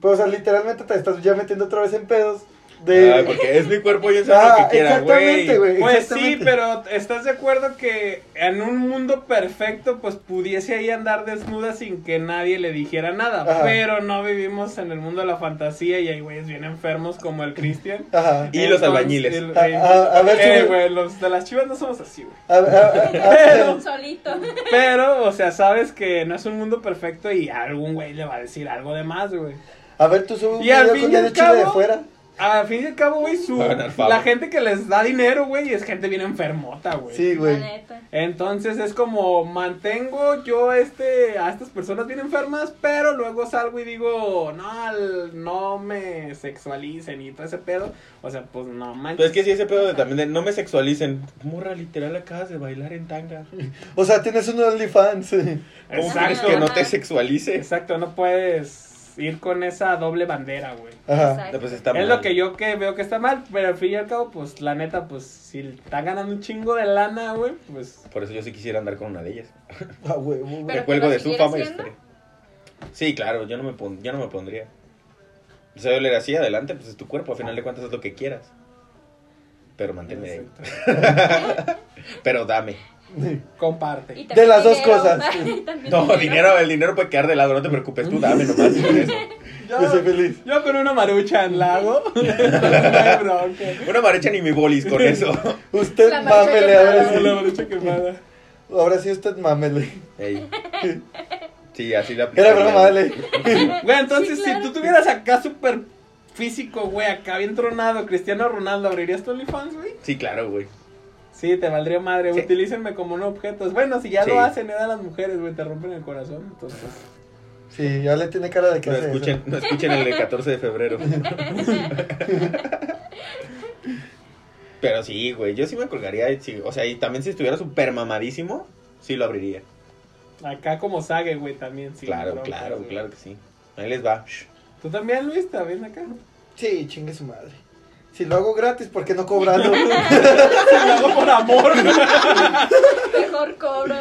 Speaker 2: Pero, o sea, literalmente te estás ya metiendo otra vez en pedos de...
Speaker 4: Ah,
Speaker 1: Ay, Ah, porque es mi cuerpo y yo enseño lo
Speaker 2: Ah,
Speaker 1: que quiera,
Speaker 2: exactamente,
Speaker 1: güey.
Speaker 2: güey.
Speaker 4: Pues sí,
Speaker 2: exactamente.
Speaker 4: pero ¿estás de acuerdo que en un mundo perfecto, pues pudiese ahí andar desnuda sin que nadie le dijera nada?
Speaker 2: Ajá.
Speaker 4: Pero no vivimos en el mundo de la fantasía y hay güeyes bien enfermos como el Cristian.
Speaker 2: Ajá.
Speaker 1: Y los
Speaker 4: Entonces,
Speaker 1: albañiles.
Speaker 4: el-
Speaker 2: A-
Speaker 4: eh,
Speaker 2: a- a ver,
Speaker 4: eh,
Speaker 2: sube.
Speaker 4: güey, los de las chivas no somos así, güey.
Speaker 2: A- a- a- a-
Speaker 4: Pero-
Speaker 3: Solito.
Speaker 4: Pero, o sea, sabes que no es un mundo perfecto y algún güey le va a decir algo de más, güey.
Speaker 2: A ver, tú
Speaker 4: *laughs*
Speaker 2: subes un
Speaker 4: Y al
Speaker 2: video
Speaker 4: fin
Speaker 2: con
Speaker 4: y al
Speaker 2: ya de chile de
Speaker 4: cabo-
Speaker 2: fuera.
Speaker 4: Al fin y al cabo, güey, su,
Speaker 1: Va a ganar fama.
Speaker 4: la gente que les da dinero, güey, es gente bien enfermota, güey.
Speaker 2: Sí,
Speaker 3: La
Speaker 2: güey.
Speaker 3: neta.
Speaker 4: Entonces es como mantengo yo este a estas personas bien enfermas, pero luego salgo y digo, no, al- no me sexualicen y todo ese pedo. O sea, pues no
Speaker 1: Pues
Speaker 4: manches.
Speaker 1: es que sí, ese pedo de también de no me sexualicen. Morra, literal, acabas de bailar en tanga.
Speaker 2: O sea, tienes un OnlyFans. *laughs*
Speaker 1: ¿Cómo quieres
Speaker 4: exacto,
Speaker 1: que no
Speaker 3: Ajá.
Speaker 1: te sexualices?
Speaker 4: exacto, no puedes ir con esa doble bandera, güey.
Speaker 2: Ajá.
Speaker 1: No,
Speaker 3: Exacto.
Speaker 1: pues está
Speaker 4: es
Speaker 1: mal.
Speaker 4: lo que yo que veo que está mal, pero al fin y al cabo, pues la neta, pues si están ganando un chingo de lana, güey, pues...
Speaker 1: Por eso yo sí quisiera andar con una de ellas.
Speaker 2: Ah, huevo, güey.
Speaker 3: Pero-
Speaker 1: me cuelgo
Speaker 3: tú lo
Speaker 1: de su
Speaker 3: siguieras
Speaker 1: fama y
Speaker 3: siendo?
Speaker 1: estaré. Sí, claro, yo no me, pon- yo no me pondría. O sea, yo le decía, adelante, pues es tu cuerpo, a final de cuentas es lo que quieras. Pero manténme ahí.
Speaker 4: este,
Speaker 1: Pero dame.
Speaker 4: Comparte.
Speaker 3: Y también
Speaker 2: De las dos
Speaker 3: dinero.
Speaker 2: cosas.
Speaker 3: *laughs* Y también
Speaker 1: No, dinero, el dinero puede quedar de lado, no te preocupes, tú dame
Speaker 3: *laughs*
Speaker 1: nomás. con eso.
Speaker 2: *laughs* Yo soy feliz.
Speaker 4: Yo con una marucha en lago.
Speaker 1: *laughs*
Speaker 4: Entonces, no hay bronca.
Speaker 1: Una marecha ni mi bolis con
Speaker 3: *laughs*
Speaker 1: eso.
Speaker 2: Usted
Speaker 3: La mancha
Speaker 2: mámele
Speaker 3: quemada.
Speaker 2: ahora
Speaker 4: Con
Speaker 2: sí.
Speaker 4: la marucha quemada.
Speaker 2: Ahora sí, usted mámele.
Speaker 1: Ey. Sí, así la
Speaker 2: Era broma, dale.
Speaker 4: Güey, entonces
Speaker 3: Sí, claro.
Speaker 4: si tú tuvieras acá super físico, güey, acá bien tronado, Cristiano Ronaldo, ¿abrirías tu OnlyFans, güey?
Speaker 1: Sí, claro, güey.
Speaker 4: Sí, te valdría madre,
Speaker 1: Sí.
Speaker 4: utilícenme como no objetos. Bueno, si ya
Speaker 1: Sí.
Speaker 4: lo hacen, edad las mujeres, güey, te rompen el corazón, entonces.
Speaker 2: Sí, ya le tiene cara de que
Speaker 1: No
Speaker 2: hace eso.
Speaker 1: escuchen, no escuchen el de 14 de febrero. Pero sí, güey, yo sí me colgaría. y sí, o sea, y también si estuviera súper mamadísimo, sí lo abriría.
Speaker 4: Acá como Sage, güey, también, sí.
Speaker 1: claro,
Speaker 4: broncas,
Speaker 1: claro,
Speaker 4: güey.
Speaker 1: claro que sí. Ahí les va.
Speaker 4: ¿Tú también, Luis? ¿También acá?
Speaker 2: Sí, chingue su madre. Si lo hago gratis, ¿por qué no *laughs* cobrarlo?
Speaker 4: Lo hago
Speaker 1: *laughs*
Speaker 4: por amor.
Speaker 3: Mejor cobro.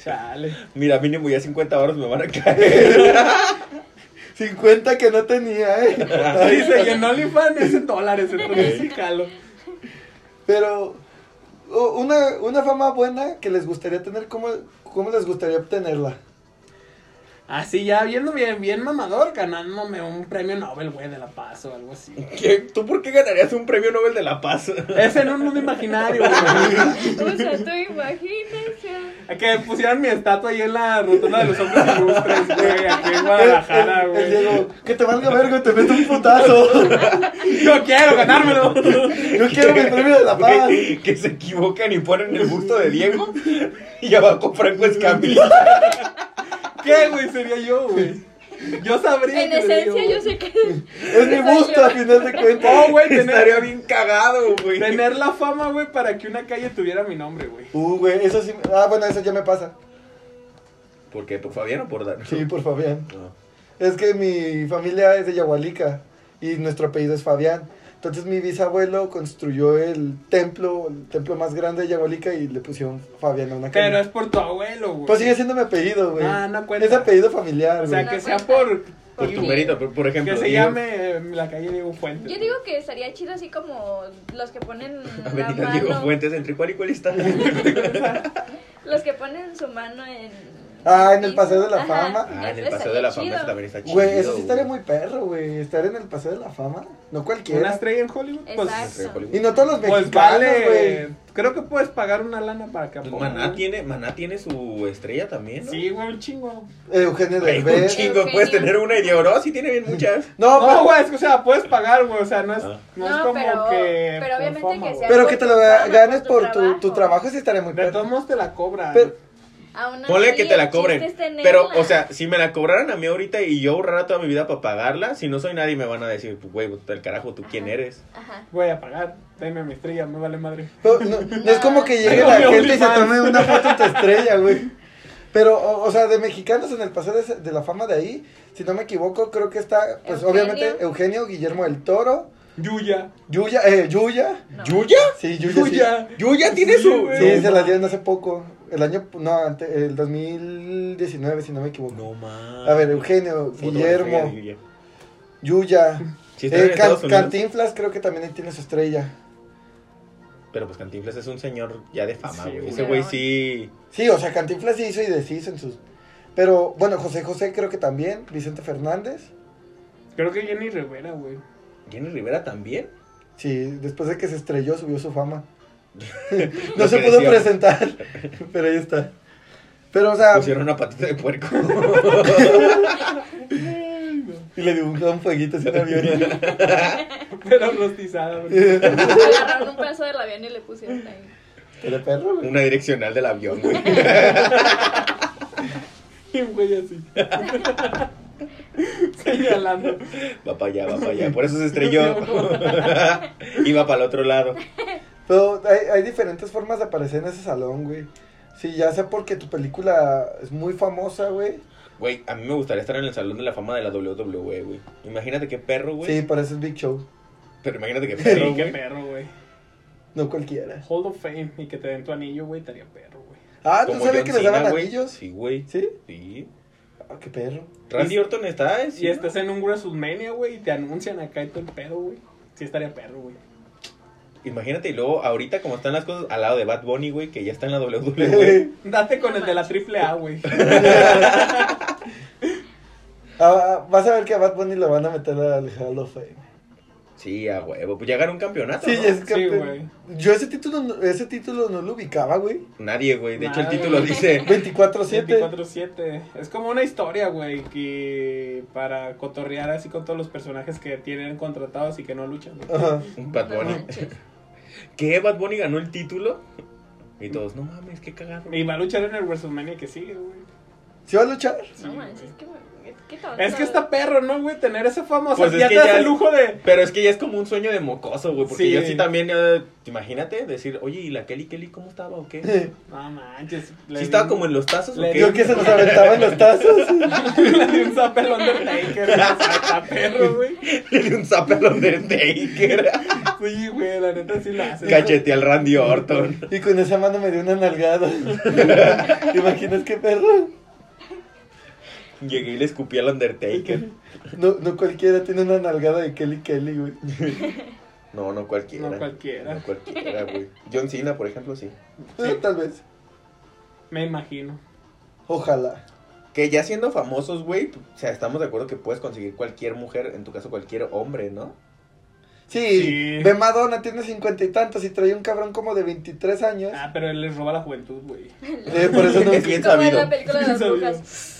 Speaker 4: Chale.
Speaker 1: Mira, mínimo ya 50 horas me van a caer.
Speaker 2: 50 que no tenía, eh.
Speaker 4: Dice que en OnlyFans es en dólares, entonces sí jalo.
Speaker 2: Pero o- una, una fama buena que les gustaría tener, ¿cómo, cómo les gustaría obtenerla?
Speaker 4: Así ya, viendo bien, bien mamador, ganándome un premio Nobel, güey, de la paz o algo así.
Speaker 1: ¿Qué? ¿Tú por qué ganarías un premio Nobel de la Paz?
Speaker 4: Es en un mundo imaginario, güey.
Speaker 3: Usa tu imaginación.
Speaker 4: A Que pusieran mi estatua ahí en la rotonda de los hombres ilustres, güey, aquí en Guadalajara,
Speaker 2: El- el- el
Speaker 4: güey.
Speaker 2: Diego, que te valga verga, te meto un putazo. *laughs*
Speaker 4: Yo quiero ganármelo.
Speaker 1: *laughs*
Speaker 2: Yo quiero mi premio de la paz.
Speaker 1: Güey, que se equivocan y ponen el busto de Diego y abajo Franco Escamilla.
Speaker 4: ¿Qué, güey? Sería yo, güey. Yo sabría.
Speaker 3: En
Speaker 4: que sería
Speaker 3: esencia, yo sé que. *laughs*
Speaker 2: Es mi gusto, a final de cuentas.
Speaker 4: Oh, güey,
Speaker 1: Estaría
Speaker 4: tener,
Speaker 1: bien cagado, güey.
Speaker 4: tener la fama, güey, para que una calle tuviera mi nombre, güey.
Speaker 2: Uh, güey, eso sí. Ah, bueno, eso ya me pasa.
Speaker 1: ¿Por qué? ¿Por Fabián o por Dan?
Speaker 2: Sí, por Fabián.
Speaker 1: No.
Speaker 2: Es que mi familia es de Yahualica y nuestro apellido es Fabián. Entonces mi bisabuelo construyó el templo, el templo más grande de Yahualica y le pusieron Fabián a una
Speaker 4: Pero
Speaker 2: calle.
Speaker 4: es por tu abuelo, güey.
Speaker 2: Pues sigue siendo mi apellido, güey.
Speaker 4: Ah, no cuenta.
Speaker 2: es apellido familiar,
Speaker 4: O
Speaker 2: güey.
Speaker 4: sea, que sea por.
Speaker 1: Por tu mérito, por, por ejemplo.
Speaker 4: Que se
Speaker 1: Diego-
Speaker 4: llame eh, la calle Diego Fuentes.
Speaker 3: Yo digo que estaría chido así como los que ponen
Speaker 1: *laughs*
Speaker 3: la
Speaker 1: Avenida Diego
Speaker 3: mano.
Speaker 1: Fuentes, entre cuál y cuál
Speaker 4: *laughs*
Speaker 1: está.
Speaker 3: Los que ponen su mano en.
Speaker 2: Ah, en el Paseo de la Fama.
Speaker 1: Ah, en el Paseo de la Fama eso también está chido.
Speaker 2: Güey, eso sí estaría
Speaker 1: güey.
Speaker 2: muy perro, güey. Estar en el Paseo de la Fama. No
Speaker 4: Una
Speaker 2: cualquiera.
Speaker 4: estrella en Hollywood. Pues,
Speaker 3: Exacto.
Speaker 1: Entre Hollywood.
Speaker 2: Y no todos los mexicanos,
Speaker 4: pues
Speaker 2: güey.
Speaker 4: vale. Creo que puedes pagar una lana para que
Speaker 1: Pues
Speaker 4: apoyen,
Speaker 1: Maná
Speaker 4: ¿no?
Speaker 1: tiene, Maná tiene su estrella también, ¿no?
Speaker 4: Sí, güey, un chingo.
Speaker 2: Eugenio
Speaker 1: Güey, un
Speaker 2: Derbez.
Speaker 1: chingo, puedes tener una y de oro, sí tiene bien muchas.
Speaker 2: No,
Speaker 4: No,
Speaker 2: pero,
Speaker 4: güey, es que, o sea, puedes pagar, güey. O sea, no es,
Speaker 1: Ah.
Speaker 4: no es
Speaker 3: No,
Speaker 4: como
Speaker 3: pero-
Speaker 4: que.
Speaker 3: pero
Speaker 4: por
Speaker 3: obviamente
Speaker 4: fama,
Speaker 3: que
Speaker 4: güey.
Speaker 2: pero que te lo ganes por tu,
Speaker 3: Por tu
Speaker 2: tu
Speaker 3: trabajo.
Speaker 2: trabajo sí estaría muy
Speaker 4: De todos
Speaker 2: perro.
Speaker 4: modos te la cobran.
Speaker 2: Pero-
Speaker 1: Ponle que te la cobren. Pero, o sea, si me la cobraran a mí ahorita y yo ahorrara toda mi vida para pagarla, si no soy nadie me van a decir, pues, güey, el carajo, ¿tú
Speaker 4: Ah.
Speaker 1: quién
Speaker 3: Ajá.
Speaker 1: eres?
Speaker 3: Ajá.
Speaker 4: Voy a pagar. Dame mi estrella, me vale madre.
Speaker 2: Pero no, no es como que llegue
Speaker 4: Tengo
Speaker 2: la
Speaker 4: mi
Speaker 2: gente y se
Speaker 4: OnlyFans.
Speaker 2: tome una foto de tu estrella, güey. Pero, o, o sea, de mexicanos en el paseo de, de la fama de ahí, si no me equivoco, creo que está, pues
Speaker 3: Eugenio.
Speaker 2: obviamente, Eugenio, Guillermo del Toro,
Speaker 4: Yuya.
Speaker 2: Yuya, eh, Yuya.
Speaker 3: No.
Speaker 1: ¿Yuya?
Speaker 2: Sí, Yuya. sí.
Speaker 4: Yuya.
Speaker 1: ¿Yuya tiene
Speaker 4: Sí,
Speaker 1: su...?
Speaker 4: güey.
Speaker 2: Sí, se la
Speaker 1: la
Speaker 2: dieron hace poco. El año, no, ante- el 2019, si no me equivoco.
Speaker 1: No mames.
Speaker 2: A ver, Eugenio, Guillermo,
Speaker 1: Fotografía de Yuya.
Speaker 2: Yuya.
Speaker 1: Sí, está en
Speaker 2: eh, Can-
Speaker 1: Estados Unidos.
Speaker 2: Cantinflas creo que también ahí tiene su estrella.
Speaker 1: Pero pues Cantinflas es un señor ya de fama,
Speaker 4: Sí,
Speaker 1: güey.
Speaker 4: güey.
Speaker 1: Ese güey sí.
Speaker 2: Sí, o sea, Cantinflas sí hizo y deshizo en sus... Pero, bueno, José José creo que también, Vicente Fernández.
Speaker 4: Creo que Jenny
Speaker 2: *laughs*
Speaker 4: Rivera, güey.
Speaker 1: Jenny Rivera también.
Speaker 2: Sí, después de que se estrelló subió su fama.
Speaker 1: Lo
Speaker 2: no se
Speaker 1: que
Speaker 2: pudo
Speaker 1: decíamos. *laughs*
Speaker 2: presentar, pero ahí está. Pero, o sea,
Speaker 1: Pusieron una patita de puerco. *laughs*
Speaker 2: y le dibujaron fueguitos en
Speaker 1: *laughs*
Speaker 2: avión.
Speaker 4: Pero rostizada, güey.
Speaker 2: *laughs*
Speaker 3: Agarraron un pedazo del avión y le pusieron ahí.
Speaker 2: Pero perro, güey.
Speaker 1: una direccional del avión, güey.
Speaker 4: Un güey
Speaker 2: *laughs*
Speaker 4: así. Señalando.
Speaker 1: Va para allá, va para allá. Por eso se
Speaker 2: *laughs*
Speaker 1: estrelló. Iba para el otro lado.
Speaker 2: Pero hay, hay diferentes formas de aparecer en ese salón, güey. Sí, ya sea porque tu película es muy famosa, güey.
Speaker 1: Güey, a mí me gustaría estar en el salón de la fama de la WWE, güey. Imagínate qué perro, güey.
Speaker 2: Sí, para eso es Big Show.
Speaker 1: Pero imagínate qué
Speaker 4: Sí,
Speaker 1: perro,
Speaker 4: qué
Speaker 1: güey.
Speaker 4: perro, güey.
Speaker 2: No cualquiera.
Speaker 4: Hall of Fame y que te den tu anillo, güey, estaría perro, güey.
Speaker 2: Ah, ¿tú
Speaker 1: Como
Speaker 2: sabías
Speaker 1: John
Speaker 2: que les
Speaker 1: Cena,
Speaker 2: daban
Speaker 1: güey.
Speaker 2: anillos?
Speaker 1: Sí, güey.
Speaker 2: ¿Sí?
Speaker 1: Sí.
Speaker 2: Ah, qué perro.
Speaker 1: Randy
Speaker 4: Y-
Speaker 1: Orton está, ¿eh?
Speaker 4: Si
Speaker 1: sí.
Speaker 2: este
Speaker 1: ¿no?
Speaker 4: estás en un WrestleMania, güey, y te anuncian acá y todo el pedo, güey. Sí estaría perro, güey.
Speaker 1: Imagínate, y luego ahorita como están las cosas al lado de Bad Bunny, güey, que ya está en la E. WWE.
Speaker 4: Date con el de la triple A, güey.
Speaker 1: *laughs*
Speaker 2: Ah, vas a ver que a Bad Bunny lo van a meter al Hall of Fame.
Speaker 1: Sí, a huevo. Pues ya ganó un campeonato.
Speaker 2: Sí,
Speaker 1: ¿no?
Speaker 2: es que
Speaker 4: Sí, güey.
Speaker 2: yo ese título, no- ese título no lo ubicaba, güey.
Speaker 1: Nadie, güey. De hecho, el
Speaker 4: Nadie.
Speaker 1: título
Speaker 2: *laughs*
Speaker 1: dice. *laughs*
Speaker 2: 24-7.
Speaker 4: 24-7. Es como una historia, güey, que para cotorrear así con todos los personajes que tienen contratados y que no luchan. güey.
Speaker 2: Ajá.
Speaker 1: Un Bad
Speaker 3: No
Speaker 1: Bunny.
Speaker 3: manches.
Speaker 1: ¿Qué? Bad Bunny ganó el título. Y todos, no mames, qué cagado.
Speaker 4: Y va a luchar en el WrestleMania que sigue, güey.
Speaker 2: ¿Sí va a luchar?
Speaker 3: No manches, es que me- es que tonto.
Speaker 4: Es que está perro, ¿no, güey? Tener esa fama. O sea,
Speaker 1: Pues es
Speaker 4: ya
Speaker 1: que
Speaker 4: te das
Speaker 1: ya-
Speaker 4: el lujo de.
Speaker 1: Pero es que ya es como un sueño de mocoso, güey. Porque
Speaker 4: Sí.
Speaker 1: yo sí también, eh, imagínate, decir, oye, ¿y la Kelly Kelly cómo estaba o qué?
Speaker 4: No manches. le
Speaker 1: ¿Sí
Speaker 4: di
Speaker 1: estaba
Speaker 4: un- *laughs*
Speaker 1: como en los tazos o
Speaker 4: Le
Speaker 1: qué?
Speaker 2: Yo que se nos aventaban los tazos.
Speaker 4: Le di un zape
Speaker 1: *laughs*
Speaker 4: al Undertaker. güey. O sea, Está perro, güey.
Speaker 1: *laughs* Le di un zape al Undertaker.
Speaker 4: Sí, güey, la neta sí la hace.
Speaker 1: Cachete al Randy Orton.
Speaker 2: Y con esa mano me dio una
Speaker 4: *laughs*
Speaker 2: nalgada. ¿Te imaginas qué perro?
Speaker 1: Llegué y le escupí al Undertaker.
Speaker 2: No, no cualquiera tiene una nalgada de Kelly Kelly, güey.
Speaker 1: No, no cualquiera.
Speaker 4: No cualquiera.
Speaker 1: No cualquiera, güey. John Cena, por ejemplo, sí.
Speaker 4: Sí.
Speaker 2: Tal vez.
Speaker 4: Me imagino.
Speaker 2: Ojalá.
Speaker 1: Que ya siendo famosos, güey, pues, o sea, estamos de acuerdo que puedes conseguir cualquier mujer, en tu caso cualquier hombre, ¿no?
Speaker 2: Sí,
Speaker 4: Sí.
Speaker 2: ve Madonna, tiene cincuenta y tantos y trae un cabrón como de 23 años.
Speaker 4: Ah, pero él les roba la juventud,
Speaker 2: *laughs*
Speaker 4: güey.
Speaker 2: Eh, por
Speaker 4: *laughs*
Speaker 2: eso no.
Speaker 1: Es bien
Speaker 3: Como en
Speaker 1: sabido.
Speaker 3: la película de las
Speaker 4: Sabido.
Speaker 3: brujas.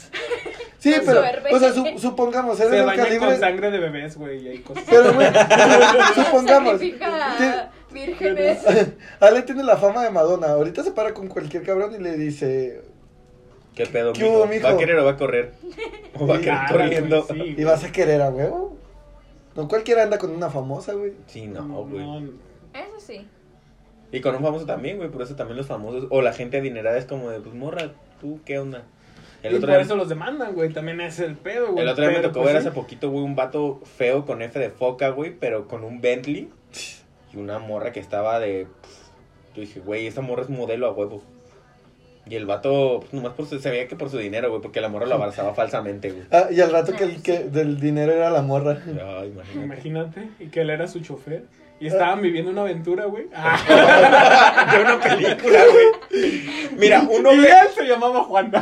Speaker 2: Sí,
Speaker 3: con
Speaker 2: pero,
Speaker 3: suerte.
Speaker 2: o sea, su- supongamos, eres
Speaker 4: Se
Speaker 2: de un
Speaker 4: bañan con
Speaker 2: calibre.
Speaker 4: sangre de bebés, güey. Y hay cosas.
Speaker 2: Pero,
Speaker 3: *laughs*
Speaker 2: güey, supongamos.
Speaker 3: Sacrifica
Speaker 2: tiene-
Speaker 3: a vírgenes.
Speaker 2: Ale tiene la fama de Madonna. Ahorita se para con cualquier cabrón y le dice.
Speaker 1: ¿Qué pedo,
Speaker 2: ¿Qué hubo, mijo?
Speaker 1: ¿Va a querer o va a correr? ¿O va a querer
Speaker 4: Ah,
Speaker 1: corriendo?
Speaker 4: güey, sí,
Speaker 2: ¿Y vas a querer a huevo? No cualquiera anda con una famosa, güey.
Speaker 1: Sí,
Speaker 4: güey.
Speaker 1: no, güey.
Speaker 4: No,
Speaker 3: Eso sí.
Speaker 1: Y con un famoso también, güey, por eso también los famosos, o la gente adinerada es como de, pues, morra, ¿tú qué onda? El
Speaker 4: y
Speaker 1: otro
Speaker 4: por
Speaker 1: día,
Speaker 4: eso los demandan, güey. También es el pedo, güey.
Speaker 1: el otro día me
Speaker 4: Pero,
Speaker 1: tocó
Speaker 4: pues,
Speaker 1: ver
Speaker 4: sí.
Speaker 1: hace poquito, güey, un vato feo con F de foca, güey, pero con un Bentley y una morra que estaba de... pff, yo dije, güey, esa morra es modelo a huevo. Y el vato, pues, nomás por su- se veía que por su dinero, güey, porque la morra lo abrazaba falsamente, güey.
Speaker 2: Ah, y al rato que el que del dinero era la morra.
Speaker 1: Ay,
Speaker 4: *laughs*
Speaker 1: imagínate.
Speaker 4: Imagínate, y que él era su chofer. Y estaban viviendo una
Speaker 1: *laughs*
Speaker 4: aventura, güey. Ah. *laughs*
Speaker 1: De una película, güey. Mira, un
Speaker 4: Y
Speaker 1: Nobel,
Speaker 4: él se llamaba Juan.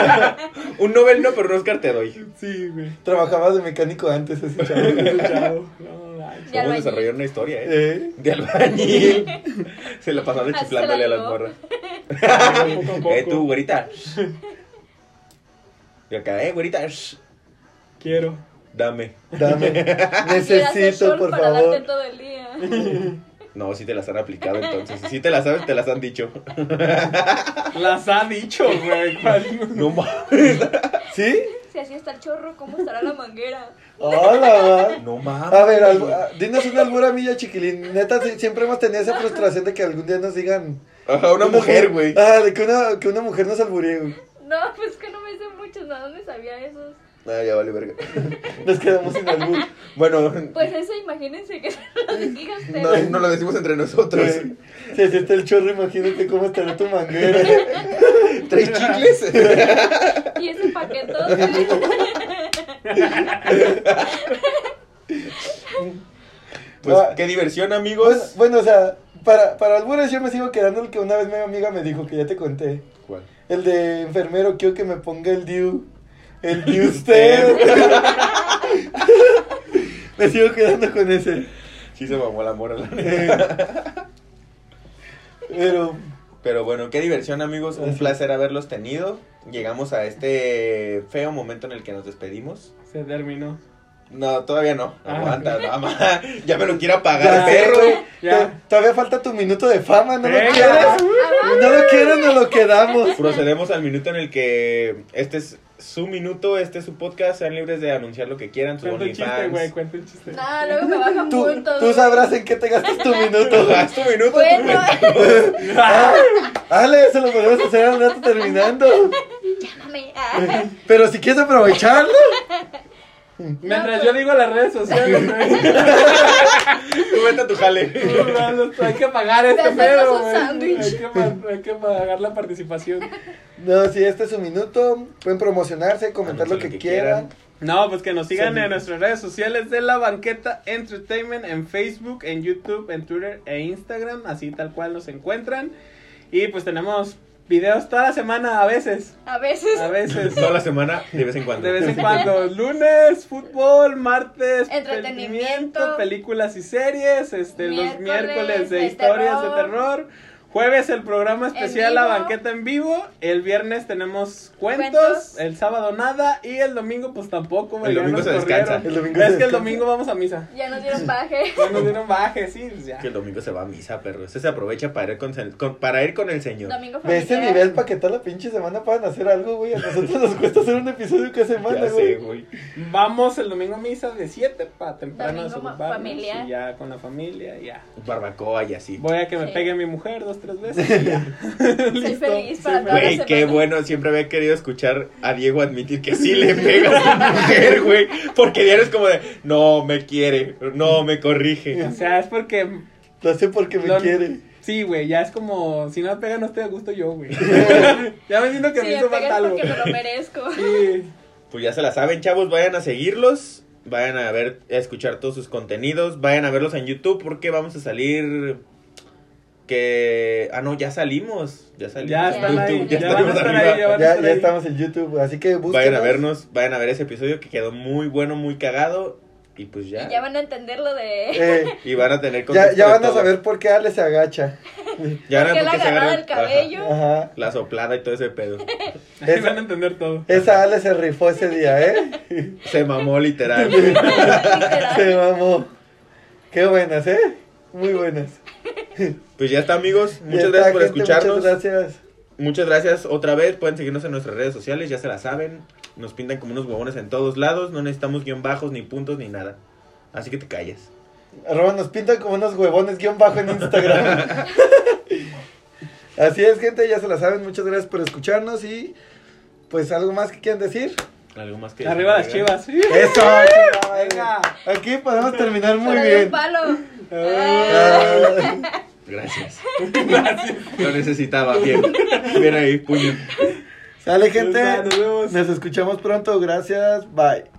Speaker 4: *laughs*
Speaker 1: un Nobel no, pero un Oscar te doy.
Speaker 4: sí,
Speaker 1: *laughs*
Speaker 4: güey.
Speaker 2: Trabajaba de mecánico antes ese
Speaker 4: *laughs*
Speaker 2: chavo.
Speaker 4: Ese chavo. No,
Speaker 3: De
Speaker 4: manches.
Speaker 1: Vamos a
Speaker 3: albañil.
Speaker 1: desarrollar una historia, eh.
Speaker 2: ¿Eh?
Speaker 1: De
Speaker 3: *laughs*
Speaker 1: albañil. Se la pasaba
Speaker 3: Así se la
Speaker 1: chiflándole a las
Speaker 3: llevó.
Speaker 1: morras.
Speaker 4: Poco a poco.
Speaker 1: Eh, tú, *laughs* güerita. Y acá, eh, güerita. shh,
Speaker 4: Quiero.
Speaker 1: Dame.
Speaker 4: *laughs*
Speaker 2: Dame.
Speaker 3: Quiero hacer
Speaker 2: Necesito,
Speaker 3: sol
Speaker 2: por
Speaker 3: para darte
Speaker 2: favor.
Speaker 3: todo
Speaker 2: *laughs*
Speaker 3: el día.
Speaker 1: No, si te las han aplicado entonces. Si te las sabes, te las han dicho.
Speaker 4: Las ha dicho, güey. ¿Cuál? *laughs*
Speaker 1: No mames.
Speaker 2: ¿Sí?
Speaker 3: Si así está el chorro, ¿cómo estará la manguera?
Speaker 2: Hola,
Speaker 1: *laughs* No
Speaker 2: ma.
Speaker 1: mames.
Speaker 2: A ver, al- a- dinos una albura mía, chiquilín. Neta, sí, siempre hemos tenido esa frustración de que algún día nos digan.
Speaker 1: Ajá, una mujer, güey.
Speaker 2: Ah, de que una, que una mujer nos alburee, güey.
Speaker 3: No, pues que no me sé muchos, ¿no? ¿Dónde sabía esos?
Speaker 1: Ah, ya vale, verga.
Speaker 2: Nos quedamos sin albur.
Speaker 1: Bueno,
Speaker 3: Pues eso, imagínense que *laughs* se lo digas pero-
Speaker 1: no, no lo decimos entre nosotros.
Speaker 2: Eh, Si así está el chorro, imagínate cómo estará
Speaker 1: *laughs*
Speaker 2: tu manguera.
Speaker 1: ¿Tres chicles?
Speaker 3: Y ese paquetote.
Speaker 1: *laughs*
Speaker 3: *laughs*
Speaker 1: Pues
Speaker 2: Ah.
Speaker 1: qué diversión,
Speaker 2: Bueno,
Speaker 1: amigos.
Speaker 2: bueno, o sea, para, para albures yo me sigo quedando el que una vez mi amiga me dijo que ya te conté.
Speaker 1: ¿Cuál?
Speaker 2: El de enfermero, quiero que me ponga el DIU.
Speaker 1: *laughs*
Speaker 2: El DIU usted. *laughs* me sigo quedando con ese.
Speaker 1: Sí se mamó la mora, la neta.
Speaker 2: Eh, Pero,
Speaker 1: Pero bueno, qué diversión amigos, un
Speaker 2: Así.
Speaker 1: placer haberlos tenido. Llegamos a este feo momento en el que nos despedimos.
Speaker 4: Se terminó.
Speaker 1: No, todavía no.
Speaker 4: Ah.
Speaker 1: Aguanta, mamá. *laughs* Ya me lo quiero
Speaker 2: ya
Speaker 1: apagar,
Speaker 2: sé,
Speaker 1: perro.
Speaker 2: güey,
Speaker 4: ya.
Speaker 2: to- Todavía falta tu minuto de fama, Ah, ¿no lo
Speaker 4: Venga.
Speaker 2: quieres? No lo quieres, no lo quedamos.
Speaker 1: Procedemos al minuto en el que este es su minuto, este es su podcast. Sean libres de anunciar lo que quieran, su
Speaker 4: Cuenta un chiste,
Speaker 1: *laughs*
Speaker 4: güey.
Speaker 1: OnlyFans.
Speaker 4: Cuenta un chiste.
Speaker 3: Ah, luego me bajan
Speaker 2: Tú,
Speaker 3: puntos.
Speaker 2: tú sabrás en qué te gastas
Speaker 1: *laughs*
Speaker 2: tu minuto.
Speaker 1: Haz tu minuto. tu
Speaker 3: Bueno, *laughs*
Speaker 1: cuenta.
Speaker 2: Ah, Ale, eso lo podemos hacer al rato terminando.
Speaker 3: llámame. Ah,
Speaker 2: Pero si quieres aprovecharlo.
Speaker 4: Mientras yo digo las redes sociales, güey.
Speaker 1: Tú vete a tu jale.
Speaker 4: *laughs* Hay que pagar este
Speaker 3: Te hacemos
Speaker 4: pedo,
Speaker 3: un
Speaker 4: güey.
Speaker 3: sándwich.
Speaker 4: Hay que, pa- hay que pagar la participación.
Speaker 2: No, si este es su minuto, pueden promocionarse, comentar lo que, quieran.
Speaker 4: No, pues que nos sigan
Speaker 2: Sí.
Speaker 4: en nuestras redes sociales de La Banqueta Entertainment en Facebook, en YouTube, en Twitter e Instagram, así tal cual nos encuentran. Y pues tenemos Videos toda la semana, a veces.
Speaker 3: A veces.
Speaker 4: A veces.
Speaker 1: Toda la semana, de vez en cuando.
Speaker 4: De vez
Speaker 3: *laughs*
Speaker 4: en cuando. Lunes, fútbol, martes,
Speaker 3: Entretenimiento.
Speaker 4: películas y series. Este, los
Speaker 3: Miércoles,
Speaker 4: miércoles de,
Speaker 3: de
Speaker 4: historias de
Speaker 3: terror.
Speaker 4: terror. Jueves el programa
Speaker 3: En
Speaker 4: especial La
Speaker 3: vivo.
Speaker 4: Banqueta en Vivo. El viernes tenemos cuentos,
Speaker 3: Cuentos.
Speaker 4: El sábado nada. Y el domingo pues tampoco. güey,
Speaker 1: El
Speaker 4: ya
Speaker 1: domingo
Speaker 4: nos
Speaker 1: se descansa.
Speaker 4: corrieron.
Speaker 2: El domingo se
Speaker 4: es que el
Speaker 2: descansa.
Speaker 4: domingo vamos a misa.
Speaker 3: Ya nos dieron baje.
Speaker 4: Ya nos dieron baje, sí, pues ya.
Speaker 1: Que el domingo se va a misa, perro. Ese se aprovecha para ir con, se- con- para ir con el señor.
Speaker 3: Domingo
Speaker 2: De ese
Speaker 3: familiar.
Speaker 2: nivel para que toda la pinche semana puedan hacer algo, güey. A nosotros nos cuesta hacer un episodio cada semana,
Speaker 1: Ya sé,
Speaker 2: güey.
Speaker 1: güey.
Speaker 4: Vamos el domingo a misa de 7 para temprano
Speaker 3: Domingo
Speaker 4: desocuparnos
Speaker 3: familiar.
Speaker 4: y ya con la familia, ya.
Speaker 1: Barbacoa y así.
Speaker 4: Voy a que me
Speaker 3: Sí.
Speaker 4: pegue mi mujer dos, tres veces. y ya. *laughs* Listo.
Speaker 3: feliz para toda la
Speaker 1: Güey, qué
Speaker 3: semana.
Speaker 1: bueno. Siempre había querido escuchar a Diego admitir que sí le pega a una mujer, güey. Porque Diego es como de, no me quiere, no me
Speaker 4: O
Speaker 1: corrige.
Speaker 4: sea, es porque.
Speaker 2: Lo hace porque me
Speaker 4: lo-
Speaker 2: quiere.
Speaker 4: Sí, güey, ya es como. Si no me pega, no estoy a gusto yo, güey. *laughs* ya me siento que
Speaker 3: Sí,
Speaker 4: me
Speaker 3: me
Speaker 4: hizo
Speaker 3: pegas
Speaker 4: falta algo.
Speaker 3: porque me lo merezco.
Speaker 4: *laughs* Sí.
Speaker 1: Pues ya se la saben, chavos. Vayan a seguirlos. Vayan a ver, a escuchar todos sus contenidos. Vayan a verlos en YouTube porque vamos a salir. Que. Ah, no, ya salimos. Ya salimos.
Speaker 4: Ya
Speaker 1: en
Speaker 3: están ahí,
Speaker 1: YouTube, ya
Speaker 3: ya
Speaker 1: estamos
Speaker 3: van a estar
Speaker 1: arriba.
Speaker 4: ahí, ya van
Speaker 2: Ya,
Speaker 4: estar
Speaker 2: ya
Speaker 4: ahí.
Speaker 2: estamos en YouTube, así que busquen.
Speaker 1: Vayan a vernos, vayan a ver ese episodio que quedó muy bueno, muy cagado. Y pues ya.
Speaker 3: Y ya van a entender lo
Speaker 4: *laughs*
Speaker 3: de.
Speaker 1: *laughs* Y van a tener
Speaker 2: Eh, ya,
Speaker 1: contexto
Speaker 2: ya
Speaker 1: de
Speaker 2: van a
Speaker 1: todo.
Speaker 2: saber por qué Ale se agacha.
Speaker 1: Ya van a
Speaker 3: Porque
Speaker 1: ver por
Speaker 3: la
Speaker 1: qué se
Speaker 3: agarrada
Speaker 1: agarra-
Speaker 3: del cabello.
Speaker 2: Ajá.
Speaker 1: Ajá, la soplada y todo ese pedo.
Speaker 4: Ahí
Speaker 2: Esa-
Speaker 4: van a entender todo.
Speaker 2: Esa Ale se rifó ese día, ¿eh?
Speaker 1: Se mamó literal.
Speaker 2: Se
Speaker 3: Literal.
Speaker 2: mamó. Qué buenas, ¿eh? Muy buenas.
Speaker 1: Pues ya está, amigos.
Speaker 2: Ya
Speaker 1: Muchas
Speaker 2: está,
Speaker 1: gracias por
Speaker 2: gente,
Speaker 1: escucharnos.
Speaker 2: Muchas gracias.
Speaker 1: Muchas gracias otra vez. Pueden seguirnos en nuestras redes sociales, ya se la saben. Nos pintan como unos huevones en todos lados. No necesitamos guión bajos, ni puntos, ni nada. Así que te calles.
Speaker 2: Arroba nos pintan como unos huevones guión bajo
Speaker 1: *laughs*
Speaker 2: en Instagram. Así es, gente, ya se la saben. Muchas gracias por escucharnos y pues algo más que quieran decir.
Speaker 1: Algo más que
Speaker 4: Arriba las chivas.
Speaker 2: Eso, chingada madre. *laughs*
Speaker 4: Venga.
Speaker 2: Aquí podemos terminar muy
Speaker 3: Pero de un
Speaker 2: bien.
Speaker 3: palo.
Speaker 2: Ah,
Speaker 1: Gracias. Lo necesitaba. Bien. Bien ahí, puño.
Speaker 2: Sale,
Speaker 4: Nos
Speaker 2: gente.
Speaker 4: vemos.
Speaker 2: Nos escuchamos pronto. Gracias. Bye.